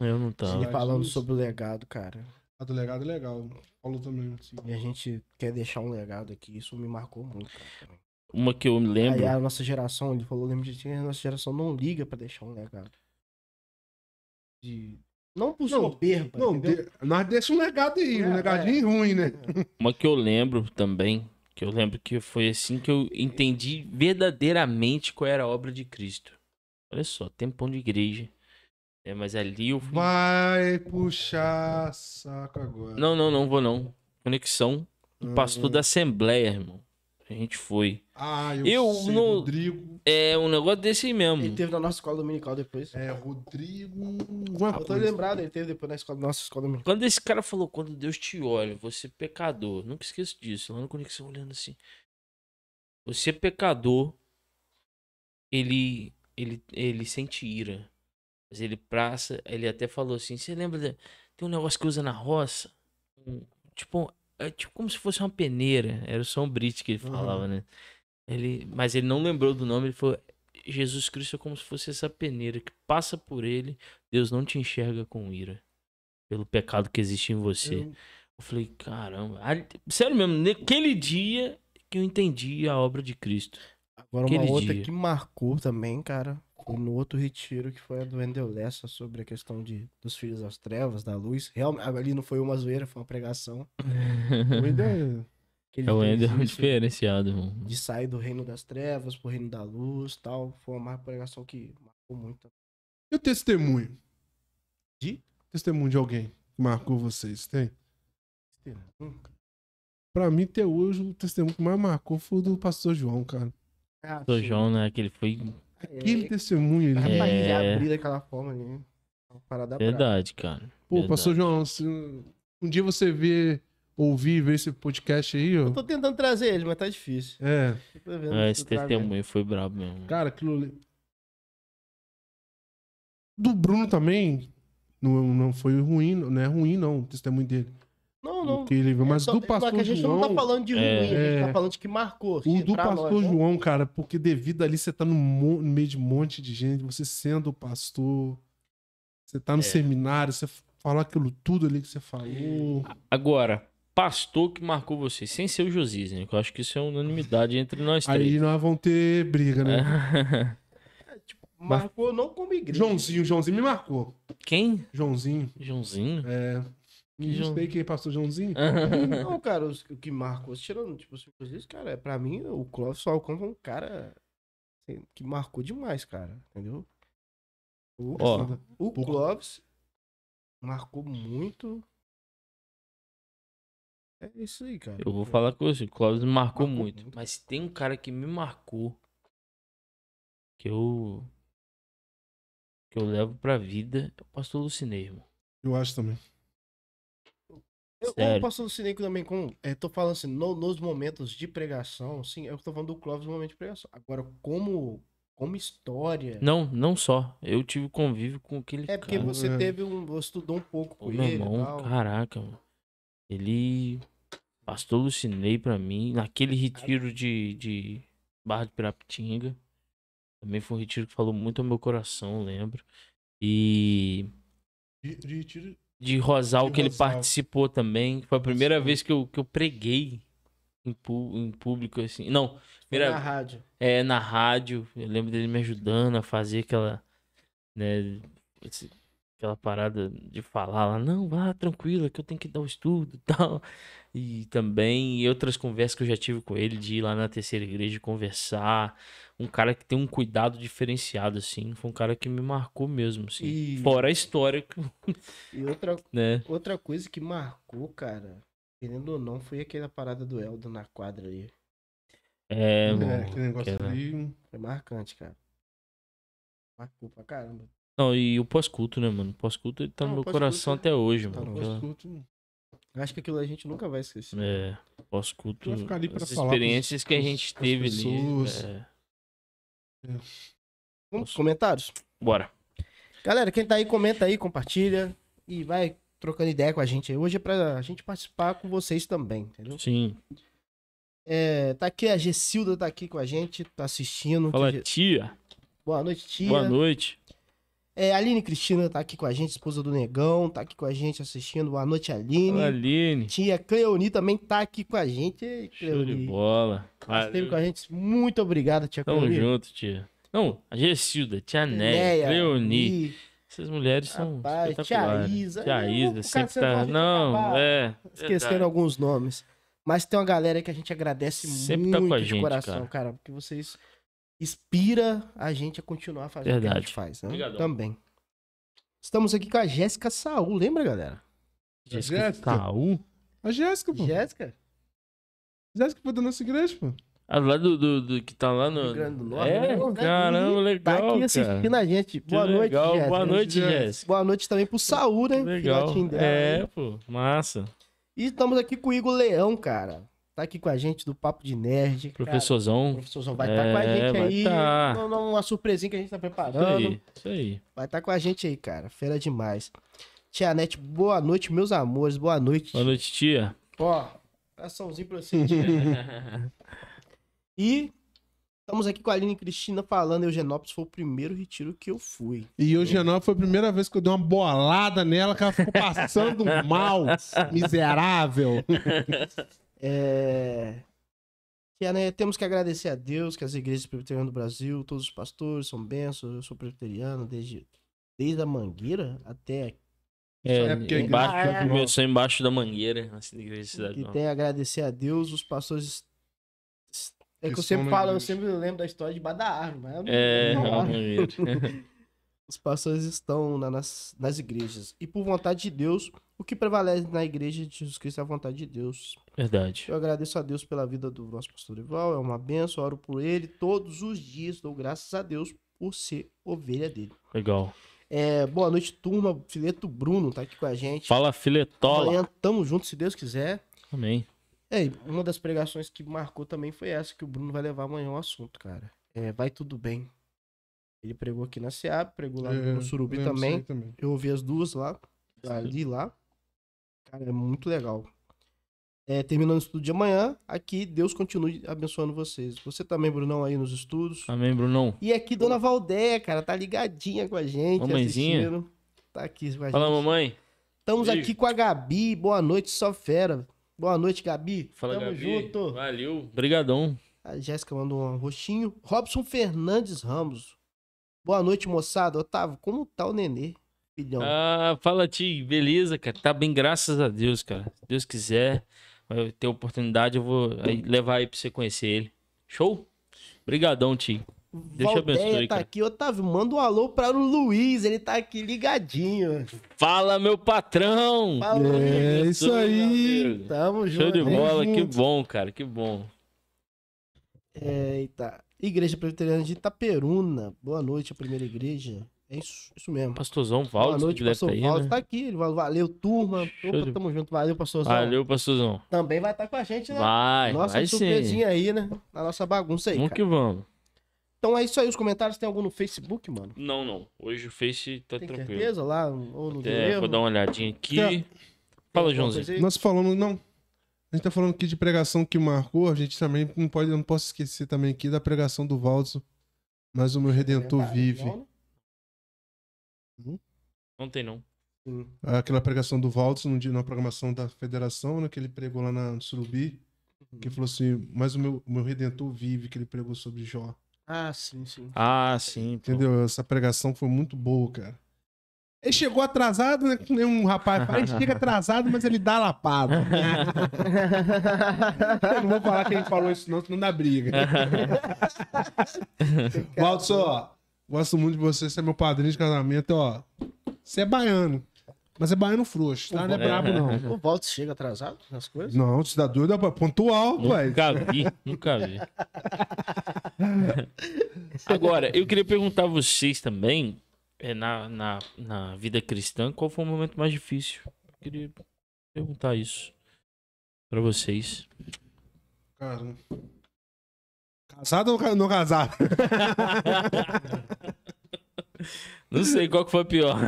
Speaker 1: Eu não
Speaker 3: Sim.
Speaker 1: tava.
Speaker 2: Ele falando
Speaker 3: disso.
Speaker 2: sobre o legado, cara.
Speaker 3: A do legado é legal. Paulo também. assim. Sim.
Speaker 2: E a gente quer deixar um legado aqui. Isso me marcou muito. Cara.
Speaker 1: Uma que eu me lembro.
Speaker 2: Aí a nossa geração, ele falou, lembra de que a nossa geração não liga pra deixar um legado. De... Não por
Speaker 3: Não,
Speaker 2: soberba,
Speaker 3: Não,
Speaker 2: entendeu?
Speaker 3: de... nós deixa um legado aí. um
Speaker 2: É,
Speaker 3: legadinho ruim, né?
Speaker 1: Uma que eu lembro também. Que eu lembro que foi assim que eu entendi verdadeiramente qual era a obra de Cristo. Olha só, tempão de igreja. É, mas ali eu fui.
Speaker 3: Vai puxar saco agora.
Speaker 1: Não, não, não vou não. Conexão. do Pastor da Assembleia, irmão. A gente foi.
Speaker 3: Ah, eu,
Speaker 1: Eu
Speaker 3: sei,
Speaker 1: não-
Speaker 3: Rodrigo.
Speaker 1: É um negócio desse aí mesmo.
Speaker 2: <laughs> Ele teve na nossa escola dominical depois.
Speaker 3: É, Rodrigo. Alguma
Speaker 1: Ah,
Speaker 2: Eu tô
Speaker 3: coisa.
Speaker 2: lembrado, ele teve depois na escola, nossa escola dominical.
Speaker 1: Quando esse cara falou, quando Deus te olha, você é pecador. Nunca esqueço disso. Lá no Conexão, olhando assim. Você é pecador. Ele, ele, ele sente ira. Mas ele praça. Ele até falou assim: Você lembra? da- Tem um negócio que usa na roça. um- tipo, é tipo como se fosse uma peneira. Era o São Brite que ele falava, né? Ele, mas ele não lembrou do nome, ele falou: Jesus Cristo é como se fosse essa peneira que passa por ele, Deus não te enxerga com ira pelo pecado que existe em você. Eu,
Speaker 3: Eu-
Speaker 1: falei: caramba, ali- sério mesmo, naquele dia que eu entendi a obra de
Speaker 2: <laughs>
Speaker 1: Cristo.
Speaker 2: Agora uma
Speaker 1: Aquele
Speaker 2: outra
Speaker 1: dia.
Speaker 2: que marcou também, cara, foi no outro retiro que foi a do Wendel Lessa sobre a questão de, dos filhos das trevas, da luz. Realmente, ali não foi uma zoeira, foi uma pregação.
Speaker 3: O Wendel
Speaker 2: <laughs> Que ele
Speaker 1: É o
Speaker 2: fez
Speaker 1: Ender
Speaker 2: isso,
Speaker 1: diferenciado, irmão.
Speaker 2: De sair do reino das trevas pro reino da luz tal. Foi uma pregação que marcou muito.
Speaker 3: E o testemunho?
Speaker 2: De?
Speaker 3: Testemunho de alguém que marcou vocês, tem?
Speaker 2: Hum.
Speaker 3: Pra mim, até hoje, o testemunho que mais marcou foi o do pastor João, cara.
Speaker 2: Ah,
Speaker 1: Sou
Speaker 2: sim. Tá
Speaker 1: João, né? Que ele foi.
Speaker 3: Aquele
Speaker 2: É,
Speaker 3: testemunho ali.
Speaker 2: Rapaz, ele
Speaker 1: É.
Speaker 2: abrir daquela forma ali. né? Uma parada brava.
Speaker 1: Verdade, cara.
Speaker 3: Pô,
Speaker 1: Verdade.
Speaker 3: pastor João, se um dia você ver, ouvir, ver esse podcast aí, ó.
Speaker 2: Eu tô tentando trazer ele, mas tá difícil.
Speaker 3: É,
Speaker 2: Eu tô vendo
Speaker 1: É,
Speaker 2: se
Speaker 1: esse
Speaker 2: eu trago ele.
Speaker 1: testemunho foi brabo mesmo.
Speaker 3: cara, aquilo ali. Do Bruno também, não, não foi ruim, não é ruim, não, o testemunho dele.
Speaker 2: Não,
Speaker 3: Do
Speaker 2: não. É
Speaker 3: que ele viu, mas
Speaker 2: Só-
Speaker 3: do
Speaker 2: só
Speaker 3: pastor
Speaker 2: que a gente
Speaker 3: João.
Speaker 2: não tá falando de ruim,
Speaker 1: É.
Speaker 2: a gente
Speaker 3: É.
Speaker 2: tá falando de que marcou.
Speaker 3: O
Speaker 2: que
Speaker 3: do
Speaker 2: pra
Speaker 3: pastor
Speaker 2: nós, né?
Speaker 3: João, cara, porque devido ali você tá no, mo- no meio de um monte de gente, você sendo o pastor, você tá no
Speaker 1: É.
Speaker 3: seminário, você falou aquilo tudo ali que você falou.
Speaker 1: Agora, pastor que marcou você, sem ser o Josias, né? Que eu acho que isso é unanimidade entre nós três. É.
Speaker 3: Aí nós vamos ter briga, né?
Speaker 2: Marcou não como igreja.
Speaker 3: Joãozinho, Joãozinho me marcou.
Speaker 1: <laughs> Quem?
Speaker 3: Joãozinho,
Speaker 2: <laughs>
Speaker 1: Joãozinho?
Speaker 3: é. Não
Speaker 1: João-
Speaker 3: sei quem é pastor Joãozinho.
Speaker 2: Ah, Não, cara, os- o que marcou, tirando, tipo, os inclusive, cara, é, pra mim, o Clóvis Falcão foi um cara assim, que marcou demais, cara, entendeu? O,
Speaker 1: Ó.
Speaker 2: o
Speaker 3: pouco.
Speaker 2: Clóvis marcou muito. É isso aí, cara.
Speaker 1: Eu vou falar com você, o Cláudio me marcou
Speaker 2: Marcou
Speaker 1: muito,
Speaker 2: muito.
Speaker 1: Mas tem um cara que me marcou. Que eu. Que eu levo pra vida. É o pastor Lucinei, irmão.
Speaker 3: Eu acho também.
Speaker 2: Eu, eu
Speaker 1: Sério.
Speaker 2: passo no cinema também com. É, tô falando assim, no- nos momentos de pregação, sim, eu tô falando do Clóvis no momento de pregação. Agora, como, como história.
Speaker 1: É. Não, não só. Eu tive convívio com aquele
Speaker 2: É porque
Speaker 1: cara.
Speaker 2: você
Speaker 3: é.
Speaker 2: teve um. Você estudou um pouco
Speaker 1: Ô,
Speaker 2: com
Speaker 1: meu
Speaker 2: ele. e
Speaker 1: irmão,
Speaker 2: tal.
Speaker 1: caraca, mano. Ele. Pastor Lucinei pra mim, naquele retiro de, de Barra de Pirapitinga. Também foi um retiro que falou muito ao meu coração, eu lembro. E
Speaker 3: De- de tiro-
Speaker 1: de Rosal
Speaker 3: De
Speaker 1: que ele
Speaker 3: Rosal.
Speaker 1: participou também. que Foi a primeira
Speaker 3: Nossa.
Speaker 1: vez que eu, que eu preguei em, pu- em público, assim. Não,
Speaker 2: Foi
Speaker 1: primeira-
Speaker 2: na rádio.
Speaker 1: é, na rádio. Eu lembro dele me ajudando a fazer aquela. Né, esse- aquela parada de falar lá, não, vá tranquila, que eu tenho que dar o estudo e tal. E também e outras conversas que eu já tive com ele, de ir lá na terceira igreja e conversar. Um cara que tem um cuidado diferenciado, assim. Foi um cara que me marcou mesmo, assim.
Speaker 2: E-
Speaker 1: Fora a história, <laughs> que-
Speaker 2: E outra,
Speaker 1: né?
Speaker 2: outra coisa que marcou, cara, querendo ou não, foi aquela parada do Eldo na quadra ali.
Speaker 1: É,
Speaker 3: É,
Speaker 1: mano.
Speaker 3: aquele negócio
Speaker 1: que era-
Speaker 3: ali. um
Speaker 2: Foi marcante, cara. Marcou pra caramba.
Speaker 1: Não, e o pós-culto, né, mano? O pós-culto ele tá
Speaker 2: Não,
Speaker 1: no meu
Speaker 2: o pós-culto
Speaker 1: coração
Speaker 2: é-
Speaker 1: até hoje,
Speaker 2: tá
Speaker 1: mano.
Speaker 2: no
Speaker 1: Aquela-
Speaker 3: Escuto,
Speaker 2: Acho que aquilo a gente nunca vai esquecer.
Speaker 1: É, pós-culto.
Speaker 3: Vai ficar ali pra
Speaker 1: As
Speaker 3: falar pros-
Speaker 1: experiências que a
Speaker 3: pros-
Speaker 1: gente
Speaker 3: pras
Speaker 1: teve
Speaker 3: pessoas.
Speaker 1: ali. é.
Speaker 2: Vamos pros comentários?
Speaker 1: Bora.
Speaker 2: Galera, quem tá aí, comenta aí, compartilha e vai trocando ideia com a gente aí. Hoje é pra gente participar com vocês também, entendeu?
Speaker 1: Sim.
Speaker 2: É, tá aqui a Gessilda, tá aqui com a gente, tá assistindo.
Speaker 1: Fala,
Speaker 2: Ge-
Speaker 1: tia.
Speaker 2: Boa noite, tia.
Speaker 1: Boa noite.
Speaker 2: É, Aline Cristina tá aqui com a gente, esposa do Negão, tá aqui com a gente assistindo. Boa noite, Aline.
Speaker 1: Fala, Aline.
Speaker 2: Tia Cleoni também tá aqui com a gente. Ei,
Speaker 1: Show de
Speaker 2: Cleoni.
Speaker 1: bola.
Speaker 2: Ela Esteve
Speaker 1: Valeu.
Speaker 2: com a gente. Muito obrigado, tia
Speaker 1: Tamo
Speaker 2: Cleoni.
Speaker 1: junto, tia. Não, a Gessilda, tia Néia,
Speaker 2: Leia,
Speaker 1: Cleoni.
Speaker 2: Mi,
Speaker 1: Essas mulheres são
Speaker 2: Rapaz,
Speaker 1: espetaculares.
Speaker 2: tia Isa.
Speaker 1: Tia
Speaker 2: Eu
Speaker 1: Isa
Speaker 2: vou ficar
Speaker 1: sempre
Speaker 2: sendo a
Speaker 1: tá...
Speaker 2: gente
Speaker 1: Não,
Speaker 2: acabar
Speaker 1: é.
Speaker 2: Esquecendo alguns nomes. Mas tem uma galera que a gente agradece
Speaker 1: Sempre
Speaker 2: muito
Speaker 1: tá com a
Speaker 2: de
Speaker 1: gente,
Speaker 2: coração,
Speaker 1: cara.
Speaker 2: cara. Porque vocês inspira a gente a continuar fazendo o que a
Speaker 1: Verdade.
Speaker 2: gente faz, né?
Speaker 1: Obrigadão.
Speaker 2: Também. Estamos aqui com a Jéssica Saul, lembra, galera?
Speaker 1: Jéssica
Speaker 3: Jéssica.
Speaker 1: Taú.
Speaker 3: A Jéssica,
Speaker 1: Hum.
Speaker 3: pô.
Speaker 2: Jéssica?
Speaker 3: Jéssica foi da nossa igreja, pô.
Speaker 1: Ah, lá do, do, do que tá lá no.
Speaker 2: Rio Grande do Norte,
Speaker 1: é,
Speaker 2: né?
Speaker 1: caramba,
Speaker 2: Tá
Speaker 1: legal.
Speaker 2: aqui
Speaker 1: cara.
Speaker 2: assistindo a
Speaker 1: Que
Speaker 2: gente. Boa noite,
Speaker 1: legal.
Speaker 2: Jéssica.
Speaker 1: Boa noite,
Speaker 3: Jéssica.
Speaker 1: Jéssica.
Speaker 2: Boa noite também pro Saul, né?
Speaker 1: Que Legal.
Speaker 2: Filhotinho dela.
Speaker 1: É,
Speaker 2: né?
Speaker 1: pô, massa.
Speaker 2: E estamos aqui com o Igor Leão, cara. Tá aqui com a gente do Papo de Nerd. Cara. O
Speaker 1: Professorzão.
Speaker 2: professorzão vai estar com a
Speaker 1: É,
Speaker 2: gente
Speaker 1: vai
Speaker 2: aí.
Speaker 1: tá.
Speaker 2: Não, não, uma surpresinha que a gente tá
Speaker 1: Isso
Speaker 2: preparando.
Speaker 1: aí, isso aí.
Speaker 2: Vai estar com a gente aí, cara. Fera demais. Tia Nete, boa noite, meus amores. Boa noite. <laughs>
Speaker 1: Boa noite, tia.
Speaker 2: Ó, Açãozinho pra
Speaker 1: <laughs>
Speaker 2: você. tirar. e estamos aqui com a Aline Cristina falando. Eugenópolis foi o primeiro retiro que eu fui.
Speaker 3: E hoje não foi a primeira vez que eu dei uma bolada nela, que ela
Speaker 2: <laughs>
Speaker 3: ficou passando mal, miserável.
Speaker 2: É... Que é, né, temos que agradecer a Deus, que as igrejas presbiterianas do Brasil, todos os pastores são bênçãos. Eu sou presbiteriano desde, desde a Mangueira até aqui.
Speaker 1: É,
Speaker 3: É porque a igreja
Speaker 1: embaixo,
Speaker 2: fica com-
Speaker 1: começou embaixo da mangueira, assim, da igreja de cidade
Speaker 2: que
Speaker 1: nova.
Speaker 2: tem a agradecer a Deus, os pastores. É que,
Speaker 3: Que
Speaker 2: eu sempre
Speaker 3: são
Speaker 2: falo, eu
Speaker 3: amigos.
Speaker 2: sempre lembro da história de Bada Árvore, mas eu não
Speaker 1: É,
Speaker 2: não
Speaker 1: uma
Speaker 2: acho.
Speaker 1: mangueira.
Speaker 2: Os pastores estão na- nas, nas igrejas. E por vontade de Deus, o que prevalece na igreja de Jesus Cristo é a vontade de Deus.
Speaker 1: Verdade.
Speaker 2: Eu agradeço a Deus pela vida do nosso pastor Ival, é uma benção, oro por ele todos os dias, dou graças a Deus por ser ovelha dele.
Speaker 1: Legal.
Speaker 2: É, boa noite, turma. Fileto Bruno tá aqui com a gente.
Speaker 1: Fala, filetola.
Speaker 2: Amanhã tamo junto, se Deus quiser.
Speaker 1: Amém.
Speaker 2: É, e uma das pregações que marcou também foi essa, que o Bruno vai levar amanhã o assunto, cara. É, vai tudo bem. Ele pregou aqui na SEAB, pregou lá
Speaker 3: É,
Speaker 2: no Surubi
Speaker 3: lembro
Speaker 2: também.
Speaker 3: disso aí também.
Speaker 2: Eu ouvi as duas lá, ali e lá. Cara, é muito legal. É, terminando o estudo de amanhã, aqui Deus continue abençoando vocês. Você também, Brunão, aí nos estudos.
Speaker 1: Amém, Brunão.
Speaker 2: E aqui, Dona Valdéia, cara, tá ligadinha com a gente.
Speaker 1: Mamãezinha.
Speaker 2: assistindo. Tá aqui com a
Speaker 1: Fala,
Speaker 2: gente.
Speaker 1: mamãe.
Speaker 2: Estamos
Speaker 1: Beijo.
Speaker 2: aqui com a Gabi. Boa noite, só fera. Boa noite, Gabi.
Speaker 1: Fala,
Speaker 2: Tamo
Speaker 1: Gabi.
Speaker 2: junto.
Speaker 1: Valeu. Brigadão.
Speaker 2: A Jéssica mandou um roxinho. Robson Fernandes Ramos. Boa noite, moçada. Otávio, como tá o nenê? Filhão.
Speaker 1: Ah, fala, Ti. Beleza, cara. Tá bem, graças a Deus, cara. Se Deus quiser, vai ter oportunidade, eu vou aí levar aí pra você conhecer ele. Show? Brigadão, Ti. Deus te
Speaker 2: Valdeia
Speaker 1: abençoe,
Speaker 2: tá
Speaker 1: cara.
Speaker 2: aqui, Otávio. Manda um alô para o Luiz, ele tá aqui ligadinho.
Speaker 1: Fala, meu patrão.
Speaker 2: Fala, Luiz.
Speaker 3: É isso aí.
Speaker 2: Tamo
Speaker 1: Show
Speaker 2: junto.
Speaker 1: de
Speaker 2: hein?
Speaker 1: bola, que
Speaker 3: junto.
Speaker 1: bom, cara, que bom.
Speaker 2: Eita. Igreja Presbiteriana de Itaperuna. Boa noite, a primeira igreja. É isso, isso mesmo.
Speaker 1: Pastorzão
Speaker 2: Boa
Speaker 1: Valdes,
Speaker 2: noite,
Speaker 1: que deve tá
Speaker 2: pastor
Speaker 1: aí,
Speaker 2: Valdo.
Speaker 1: né?
Speaker 2: Tá aqui, ele falou, valeu, turma.
Speaker 1: Show
Speaker 2: Opa,
Speaker 1: de-
Speaker 2: tamo junto, valeu, pastorzão.
Speaker 1: Valeu, pastorzão.
Speaker 2: Também vai estar com a gente, né?
Speaker 1: Vai,
Speaker 2: nossa
Speaker 1: vai sim.
Speaker 2: surpresinha aí, né? Na nossa bagunça aí.
Speaker 1: Vamos
Speaker 2: cara.
Speaker 1: que vamos.
Speaker 2: Então é isso aí, os comentários. Tem algum no Facebook, mano?
Speaker 1: Não, não. Hoje o Face tá
Speaker 2: Tem
Speaker 1: tranquilo.
Speaker 2: certeza lá? Ou no
Speaker 1: Até vou dar uma olhadinha aqui.
Speaker 3: Tem-
Speaker 1: Fala, Joãozinho.
Speaker 3: Nós falamos, não. A gente tá falando aqui de pregação que marcou, a gente também não pode, eu não posso esquecer também aqui da pregação do Valdo, mas o meu
Speaker 2: É
Speaker 3: redentor vive.
Speaker 2: né?
Speaker 1: Não tem, não.
Speaker 3: Aquela pregação do Valdo no dia na programação da Federação, né, que ele pregou lá na no Surubi, que falou assim: "Mas o meu, o meu redentor vive", que ele pregou sobre Jó.
Speaker 2: Ah, sim, sim.
Speaker 1: Ah, sim. <laughs> pô.
Speaker 3: Entendeu? Essa pregação foi muito boa, cara. Ele chegou atrasado, né? Que nem um rapaz fala, ele chega atrasado, mas ele dá lapada. Eu não vou falar quem falou isso, não, senão dá briga. Valdo, ó, gosto muito de você, você é meu padrinho de casamento, ó. Você é baiano, mas é baiano
Speaker 2: <laughs>
Speaker 3: frouxo, tá? Não é brabo, não.
Speaker 2: O Valdo chega atrasado nas coisas?
Speaker 3: Não, você dá doido, é pontual, pai.
Speaker 1: Nunca vi, nunca vi. Agora, eu queria perguntar a vocês também, é, na, na, na vida cristã, qual foi o momento mais difícil? Eu queria perguntar isso pra vocês.
Speaker 3: Cara, casado ou ca- não casado?
Speaker 1: Não sei qual que foi pior.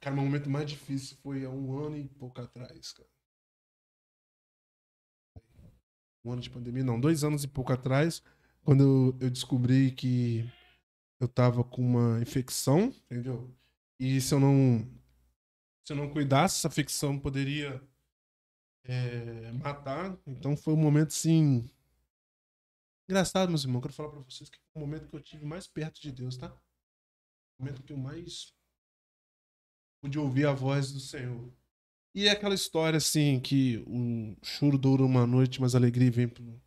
Speaker 3: Cara, meu momento mais difícil foi há um ano e pouco atrás, cara. Um ano de pandemia, não, dois anos e pouco atrás, quando eu, eu descobri que eu tava com uma infecção, entendeu? E se eu não. Se eu não cuidasse, essa infecção poderia é, matar. Então foi um momento assim. Engraçado, meus irmãos, quero falar pra vocês que foi o momento que eu tive mais perto de Deus, tá? O momento que eu mais pude ouvir a voz do Senhor. E é aquela história assim que o choro dura uma noite, mas a alegria vem pro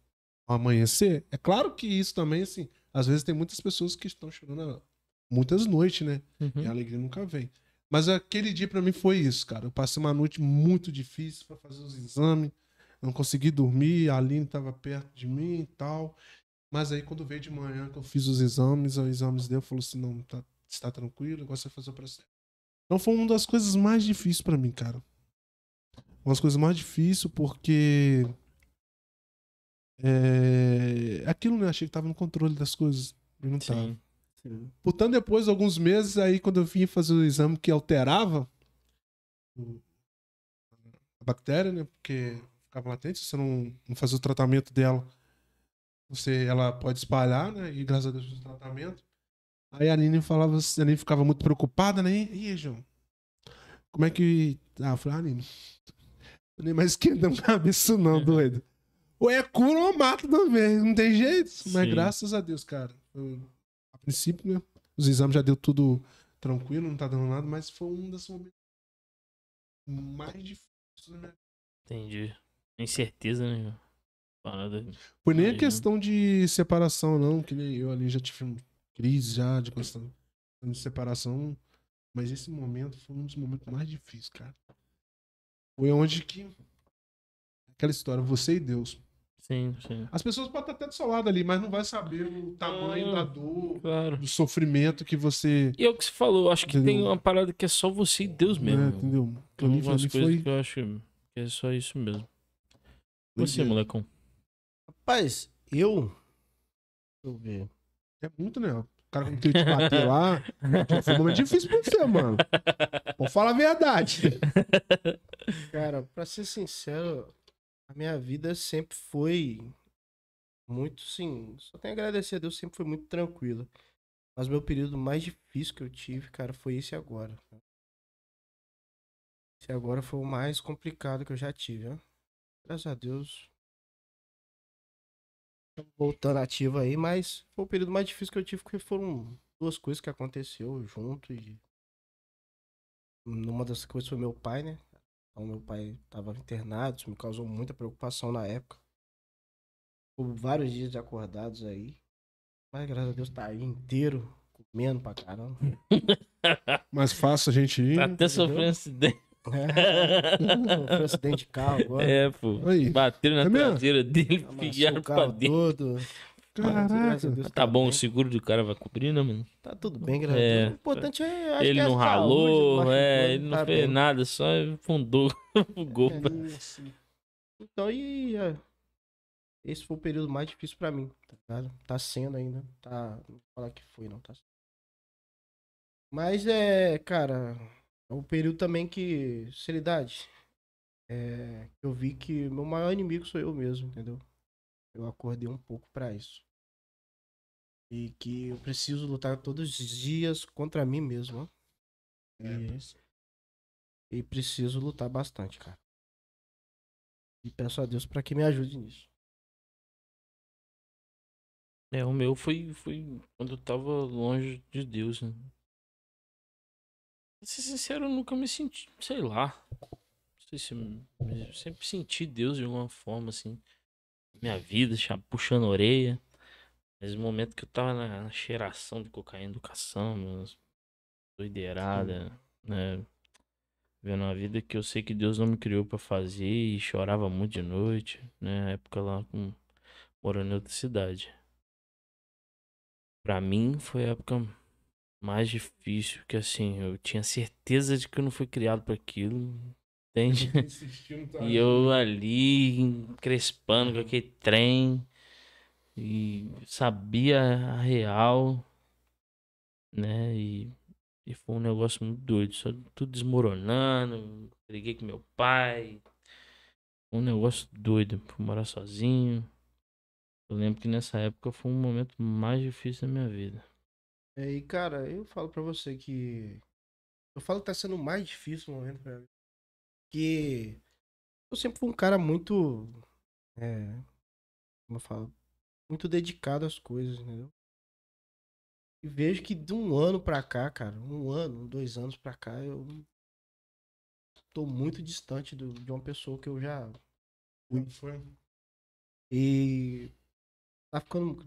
Speaker 3: amanhecer. É claro que isso também, assim, às vezes tem muitas pessoas que estão chorando muitas noites, né?
Speaker 1: Uhum.
Speaker 3: E a alegria nunca vem. Mas aquele dia pra mim foi isso, cara. Eu passei uma noite muito difícil pra fazer os exames, não consegui dormir, a Aline tava perto de mim e tal. Mas aí quando veio de manhã que eu fiz os exames, os exames deu, falou assim: "Não, tá, está tranquilo, agora você vai fazer o processo". Então foi uma das coisas mais difíceis pra mim, cara. Uma das coisas mais difíceis porque é... aquilo, né, achei que tava no controle das coisas, e não tava.
Speaker 1: Sim.
Speaker 2: Sim.
Speaker 3: Portanto, depois de alguns meses, aí quando eu vim fazer o exame que alterava o- a bactéria, né? Porque ficava ficava latente, se você não, não fazer o tratamento dela, você, ela pode espalhar, né? E graças a Deus fez o tratamento. Aí a Aline falava, assim- a Aline ficava muito preocupada, né? E aí, João? Como é que. Ah, eu falei, ah, Aline, tô nem mais esquentando a cabeça, não, doido. Ou é cura ou mata também, não tem jeito. Mas
Speaker 1: Sim.
Speaker 3: graças a Deus, cara. eu- a princípio, né? Os exames já deu tudo tranquilo, não tá dando nada, mas foi um dos momentos mais difíceis né? da minha
Speaker 1: Entendi. Incerteza, né? Parada.
Speaker 3: Foi nem a
Speaker 1: Imagino.
Speaker 3: questão de separação, não, que nem eu ali já tive um crise já de questão de separação. Mas esse momento foi um dos momentos mais difíceis, cara. Foi onde que. Aquela história, você e Deus.
Speaker 1: Sim, sim.
Speaker 3: As pessoas podem estar até do seu lado ali, mas não vai saber o tamanho
Speaker 1: Ah.
Speaker 3: da dor,
Speaker 1: Claro.
Speaker 3: do sofrimento que você.
Speaker 1: E é o que você falou, acho que tem
Speaker 3: Entendeu?
Speaker 1: uma parada que é só você e Deus mesmo.
Speaker 3: né,
Speaker 1: meu.
Speaker 3: entendeu? Que
Speaker 1: Tem
Speaker 3: ali, pra
Speaker 1: algumas
Speaker 3: mim
Speaker 1: coisas
Speaker 3: foi.
Speaker 1: que eu acho que é só isso mesmo. Você,
Speaker 3: doideira.
Speaker 1: molecão.
Speaker 2: Rapaz, eu. Deixa eu ver.
Speaker 3: É muito, né? O cara que tentou te bater lá. <laughs> já Foi um momento difícil pra você,
Speaker 1: <laughs>
Speaker 3: mano. Vou falar a verdade.
Speaker 2: Cara, pra ser sincero, a minha vida sempre foi muito, sim. Só tenho a agradecer a Deus, sempre foi muito tranquila. Mas meu período mais difícil que eu tive, cara, foi esse agora. Esse agora foi o mais complicado que eu já tive, ó. Graças a Deus. Tamo Voltando ativa aí, mas foi o período mais difícil que eu tive, porque foram duas coisas que aconteceu junto e. Uma das coisas foi meu pai, né? Então, meu pai estava internado, isso me causou muita preocupação na época. Ficou vários dias acordados aí. Mas graças a Deus tá aí inteiro, comendo
Speaker 1: <laughs>
Speaker 2: pra caramba. né?
Speaker 3: Mas faça a gente ir.
Speaker 1: Tá até sofrendo acidente.
Speaker 2: Foi um acidente de carro agora.
Speaker 1: É, pô.
Speaker 3: Aí.
Speaker 1: Bateram na
Speaker 3: É mesmo?
Speaker 1: traseira dele,
Speaker 2: Amassou
Speaker 1: piaram
Speaker 2: Ah, o
Speaker 1: pra
Speaker 2: carro
Speaker 1: dentro.
Speaker 2: todo. Mas, graças a
Speaker 3: Caraca.
Speaker 2: Deus,
Speaker 1: Tá bom, o
Speaker 2: bem.
Speaker 1: seguro do cara vai cobrir, né, mano?
Speaker 2: Tá tudo bem, graças
Speaker 1: É.
Speaker 2: a Deus. O importante é. acho que
Speaker 1: ele
Speaker 2: é a
Speaker 1: não
Speaker 2: saúde,
Speaker 1: ralou,
Speaker 2: machucou,
Speaker 1: é, ele não
Speaker 2: tá
Speaker 1: fez
Speaker 2: bem. É.
Speaker 1: nada, só <laughs> fundou o gol. pra-
Speaker 2: Então, e é, esse foi o período mais difícil pra mim, tá ligado? Tá sendo ainda, tá... Não vou falar que foi, não, tá sendo. Mas, é, cara, é um período também que, sinceridade, é, eu vi que meu maior inimigo sou eu mesmo, entendeu? Eu acordei um pouco pra isso. E que eu preciso lutar todos os dias contra mim mesmo, ó.
Speaker 3: É,
Speaker 2: E-
Speaker 3: <laughs>
Speaker 2: e preciso lutar bastante, cara. E peço a Deus pra que me ajude nisso.
Speaker 1: É, o meu foi, foi quando eu tava longe de Deus, né? Pra ser sincero, eu nunca me senti, sei lá. Não sei se. mas eu sempre senti Deus de alguma forma, assim. Minha vida, cha- puxando a orelha. Mas no momento que eu tava na, na cheiração de cocaína do cação, doideirada, né? Vendo uma vida que eu sei que Deus não me criou pra fazer e chorava muito de noite, né? Na época lá com, morando em outra cidade. Pra mim foi a época mais difícil, que assim, eu tinha certeza de que eu não fui criado pra aquilo, entende?
Speaker 3: tá
Speaker 1: E eu ali, crespando com aquele trem, e sabia a real, né? E, e foi um negócio muito doido, só tudo desmoronando, briguei com meu pai, um negócio doido, fui morar sozinho. Eu lembro que nessa época foi um momento mais difícil da minha vida.
Speaker 2: É, E, cara, eu falo pra você que. Eu falo que tá sendo o mais difícil o momento pra mim. Que. Eu sempre fui um cara muito. É. Como eu falo? Muito dedicado às coisas, entendeu? E vejo que de um ano pra cá, cara, um ano, dois anos pra cá, eu. Tô muito distante do- de uma pessoa que eu já
Speaker 3: Foi.
Speaker 2: E tá ficando.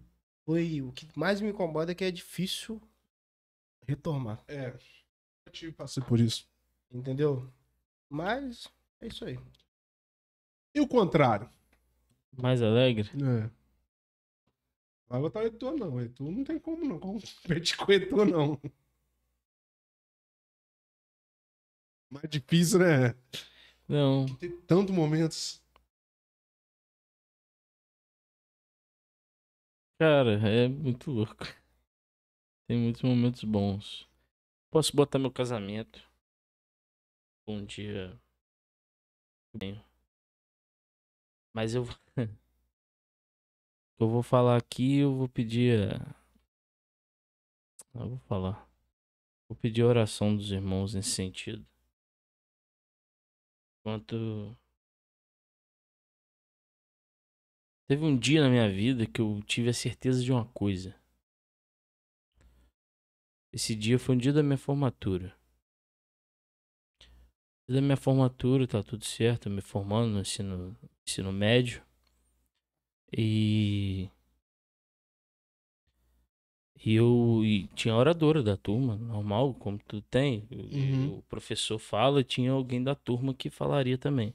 Speaker 2: Foi o que mais me incomoda é que é difícil retomar,
Speaker 3: É. Eu tive passei por isso.
Speaker 2: entendeu? Mas é isso aí.
Speaker 3: E o contrário?
Speaker 1: Mais alegre?
Speaker 3: É. Vai botar o Heitor, não. O Heitor não tem como, não. Compete com o Heitor, <laughs> não. Mais difícil, né?
Speaker 1: Não.
Speaker 3: Tem tantos momentos.
Speaker 1: Cara, é muito louco. <laughs> Tem muitos momentos bons. Posso botar meu casamento. Um dia. Bem. Mas eu. <laughs> eu vou falar aqui, eu vou pedir. a- Eu vou falar. Vou pedir a oração dos irmãos nesse sentido. Enquanto. Teve um dia na minha vida que eu tive a certeza de uma coisa. Esse dia foi um dia da minha formatura. Dia Da minha formatura, tá tudo certo, eu me formando no ensino ensino médio. E. E eu e tinha a oradora da turma, normal, como tudo tem. E
Speaker 3: Uhum.
Speaker 1: O professor fala, tinha alguém da turma que falaria também.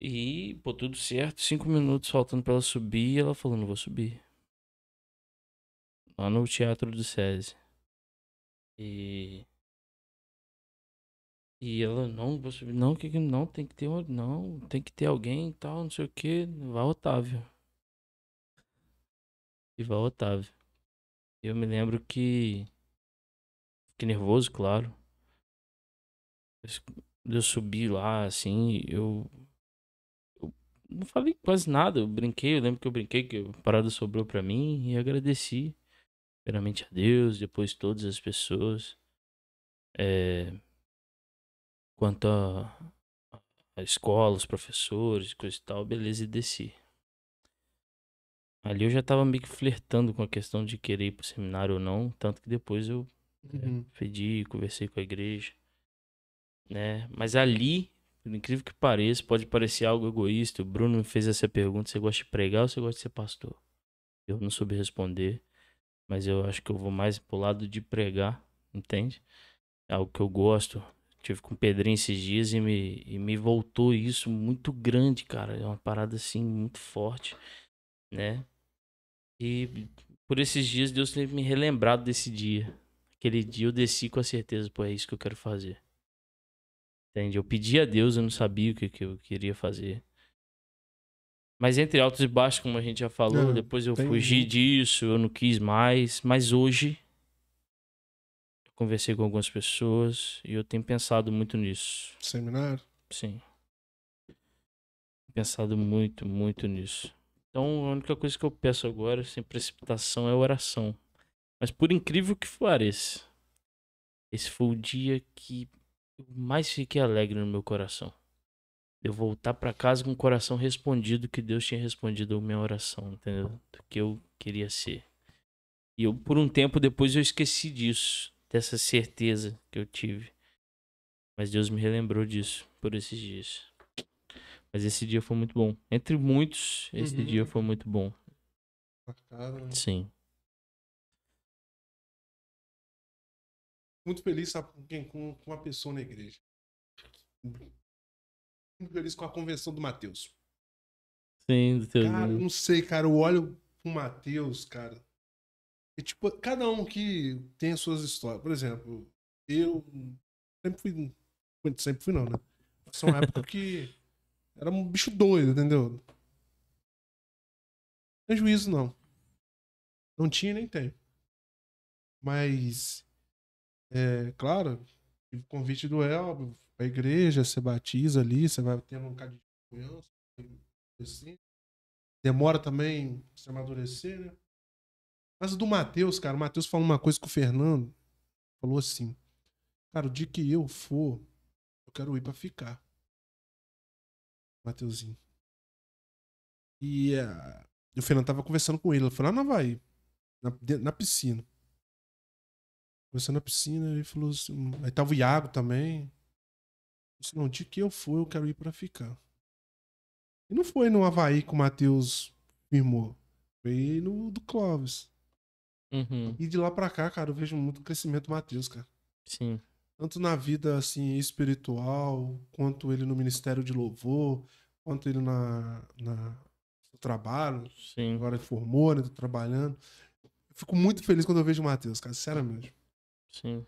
Speaker 1: E, pô, tudo certo. Cinco minutos faltando pra ela subir, e ela falou: não vou subir. Lá no Teatro do SESI. E. E ela, não, vou subir. Não, que, que- não, tem que ter um- não, tem que ter alguém e tal, não sei o que. Vai Otávio. E vai Otávio. Eu me lembro que. Fiquei nervoso, claro. Eu, eu subi lá, assim, eu. eu Não falei quase nada, eu brinquei, eu lembro que eu brinquei, que a parada sobrou pra mim e agradeci. Primeiramente a Deus, depois todas as pessoas. É, quanto a, a escola, os professores, coisa e tal, beleza, e desci. Ali eu já tava meio que flertando com a questão de querer ir pro seminário ou não, tanto que depois eu
Speaker 3: Uhum.
Speaker 1: pedi, conversei com a igreja, né? Mas ali, por incrível que pareça, pode parecer algo egoísta. O Bruno me fez essa pergunta: você gosta de pregar ou você gosta de ser pastor? Eu não soube responder, mas eu acho que eu vou mais pro lado de pregar, entende? É algo que eu gosto. Tive com o Pedrinho esses dias e me, e me voltou isso muito grande, cara. É uma parada assim muito forte, né? E por esses dias Deus tem me relembrado desse dia. Aquele dia eu desci com a certeza, pô, é isso que eu quero fazer. Entende? Eu pedi a Deus, eu não sabia o que, que eu queria fazer. Mas entre altos e baixos, como a gente já falou,
Speaker 3: Não,
Speaker 1: depois eu
Speaker 3: tem-
Speaker 1: fugi disso, eu não quis mais. Mas hoje, eu conversei com algumas pessoas e eu tenho pensado muito nisso.
Speaker 3: Seminário.
Speaker 1: Sim. Pensado muito, muito nisso. Então, a única coisa que eu peço agora, sem precipitação, é oração. Mas por incrível que pareça, esse foi o dia que eu mais fiquei alegre no meu coração. Eu voltar pra casa com o coração respondido que Deus tinha respondido a minha oração, entendeu? Do que eu queria ser. E eu, por um tempo depois, eu esqueci disso, dessa certeza que eu tive. Mas Deus me relembrou disso por esses dias. Mas esse dia foi muito bom. Entre muitos, esse
Speaker 3: Uhum.
Speaker 1: dia foi muito bom.
Speaker 3: Marcado, né?
Speaker 1: Sim.
Speaker 3: Muito feliz sabe, com, quem, com, com uma pessoa na igreja. Muito feliz com a convenção do Matheus.
Speaker 1: Sim, do teu
Speaker 3: Cara, eu não sei, cara. Eu olho pro Matheus, cara. E, tipo, cada um que tem as suas histórias. Por exemplo, eu sempre fui. Sempre fui, não, né? Passou uma época que era um bicho doido, entendeu? Não tem juízo, não. Não tinha nem tem. Mas. É claro, tive convite do Elbio pra igreja, você batiza ali, você vai tendo um bocado de comunhão, assim demora também pra se amadurecer, né? Mas o do Matheus, cara, o Matheus falou uma coisa com o Fernando. Falou assim: Cara, o dia que eu for, eu quero ir pra ficar. Mateuzinho. E, ah, e o Fernando tava conversando com ele. Ele foi lá no Havaí, na, de- na piscina. Conversando na piscina, ele falou assim. Aí tava o Iago também. Ele disse, não, o dia que eu for, eu quero ir pra ficar. E não foi no Havaí que o Matheus firmou. Foi no do Clóvis.
Speaker 1: Uhum,
Speaker 3: E de lá pra cá, cara, eu vejo muito crescimento do Matheus, cara.
Speaker 1: Sim.
Speaker 3: Tanto na vida, assim, espiritual, quanto ele no ministério de louvor, quanto ele na, na- no trabalho.
Speaker 1: Sim.
Speaker 3: Agora ele formou, né? Tá trabalhando. Eu fico muito feliz quando eu vejo o Matheus, cara, sinceramente.
Speaker 1: Sim.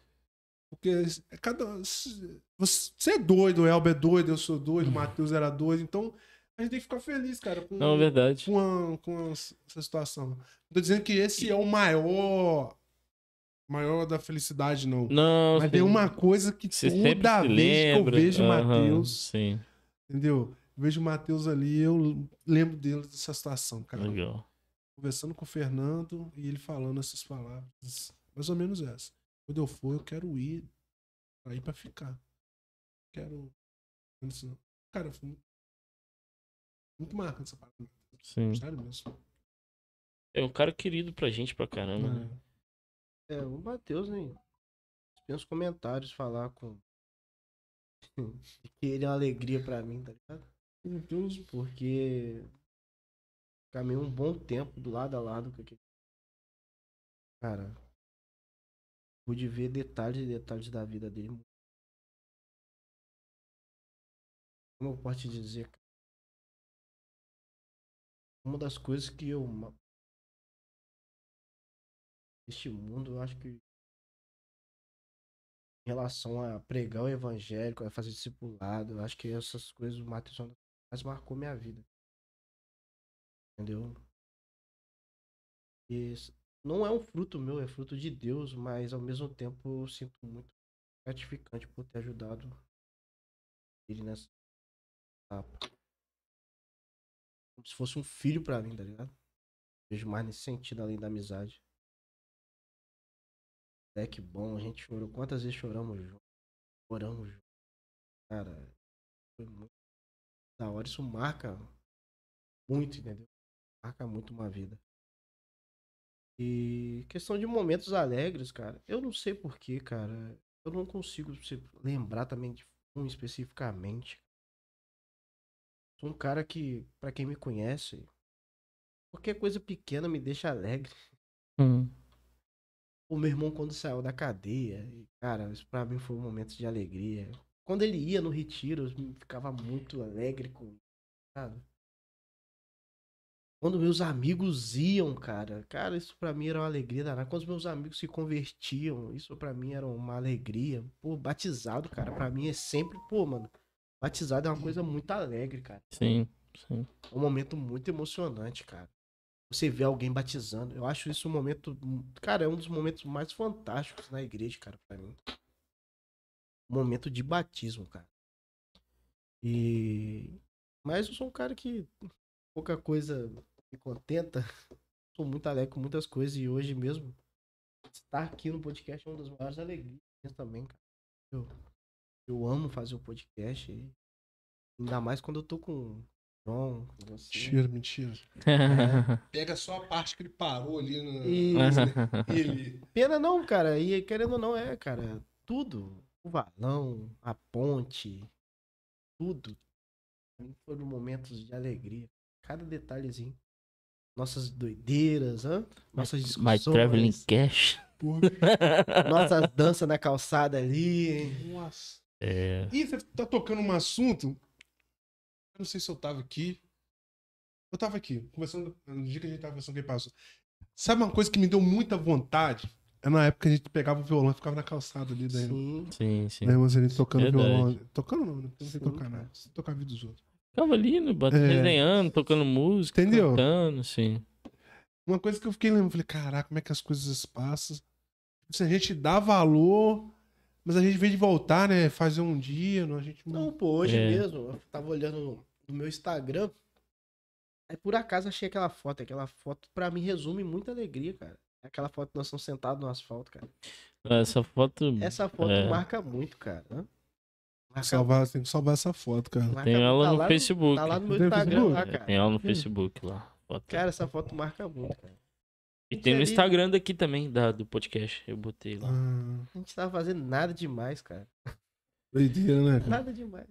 Speaker 3: Porque é cada. se- Você é doido, o Elber é doido, eu sou doido, o Matheus era doido. Então, a gente tem que ficar feliz, cara. com-
Speaker 1: Não, é verdade.
Speaker 3: com, a- com a- essa situação. Não tô dizendo que esse é o maior. Maior da felicidade, não.
Speaker 1: Não,
Speaker 3: Mas
Speaker 1: sim.
Speaker 3: tem uma coisa que
Speaker 1: Você sempre
Speaker 3: toda
Speaker 1: se
Speaker 3: vez que eu
Speaker 1: lembra.
Speaker 3: vejo o
Speaker 1: Aham,
Speaker 3: Matheus,
Speaker 1: Sim.
Speaker 3: entendeu? vejo o Matheus ali, eu lembro dele dessa situação, cara.
Speaker 1: Legal.
Speaker 3: Conversando com o Fernando e ele falando essas palavras, mais ou menos essa. Quando eu for, eu quero ir pra ir pra ficar. Quero. Antes não. Cara, foi muito, muito marcante essa parada.
Speaker 1: Sim.
Speaker 3: Sério mesmo.
Speaker 1: É um cara querido pra gente pra caramba, né?
Speaker 3: É.
Speaker 2: É, o Matheus, né? Tem os comentários falar com. <laughs> que ele é uma alegria pra mim, tá ligado?
Speaker 3: Matheus,
Speaker 2: Porque. Caminhei um bom tempo do lado a lado com aquele. Cara. Pude ver detalhes e detalhes da vida dele. Como eu posso te dizer, cara? Uma das coisas que eu. ma- Este mundo, eu acho que. Em relação a pregar o evangélico, a fazer discipulado, eu acho que essas coisas, o Matheus é uma mas marcou minha vida. Entendeu? E s- não é um fruto meu, é fruto de Deus, mas ao mesmo tempo eu sinto muito gratificante por ter ajudado ele nessa etapa. Como se fosse um filho pra mim, tá ligado? Vejo mais nesse sentido além da amizade. É que bom, a gente chorou. Quantas vezes choramos juntos? Oramos juntos. Cara, foi muito da hora, isso marca muito, entendeu? Marca muito uma vida. E questão de momentos alegres, cara, eu não sei porquê, cara. Eu não consigo se lembrar também de um especificamente. Sou um cara que, pra quem me conhece, qualquer coisa pequena me deixa alegre. O meu irmão quando saiu da cadeia, e, cara, isso pra mim foi um momento de alegria. Quando ele ia no retiro, eu ficava muito alegre com ele, sabe? Quando meus amigos iam, cara, cara, isso pra mim era uma alegria danada. Quando os meus amigos se convertiam, isso pra mim era uma alegria. Pô, batizado, cara, pra mim é sempre, pô, mano, batizado é uma coisa muito alegre, cara.
Speaker 1: Sim, sim.
Speaker 2: É um momento muito emocionante, cara. Você vê alguém batizando. Eu acho isso um momento. Cara, é um dos momentos mais fantásticos na igreja, cara, pra mim. Momento de batismo, cara. E. Mas eu sou um cara que pouca coisa me contenta. <laughs> Sou muito alegre com muitas coisas e hoje mesmo estar aqui no podcast é uma das maiores alegrias também, cara. Eu, eu amo fazer o podcast e ainda mais quando eu tô com o João, com você.
Speaker 3: Mentira, mentira.
Speaker 1: <laughs>
Speaker 3: Pega só a parte que ele parou ali na.
Speaker 2: E
Speaker 3: Ele.
Speaker 2: pena não, cara. E querendo ou não, é, cara. Tudo. O valão, a ponte, tudo. Pra mim Foram momentos de alegria. Cada detalhezinho. Nossas doideiras, hã? nossas
Speaker 1: My
Speaker 2: discussões. <laughs>
Speaker 1: Traveling Cash.
Speaker 3: Porra,
Speaker 2: Nossas danças na calçada ali.
Speaker 3: nossa.
Speaker 1: É.
Speaker 3: Um Ih, você tá tocando um assunto. Eu não sei se eu tava aqui. Eu tava aqui, conversando. No dia que a gente tava conversando, quem passou. Sabe uma coisa que me deu muita vontade? É na época que a gente pegava o violão e ficava na calçada ali né? da
Speaker 2: Sim.
Speaker 1: Sim, sim.
Speaker 3: da Irmãzinha tocando
Speaker 1: Verdade.
Speaker 3: violão. Tocando não, né? Porque Eu não sei
Speaker 2: Sim,
Speaker 3: tocar
Speaker 2: cara.
Speaker 3: nada. Sei tocar a vida dos outros.
Speaker 1: Ficava ali, né, bat-
Speaker 3: É.
Speaker 1: resenhando, tocando música,
Speaker 3: Entendeu?
Speaker 1: cantando, sim.
Speaker 3: Uma coisa que eu fiquei lembrando, falei, caraca, como é que as coisas passam? Se a gente dá valor, mas a gente vem de voltar, né? Fazer um dia, não, a gente
Speaker 2: Não, pô, hoje
Speaker 1: É.
Speaker 2: mesmo, eu tava olhando no, no meu Instagram. Aí por acaso achei aquela foto. Aquela foto, pra mim, resume muita alegria, cara. Aquela foto que nós estamos sentados no asfalto, cara.
Speaker 1: Essa foto
Speaker 2: Essa foto
Speaker 1: É.
Speaker 2: marca muito, cara. né? Marca
Speaker 3: salvar, tem que salvar essa foto, cara.
Speaker 2: marca
Speaker 1: tem
Speaker 2: muito.
Speaker 1: ela
Speaker 2: Tá
Speaker 1: no
Speaker 2: lá
Speaker 1: Facebook.
Speaker 2: Tá lá no meu
Speaker 3: Tem no
Speaker 2: Instagram, lá,
Speaker 1: É,
Speaker 2: cara.
Speaker 1: tem ela no Facebook lá. Foto.
Speaker 2: Cara, essa foto marca muito, cara.
Speaker 1: e tem no
Speaker 2: ali-
Speaker 1: Instagram daqui também, da, do podcast. Eu botei lá.
Speaker 3: Ah,
Speaker 2: A gente tava fazendo nada demais, cara.
Speaker 3: doideira, né? cara?
Speaker 2: Nada demais.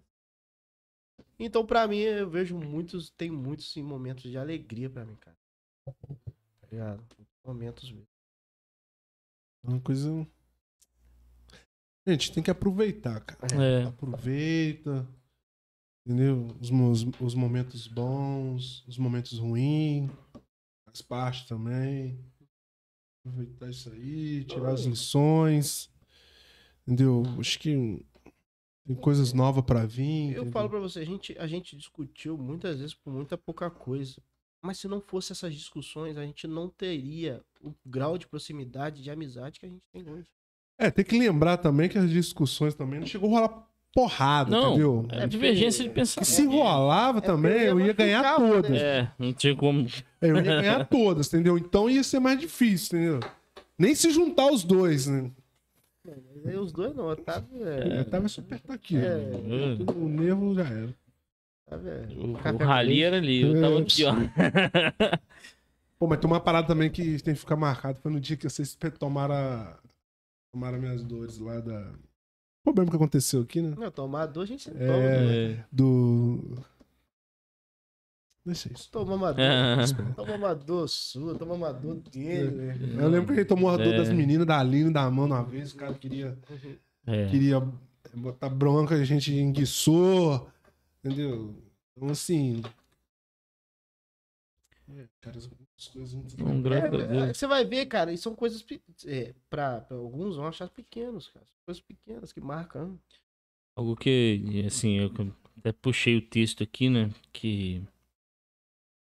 Speaker 2: Então, pra mim, eu vejo muitos, tem muitos sim, momentos de alegria pra mim, cara. Tá ligado? Momentos mesmo.
Speaker 3: É Uma coisa. Gente, tem que aproveitar, cara.
Speaker 1: É,
Speaker 3: Aproveita. Entendeu? Os, mos- os momentos bons, os momentos ruins, as partes também. Aproveitar isso aí, tirar as lições. Entendeu? Acho que um, tem coisas novas pra
Speaker 2: Eu
Speaker 3: vir. entendeu?
Speaker 2: falo pra você, a gente, a gente discutiu muitas vezes por muita pouca coisa. Mas se não fosse essas discussões, a gente não teria o grau de proximidade, de amizade que a gente tem hoje.
Speaker 3: É, tem que lembrar também que as discussões também não chegou a rolar porrada,
Speaker 1: Não,
Speaker 3: entendeu?
Speaker 1: é divergência de
Speaker 3: Que
Speaker 1: pensamento.
Speaker 3: se enrolava também,
Speaker 2: É, porque
Speaker 3: eu
Speaker 2: eu
Speaker 3: ia
Speaker 2: não
Speaker 3: ganhar
Speaker 2: ficava,
Speaker 3: todas. É,
Speaker 2: né?
Speaker 1: É, não tinha como.
Speaker 3: Eu ia
Speaker 1: <laughs>
Speaker 3: ganhar todas, entendeu? Então ia ser mais difícil, entendeu? Nem se juntar os dois, né?
Speaker 2: Mas aí os dois não, Otávio é.
Speaker 3: Eu tava super aqui.
Speaker 1: É.
Speaker 3: O nervo já era.
Speaker 2: Otávio é-
Speaker 1: O,
Speaker 2: Café
Speaker 1: o
Speaker 2: com
Speaker 1: rali era ali, eu tava aqui, ó.
Speaker 3: Pô, mas tem uma parada também que tem que ficar marcado. Foi no dia que vocês pe- tomaram, a- tomaram minhas dores lá da. O problema que aconteceu aqui, né?
Speaker 2: Não, tomar dor a gente não toma. né,
Speaker 3: É.
Speaker 1: É.
Speaker 3: Do. Deixa isso.
Speaker 2: Toma uma dor.
Speaker 1: É.
Speaker 2: Toma uma dor sua, toma uma dor dele. né?
Speaker 3: Eu lembro que ele tomou a dor
Speaker 1: É.
Speaker 3: das meninas, da Aline, da mão uma vez. O cara queria,
Speaker 1: É.
Speaker 3: queria botar bronca, a gente enguiçou. Entendeu? Então, assim. é, Cara, as coisas muito.
Speaker 1: Um
Speaker 2: É,
Speaker 1: grande Deus.
Speaker 2: você vai ver, cara, e são coisas. pe- É, pra, pra alguns vão achar pequenos, cara. Coisas pequenas que marcam.
Speaker 1: Algo que, assim, eu até puxei o texto aqui, né? Que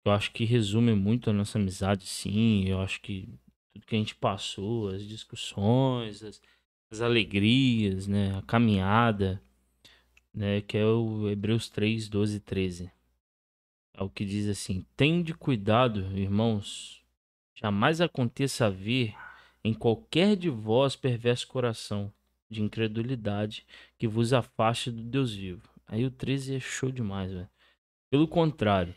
Speaker 1: eu acho que resume muito a nossa amizade, sim. Eu acho que tudo que a gente passou, as discussões, as, as alegrias, né? A caminhada, né? Que é o Hebreus 3, 12 e 13. É o que diz assim: Tende cuidado, irmãos, jamais aconteça vir em qualquer de vós perverso coração de incredulidade que vos afaste do Deus vivo. Aí o 13 é show demais, velho. Pelo contrário,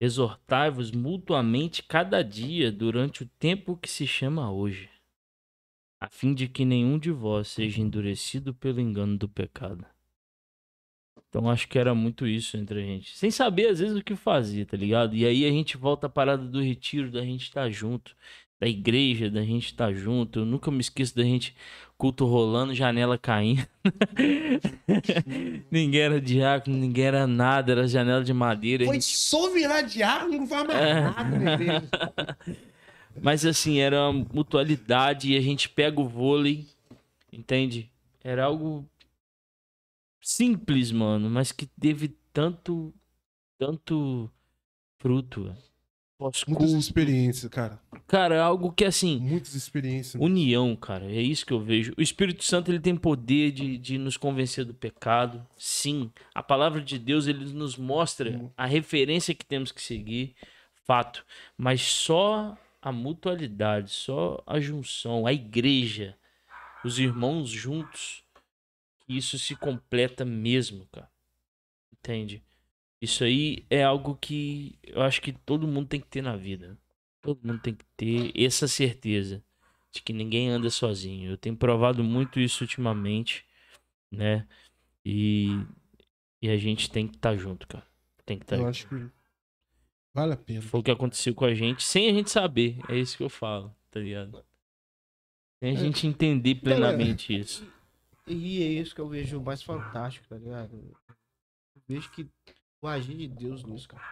Speaker 1: exortai-vos mutuamente cada dia durante o tempo que se chama hoje, a fim de que nenhum de vós seja endurecido pelo engano do pecado. Então acho que era muito isso entre a gente. Sem saber às vezes o que fazer, tá ligado? E aí a gente volta à parada do retiro, da gente estar junto, da igreja, da gente estar junto. Eu nunca me esqueço da gente culto rolando, janela caindo. <laughs> ninguém era diácono, ninguém era nada, era janela de madeira.
Speaker 3: Foi só virar diácono, não vai mais
Speaker 1: É.
Speaker 3: nada,
Speaker 1: <laughs>
Speaker 3: né, Deus?
Speaker 1: Mas assim, era uma mutualidade e a gente pega o vôlei, entende? Era algo simples, mano, mas que teve tanto, tanto fruto. velho.
Speaker 3: Muitas
Speaker 1: Pós-culto.
Speaker 3: experiências, cara.
Speaker 1: Cara, algo que assim,
Speaker 3: Muitas experiências.
Speaker 1: União, cara, é isso que eu vejo. O Espírito Santo ele tem poder de, de nos convencer do pecado, sim. A palavra de Deus ele nos mostra a referência que temos que seguir, fato. Mas só a mutualidade, só a junção, a igreja, os irmãos juntos, que isso se completa mesmo, cara. Entende? Isso aí é algo que eu acho que todo mundo tem que ter na vida. Todo mundo tem que ter essa certeza de que ninguém anda sozinho. Eu tenho provado muito isso ultimamente, né? E, e a gente tem que estar junto, cara. Tem que estar
Speaker 3: Eu
Speaker 1: junto.
Speaker 3: acho é que vale a pena.
Speaker 1: Foi o que aconteceu com a gente, sem a gente saber. É isso que eu falo, tá ligado?
Speaker 3: É.
Speaker 1: Sem a gente entender
Speaker 3: Então,
Speaker 1: plenamente isso.
Speaker 2: E é isso que eu vejo mais fantástico, tá ligado? Eu vejo que o agir de Deus nisso, cara.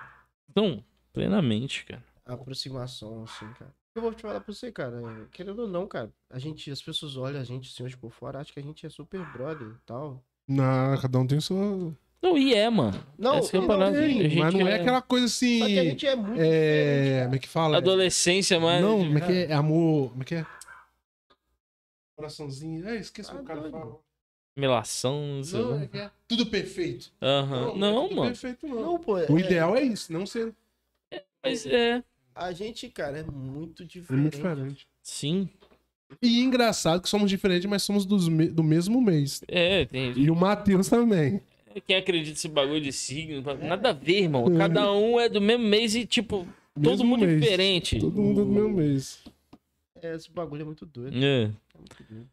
Speaker 1: Então, plenamente, cara.
Speaker 2: A aproximação, assim, cara. Eu vou te falar pra você, cara. é, Querendo ou não, cara, a gente, as pessoas olham a gente assim hoje por fora, acham que a gente é super brother e tal.
Speaker 3: Não, cada um tem o seu.
Speaker 1: Não, e é, mano.
Speaker 2: Não,
Speaker 1: Essa que é a
Speaker 2: não
Speaker 1: parada.
Speaker 2: tem,
Speaker 1: A gente
Speaker 3: Mas não é aquela coisa assim.
Speaker 2: Só que a gente é muito diferente.
Speaker 3: É. Como é que fala?
Speaker 1: Adolescência, mas.
Speaker 3: Não, como é que é? É Amor. Como é que é? Coraçãozinho. É, esqueci o que
Speaker 2: Ah,
Speaker 3: o cara
Speaker 2: doido.
Speaker 3: fala.
Speaker 1: Melação, não sei
Speaker 3: Não,
Speaker 1: lá.
Speaker 3: é que é tudo perfeito.
Speaker 1: Aham. Ah. Não,
Speaker 3: é tudo
Speaker 1: mano.
Speaker 3: perfeito, não.
Speaker 2: Não, pô.
Speaker 3: O
Speaker 2: é-
Speaker 3: ideal é isso, não ser
Speaker 1: Mas é.
Speaker 2: A gente, cara, é muito
Speaker 3: é muito
Speaker 2: diferente.
Speaker 3: diferente.
Speaker 1: Sim.
Speaker 3: E engraçado que somos diferentes, mas somos dos me- do mesmo mês.
Speaker 1: É, tem.
Speaker 3: E o Matheus também.
Speaker 1: Quem acredita nesse bagulho de signo?
Speaker 3: É.
Speaker 1: Nada a ver, irmão. Cada um é do mesmo mês e, tipo, todo
Speaker 3: Mesmo
Speaker 1: mundo
Speaker 3: mês.
Speaker 1: diferente.
Speaker 3: Todo mundo é do mesmo mês.
Speaker 2: É, Esse bagulho é muito doido.
Speaker 1: É.
Speaker 2: é muito doido.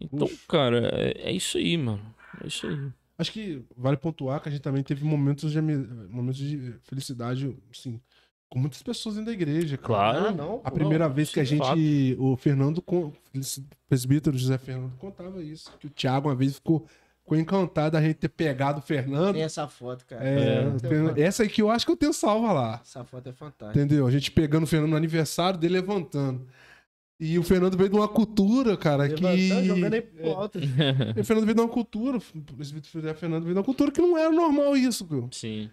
Speaker 1: Então,
Speaker 3: Ufa.
Speaker 1: cara, é, é isso aí, mano. É isso aí.
Speaker 3: Acho que vale pontuar que a gente também teve momentos de, ami- momentos de felicidade, assim, com muitas pessoas dentro da igreja. cara.
Speaker 1: Claro.
Speaker 2: Ah, não,
Speaker 3: A
Speaker 2: pô.
Speaker 3: primeira vez que a
Speaker 1: de
Speaker 3: gente.
Speaker 1: fato.
Speaker 3: O Fernando, con- o presbítero José Fernando, contava isso. Que o Thiago uma vez ficou, ficou encantado a gente ter pegado o Fernando.
Speaker 2: Tem essa foto, cara.
Speaker 3: É,
Speaker 2: Tem
Speaker 3: o Fernando- Essa aí que eu acho que eu tenho salva lá.
Speaker 2: Essa foto é fantástica.
Speaker 3: Entendeu? A gente pegando o Fernando no aniversário dele levantando. E o Fernando veio de uma cultura, cara,
Speaker 2: Levantando,
Speaker 3: que.
Speaker 2: Tá jogando aí pro alto.
Speaker 3: <laughs> E o Fernando veio de uma cultura, o presbítero José Fernando veio de uma cultura que não era normal isso, viu?
Speaker 1: Sim.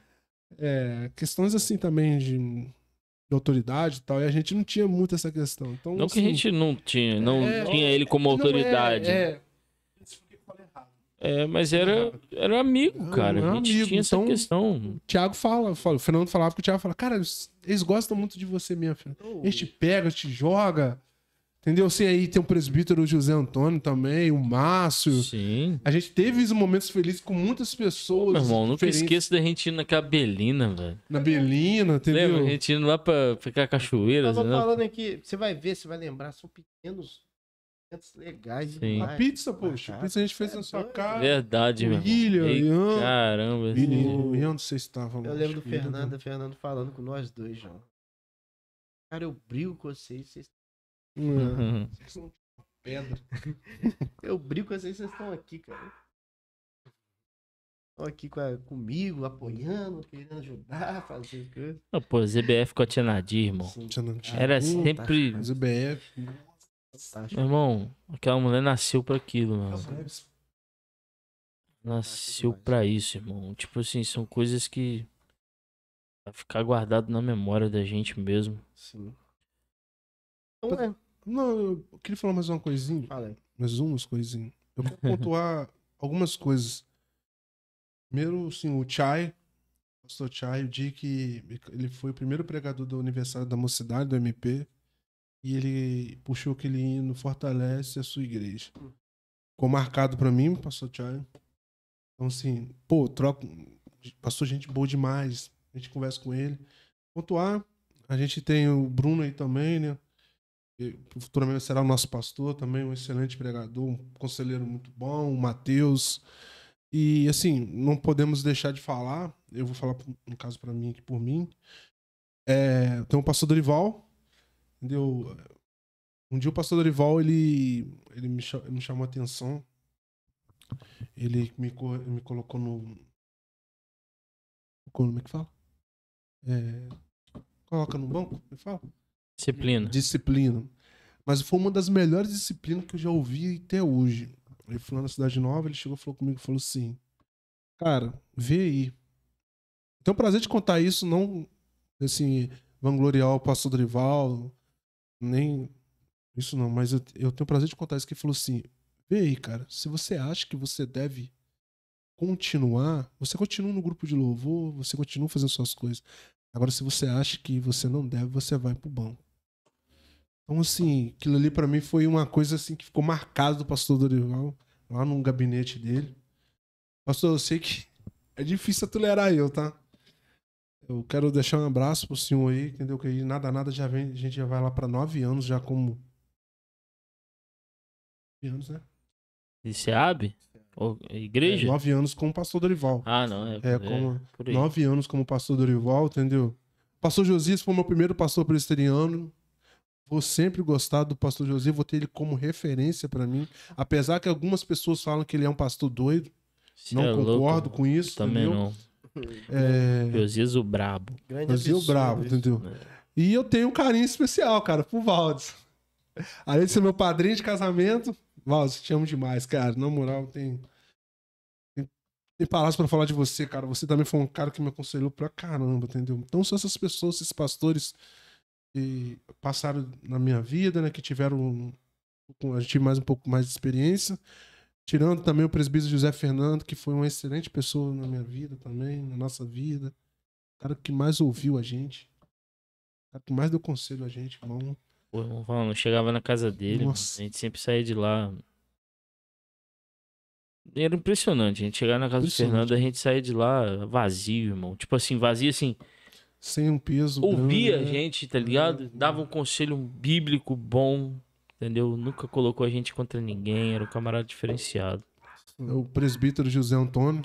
Speaker 3: É, questões assim também de, de autoridade e tal, e a gente não tinha muito essa questão. Então,
Speaker 1: Não que a
Speaker 3: assim,
Speaker 1: gente não tinha, não
Speaker 3: É,
Speaker 1: tinha ele como
Speaker 3: não é-
Speaker 1: autoridade.
Speaker 3: é- Isso foi o que eu falei errado.
Speaker 1: É, mas era, era amigo,
Speaker 3: Era um
Speaker 1: cara. a gente
Speaker 3: amigo,
Speaker 1: tinha essa
Speaker 3: então-
Speaker 1: questão.
Speaker 3: O Thiago fala, fala, o Fernando falava que o Thiago fala, cara, eles eles gostam muito de você mesmo, filho.
Speaker 2: então.
Speaker 3: Eles te pegam, eles te jogam. Entendeu? Você aí tem o presbítero o José Antônio também, o Márcio.
Speaker 1: Sim.
Speaker 3: A gente teve esses momentos felizes com muitas pessoas.
Speaker 1: Meu irmão, nunca
Speaker 3: diferentes.
Speaker 1: esqueço da gente ir na Cabelina, velho.
Speaker 3: Na Belina, entendeu?
Speaker 1: Lembra? A gente indo lá pra ficar cachoeira,
Speaker 2: Tava
Speaker 1: né?
Speaker 2: falando aqui, você vai ver, você vai lembrar, são pequenos momentos legais
Speaker 1: Sim.
Speaker 2: demais.
Speaker 3: A pizza, poxa.
Speaker 2: Marcado.
Speaker 3: A pizza a gente fez
Speaker 2: É
Speaker 3: na sua
Speaker 2: doido.
Speaker 3: casa.
Speaker 1: Verdade, meu
Speaker 3: o
Speaker 1: irmão.
Speaker 3: William, o
Speaker 1: Ei,
Speaker 3: Ian.
Speaker 1: Caramba.
Speaker 3: William,
Speaker 1: <laughs>
Speaker 3: o Ian, não sei se tava
Speaker 2: Eu
Speaker 3: lá,
Speaker 2: lembro do
Speaker 3: acho que o William
Speaker 2: Fernando, o Fernando falando com nós dois, João. Cara, eu brigo com vocês, vocês-
Speaker 3: não. É.
Speaker 1: Uhum.
Speaker 3: Vocês são Pedra.
Speaker 2: eu brigo com vocês, vocês estão aqui, cara. Estão aqui com a- comigo, apoiando, querendo ajudar, fazer coisas.
Speaker 1: Ah, Pô, ZBF com a Tia Nadir, irmão.
Speaker 2: Assim,
Speaker 3: Tinha nome de-
Speaker 1: Era
Speaker 3: Puta,
Speaker 1: sempre.
Speaker 3: Mas o BF.
Speaker 2: fantástico.
Speaker 1: Meu irmão, aquela mulher nasceu pra aquilo, mano. Nasceu
Speaker 2: demais.
Speaker 1: pra isso, irmão. Tipo assim, são coisas que vai ficar guardado na memória da gente mesmo.
Speaker 2: Sim. Então é,
Speaker 3: Não, eu queria falar mais uma coisinha.
Speaker 2: fala aí.
Speaker 3: mais umas coisinhas. Eu quero pontuar algumas coisas. Primeiro, assim, o Chai, o pastor Chai, o dia que ele foi o primeiro pregador do aniversário da mocidade, do MP, e ele puxou aquele hino Fortalece a sua igreja. Ficou marcado pra mim, pastor Chai. Então, assim, pô, troco. Pastor, gente boa demais. A gente conversa com ele. Pontuar, a gente tem o Bruno aí também, né? E futuramente será o nosso pastor também, um excelente pregador, um conselheiro muito bom, o Matheus. E assim, não podemos deixar de falar, eu vou falar no caso pra mim aqui por mim. É, tem o pastor Dorival, entendeu? Um dia o pastor Dorival, ele, ele me, cha- me chamou a atenção. Ele me, co- me colocou no. Como é que fala? É, coloca no banco, me fala.
Speaker 1: Disciplina.
Speaker 3: Disciplina. Mas foi uma das melhores disciplinas que eu já ouvi até hoje. Ele foi lá na Cidade Nova, ele chegou e falou comigo, falou assim, cara, vê aí. Tenho o prazer de contar isso, não, assim, vangloriar o pastor Drival, nem isso não, mas eu, eu tenho o prazer de contar isso, que ele falou assim, vê aí, cara, se você acha que você deve continuar, você continua no grupo de louvor, você continua fazendo suas coisas. Agora, se você acha que você não deve, você vai pro banco. Então, assim, aquilo ali pra mim foi uma coisa assim que ficou marcada do pastor Dorival, lá no gabinete dele. Pastor, eu sei que é difícil tolerar eu, tá? Eu quero deixar um abraço pro senhor aí, entendeu? Que aí nada, nada já vem, a gente já vai lá pra nove anos já como. Nove anos, né?
Speaker 1: E Seab? Ou-
Speaker 3: É,
Speaker 1: Igreja?
Speaker 3: nove anos como pastor Dorival.
Speaker 1: Ah, não. É,
Speaker 3: É, como
Speaker 1: por aí.
Speaker 3: nove anos como pastor Dorival, entendeu? Pastor Josias foi meu primeiro pastor presbiteriano. Vou sempre gostar do pastor Josias, vou ter ele como referência pra mim. Apesar que algumas pessoas falam que ele é um pastor doido,
Speaker 1: Cê
Speaker 3: não
Speaker 1: é louco,
Speaker 3: concordo
Speaker 1: mano.
Speaker 3: com isso,
Speaker 1: Também
Speaker 3: entendeu?
Speaker 1: não.
Speaker 3: É,
Speaker 1: Josias o Brabo.
Speaker 2: Grande
Speaker 3: Brasil
Speaker 2: absurdo
Speaker 3: bravo,
Speaker 2: isso. É.
Speaker 3: entendeu? E eu tenho um carinho especial, cara, pro Valdes. Além de ser meu padrinho de casamento, Valdes, te amo demais, cara. Na moral, tem. Tem, tem palavras pra falar de você, cara. Você também foi um cara que me aconselhou pra caramba, entendeu? Então são essas pessoas, esses pastores que passaram na minha vida, né? Que tiveram. um- um- A gente tive mais um pouco mais de experiência. Tirando também o presbítero José Fernando, que foi uma excelente pessoa na minha vida também, na nossa vida. O cara que mais ouviu a gente. O cara que mais deu conselho a gente, irmão.
Speaker 1: Pô, irmão, falando, eu chegava na casa dele, mano,
Speaker 3: Nossa.
Speaker 1: a gente sempre saía de lá. Era impressionante, a gente chegava na casa do
Speaker 3: Impressionante.
Speaker 1: Fernando, a gente saía de lá vazio, irmão. Tipo assim, vazio assim,
Speaker 3: Sem um peso.
Speaker 1: ouvia a
Speaker 3: grande, né?
Speaker 1: gente, tá ligado? Dava um conselho bíblico bom, entendeu? Nunca colocou a gente contra ninguém, era um camarada diferenciado.
Speaker 3: É O presbítero José Antônio.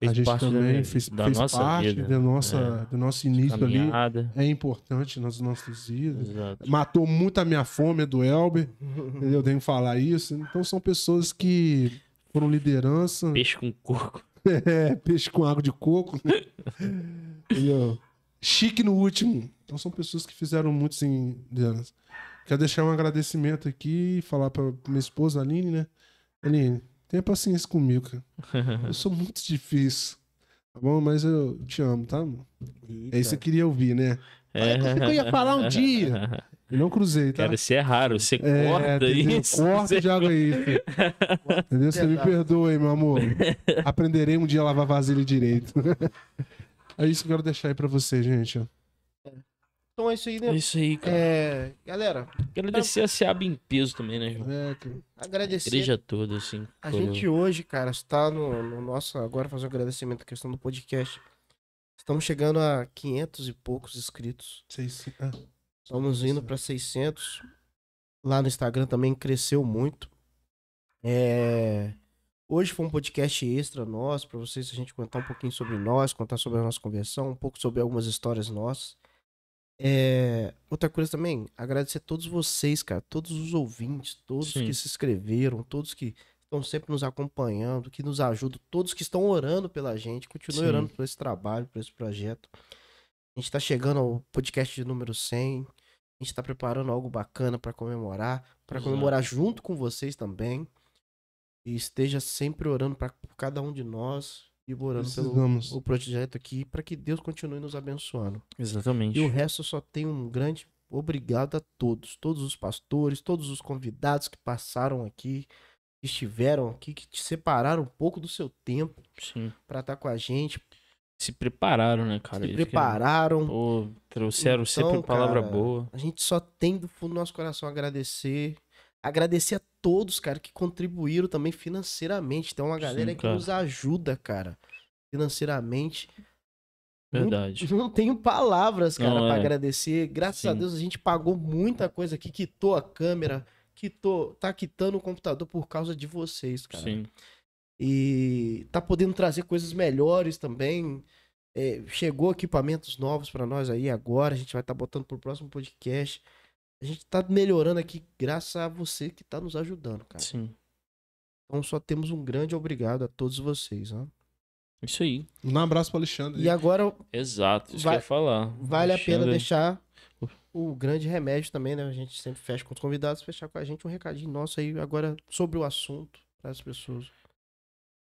Speaker 3: a gente também fez, fez parte da nossa, do nosso início ali.
Speaker 1: caminhada.
Speaker 3: É importante nas nossas vidas.
Speaker 1: Exato.
Speaker 3: Matou muito a minha fome, a do Elber. Entendeu? Eu tenho que falar isso. Então são pessoas que foram liderança.
Speaker 1: Peixe com
Speaker 3: <laughs>
Speaker 1: coco.
Speaker 3: É, peixe com água de coco. <laughs> né? Entendeu? Chique no último. Então são pessoas que fizeram muito sim, Dianas. Quero deixar um agradecimento aqui e falar pra pra minha esposa, Aline, né? Aline, tenha paciência comigo, cara. Eu sou muito difícil. Tá bom? Mas É eu te amo, tá? amor? É isso que eu queria ouvir, né?
Speaker 1: É. <laughs>
Speaker 3: Eu ia falar um dia. Eu não cruzei, tá?
Speaker 1: Cara, isso é raro. Você
Speaker 3: É,
Speaker 1: corta
Speaker 3: entendeu?
Speaker 1: isso.
Speaker 3: Corta
Speaker 1: você-
Speaker 3: de água aí, filho. Entendeu? Você me
Speaker 2: Exato.
Speaker 3: perdoe, meu
Speaker 1: <laughs>
Speaker 3: amor. Aprenderei um dia a lavar vasilha direito. <laughs> é isso que eu quero deixar aí pra você, gente. ó.
Speaker 2: Então é isso aí,
Speaker 1: É
Speaker 2: né?
Speaker 1: isso aí, cara.
Speaker 2: É, galera,
Speaker 1: Agradecer a SEAB em peso também, né, João?
Speaker 3: É, cara.
Speaker 2: agradecer.
Speaker 1: Igreja toda, assim.
Speaker 2: A
Speaker 1: foram-
Speaker 2: gente hoje, cara, está no, no nosso. Agora fazer um agradecimento à questão do podcast. Estamos chegando a 500 e poucos inscritos.
Speaker 3: Vocês- ah,
Speaker 2: Estamos indo para 600. Lá no Instagram também cresceu muito. É, Hoje foi um podcast extra nosso, para vocês, a gente contar um pouquinho sobre nós, contar sobre a nossa conversão, um pouco sobre algumas histórias nossas. É, Outra coisa também, agradecer a todos vocês, cara, todos os ouvintes, todos
Speaker 1: Sim.
Speaker 2: que se inscreveram, todos que estão sempre nos acompanhando, que nos ajudam, todos que estão orando pela gente, continuem
Speaker 1: Sim.
Speaker 2: orando por esse trabalho, por esse projeto. A gente está chegando ao podcast de número 100. A gente está preparando algo bacana para comemorar, para
Speaker 1: Exato.
Speaker 2: comemorar junto com vocês também. E esteja sempre orando para cada um de nós e orando pelo
Speaker 3: Precisamos.
Speaker 2: o projeto aqui, para que Deus continue nos abençoando.
Speaker 1: Exatamente.
Speaker 2: E o resto eu só tenho um grande obrigado a todos, todos os pastores, todos os convidados que passaram aqui, que estiveram aqui, que te separaram um pouco do seu tempo
Speaker 1: Sim.
Speaker 2: para estar com a gente,
Speaker 1: Se prepararam, né, cara?
Speaker 2: se
Speaker 1: Eles
Speaker 2: prepararam.
Speaker 1: ficaram- Pô, trouxeram sempre
Speaker 2: Então,
Speaker 1: palavra
Speaker 2: cara,
Speaker 1: boa.
Speaker 2: A gente só tem do fundo do nosso coração agradecer. Agradecer a todos, cara, que contribuíram também financeiramente. Tem uma galera
Speaker 1: Sim,
Speaker 2: que
Speaker 1: cara.
Speaker 2: nos ajuda, cara, financeiramente.
Speaker 1: Verdade.
Speaker 2: Eu Não tenho palavras, cara,
Speaker 1: Não,
Speaker 2: pra
Speaker 1: é.
Speaker 2: agradecer. Graças a
Speaker 1: Sim.
Speaker 2: Deus a gente pagou muita coisa aqui, quitou a câmera, quitou, tá quitando o computador por causa de vocês, cara.
Speaker 1: Sim.
Speaker 2: E tá podendo trazer coisas melhores também. É, chegou equipamentos novos pra nós aí agora. A gente vai estar botando pro próximo podcast. A gente tá melhorando aqui, graças a você que tá nos ajudando, cara.
Speaker 1: Sim.
Speaker 2: Então só temos um grande obrigado a todos vocês. Ó.
Speaker 1: Isso aí.
Speaker 3: Um abraço pro Alexandre.
Speaker 2: E agora
Speaker 1: Exato. Isso
Speaker 2: Vai-
Speaker 1: que eu ia falar.
Speaker 2: vale a pena
Speaker 1: Alexandre-
Speaker 2: deixar o grande remédio também, né? A gente sempre fecha com os convidados, fechar com a gente um recadinho nosso aí agora sobre o assunto para as pessoas.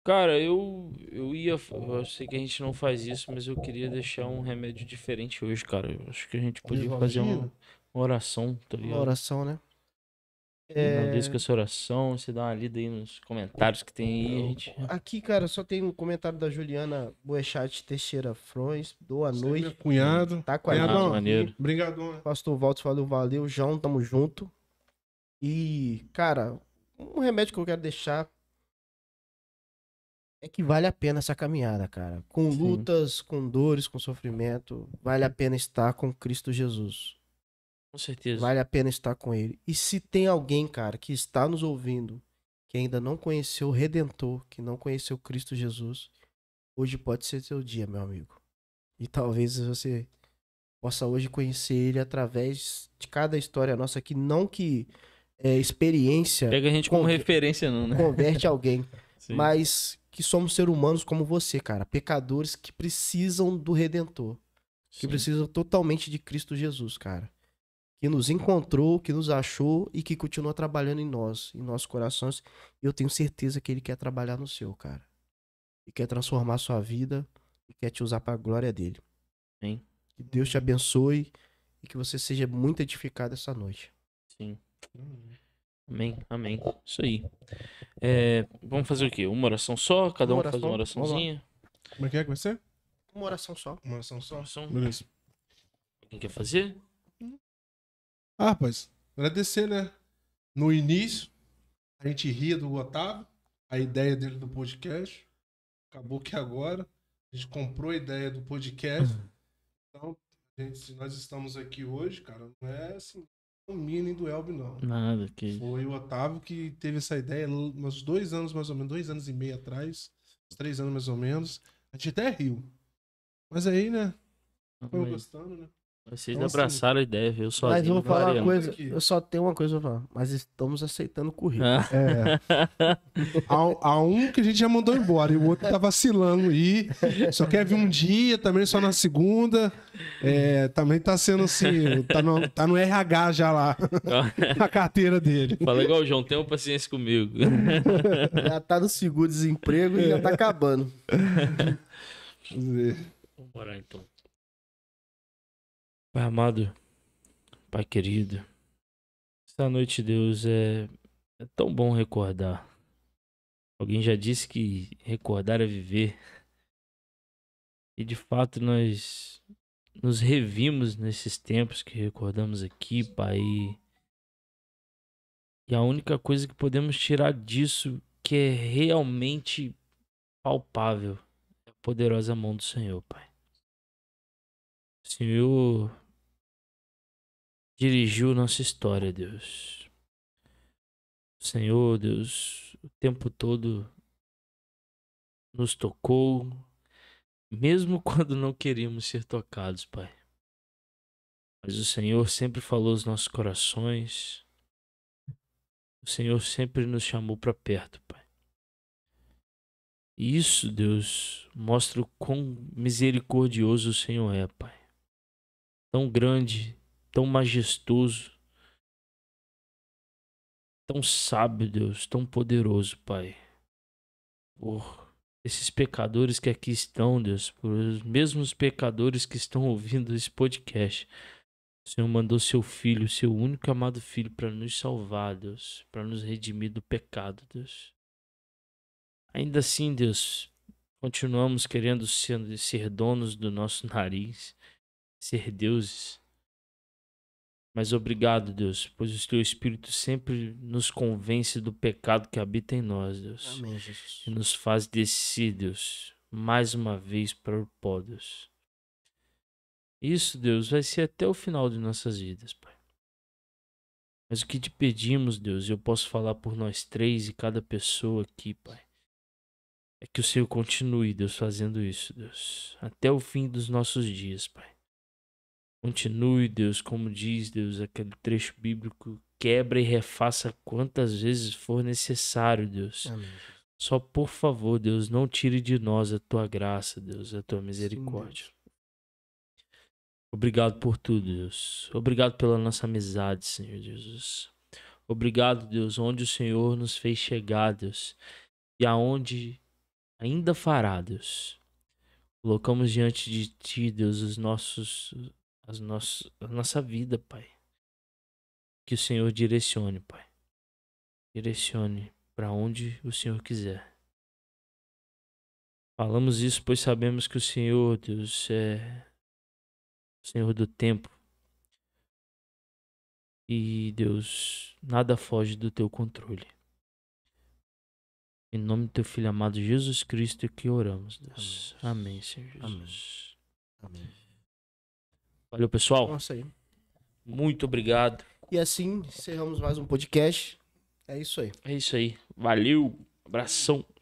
Speaker 1: Cara, eu, eu ia. Eu sei que a gente não faz isso, mas eu queria deixar um remédio diferente hoje, cara. Eu acho que a gente podia
Speaker 3: Valtinho.
Speaker 1: fazer um- uma uma oração, tá
Speaker 2: Uma
Speaker 1: ligado?
Speaker 2: oração, né? É.
Speaker 1: Finaliza com essa oração, você dá uma lida aí nos comentários que tem aí, a gente.
Speaker 2: Aqui, cara, só tem um comentário da Juliana Boechat Teixeira Frões. Boa
Speaker 3: Você, é
Speaker 2: noite.
Speaker 3: Meu cunhado.
Speaker 2: Tá com a
Speaker 3: Cunhadão.
Speaker 2: gente.
Speaker 1: Maneiro.
Speaker 3: Obrigadão. né?
Speaker 2: Pastor Waltz falou, valeu, João, tamo junto. E, cara, um remédio que eu quero deixar é que vale a pena essa caminhada, cara. Com
Speaker 1: Sim.
Speaker 2: lutas, com dores, com sofrimento, vale a pena estar com Cristo Jesus.
Speaker 1: Com certeza.
Speaker 2: Vale a pena estar com ele. E se tem alguém, cara, que está nos ouvindo, que ainda não conheceu o Redentor, que não conheceu Cristo Jesus, hoje pode ser seu dia, meu amigo. E talvez você possa hoje conhecer ele através de cada história nossa aqui, não que é, experiência
Speaker 1: Pega a gente como
Speaker 2: Conv-
Speaker 1: referência, não, né?
Speaker 2: converte alguém,
Speaker 1: <laughs> Sim.
Speaker 2: mas que somos seres humanos como você, cara, pecadores que precisam do Redentor que
Speaker 1: Sim.
Speaker 2: precisam totalmente de Cristo Jesus, cara. Que nos encontrou, que nos achou e que continua trabalhando em nós, em nossos corações. E eu tenho certeza que Ele quer trabalhar no seu, cara. E quer transformar a sua vida e quer te usar para a glória dele.
Speaker 1: Amém.
Speaker 2: Que Deus te abençoe e que você seja muito edificado essa noite.
Speaker 1: Sim. Amém, amém. Isso aí. É, vamos fazer o quê? Uma oração só? Cada um
Speaker 2: Uma
Speaker 1: faz uma
Speaker 2: oração, vamos lá.
Speaker 1: oraçãozinha?
Speaker 3: Como é que é que vai ser?
Speaker 2: Uma oração só.
Speaker 3: Uma oração só.
Speaker 1: Oração.
Speaker 2: Hum.
Speaker 3: Beleza.
Speaker 1: Quem quer fazer?
Speaker 3: Ah, rapaz, agradecer, né? No início, a gente ria do Otávio, a ideia dele do podcast. Acabou que agora a gente comprou a ideia do podcast. Então, gente, se nós estamos aqui hoje, cara, não é assim, o mini do Elb, não.
Speaker 1: Nada, que.
Speaker 3: Foi o Otávio que teve essa ideia uns dois anos mais ou menos, dois anos e meio atrás, uns três anos mais ou menos. A gente até riu. Mas aí, né? Foi
Speaker 1: Mas
Speaker 3: gostando, né?
Speaker 1: Vocês
Speaker 3: Então, assim,
Speaker 1: abraçaram a ideia, viu? Sozinho
Speaker 2: Mas eu vou
Speaker 1: não
Speaker 2: falar
Speaker 1: faria, não.
Speaker 2: uma coisa.
Speaker 3: Aqui.
Speaker 2: Eu só tenho uma coisa pra falar. Mas estamos aceitando o
Speaker 1: <laughs>
Speaker 2: currículo.
Speaker 1: Ah,
Speaker 3: É. Há, há um que a gente já mandou embora e o outro tá vacilando aí. Só quer vir um dia, também só na segunda. É, também tá sendo assim, tá no, tá no RH já lá, <laughs> na carteira dele.
Speaker 1: Ah, <laughs> fala igual o João, tenha paciência comigo.
Speaker 2: <laughs> Já tá no seguro-desemprego e já
Speaker 1: <laughs>
Speaker 2: tá acabando.
Speaker 1: Vamos orar então. Pai amado, Pai querido, Essa noite, Deus, é, é tão bom recordar. Alguém já disse que recordar é viver. E de fato nós nos revimos nesses tempos que recordamos aqui, Pai. E a única coisa que podemos tirar disso que é realmente palpável é a poderosa mão do Senhor, Pai. O Senhor dirigiu nossa história, Deus. O Senhor, Deus, o tempo todo nos tocou, mesmo <laughs> quando não queríamos ser tocados, Pai. Mas o Senhor sempre falou aos nossos corações. O Senhor sempre nos chamou para perto, Pai. E isso, Deus, mostra o quão misericordioso o Senhor é, Pai. Tão grande, tão majestoso, tão sábio, Deus, tão poderoso, Pai. Por esses pecadores que aqui estão, Deus, por os mesmos pecadores que estão ouvindo esse podcast. O Senhor mandou seu filho, seu único amado filho, para nos salvar, Deus, para nos redimir do pecado, Deus. Ainda assim, Deus, continuamos querendo ser, ser donos do nosso nariz, ser deuses. Mas obrigado, Deus, pois o teu Espírito sempre nos convence do pecado que habita em nós, Deus
Speaker 2: Amém, Jesus.
Speaker 1: e nos faz descer, Deus, mais uma vez para o pó, Deus. Isso, Deus, vai ser até o final de nossas vidas, Pai. Mas o que te pedimos, Deus, e eu posso falar por nós três e cada pessoa aqui, Pai, é que o Senhor continue, Deus, fazendo isso, Deus, até o fim dos nossos dias, Pai. Continue, Deus, como diz Deus, aquele trecho bíblico, quebra e refaça quantas vezes for necessário, Deus.
Speaker 2: Amém.
Speaker 1: Só por favor, Deus, não tire de nós a tua graça, Deus, a tua misericórdia. Obrigado por tudo, Deus. Obrigado pela nossa amizade, Senhor Jesus. Obrigado, Deus, onde o Senhor nos fez chegar, Deus, e aonde ainda fará, Deus. Colocamos diante de Ti, Deus, os nossos, as nossas, a nossa vida, Pai. Que o Senhor direcione, Pai. Direcione para onde o Senhor quiser. Falamos isso, pois sabemos que o Senhor, Deus, é o Senhor do tempo. E, Deus, nada foge do teu controle. Em nome do teu filho amado Jesus Cristo é que oramos, Deus. Amém, Senhor Jesus.
Speaker 2: Amém. Amém.
Speaker 1: Valeu, pessoal.
Speaker 2: Nossa Então é aí.
Speaker 1: Muito obrigado.
Speaker 2: E assim encerramos mais um podcast. É isso aí.
Speaker 1: É isso aí. Valeu. Abração.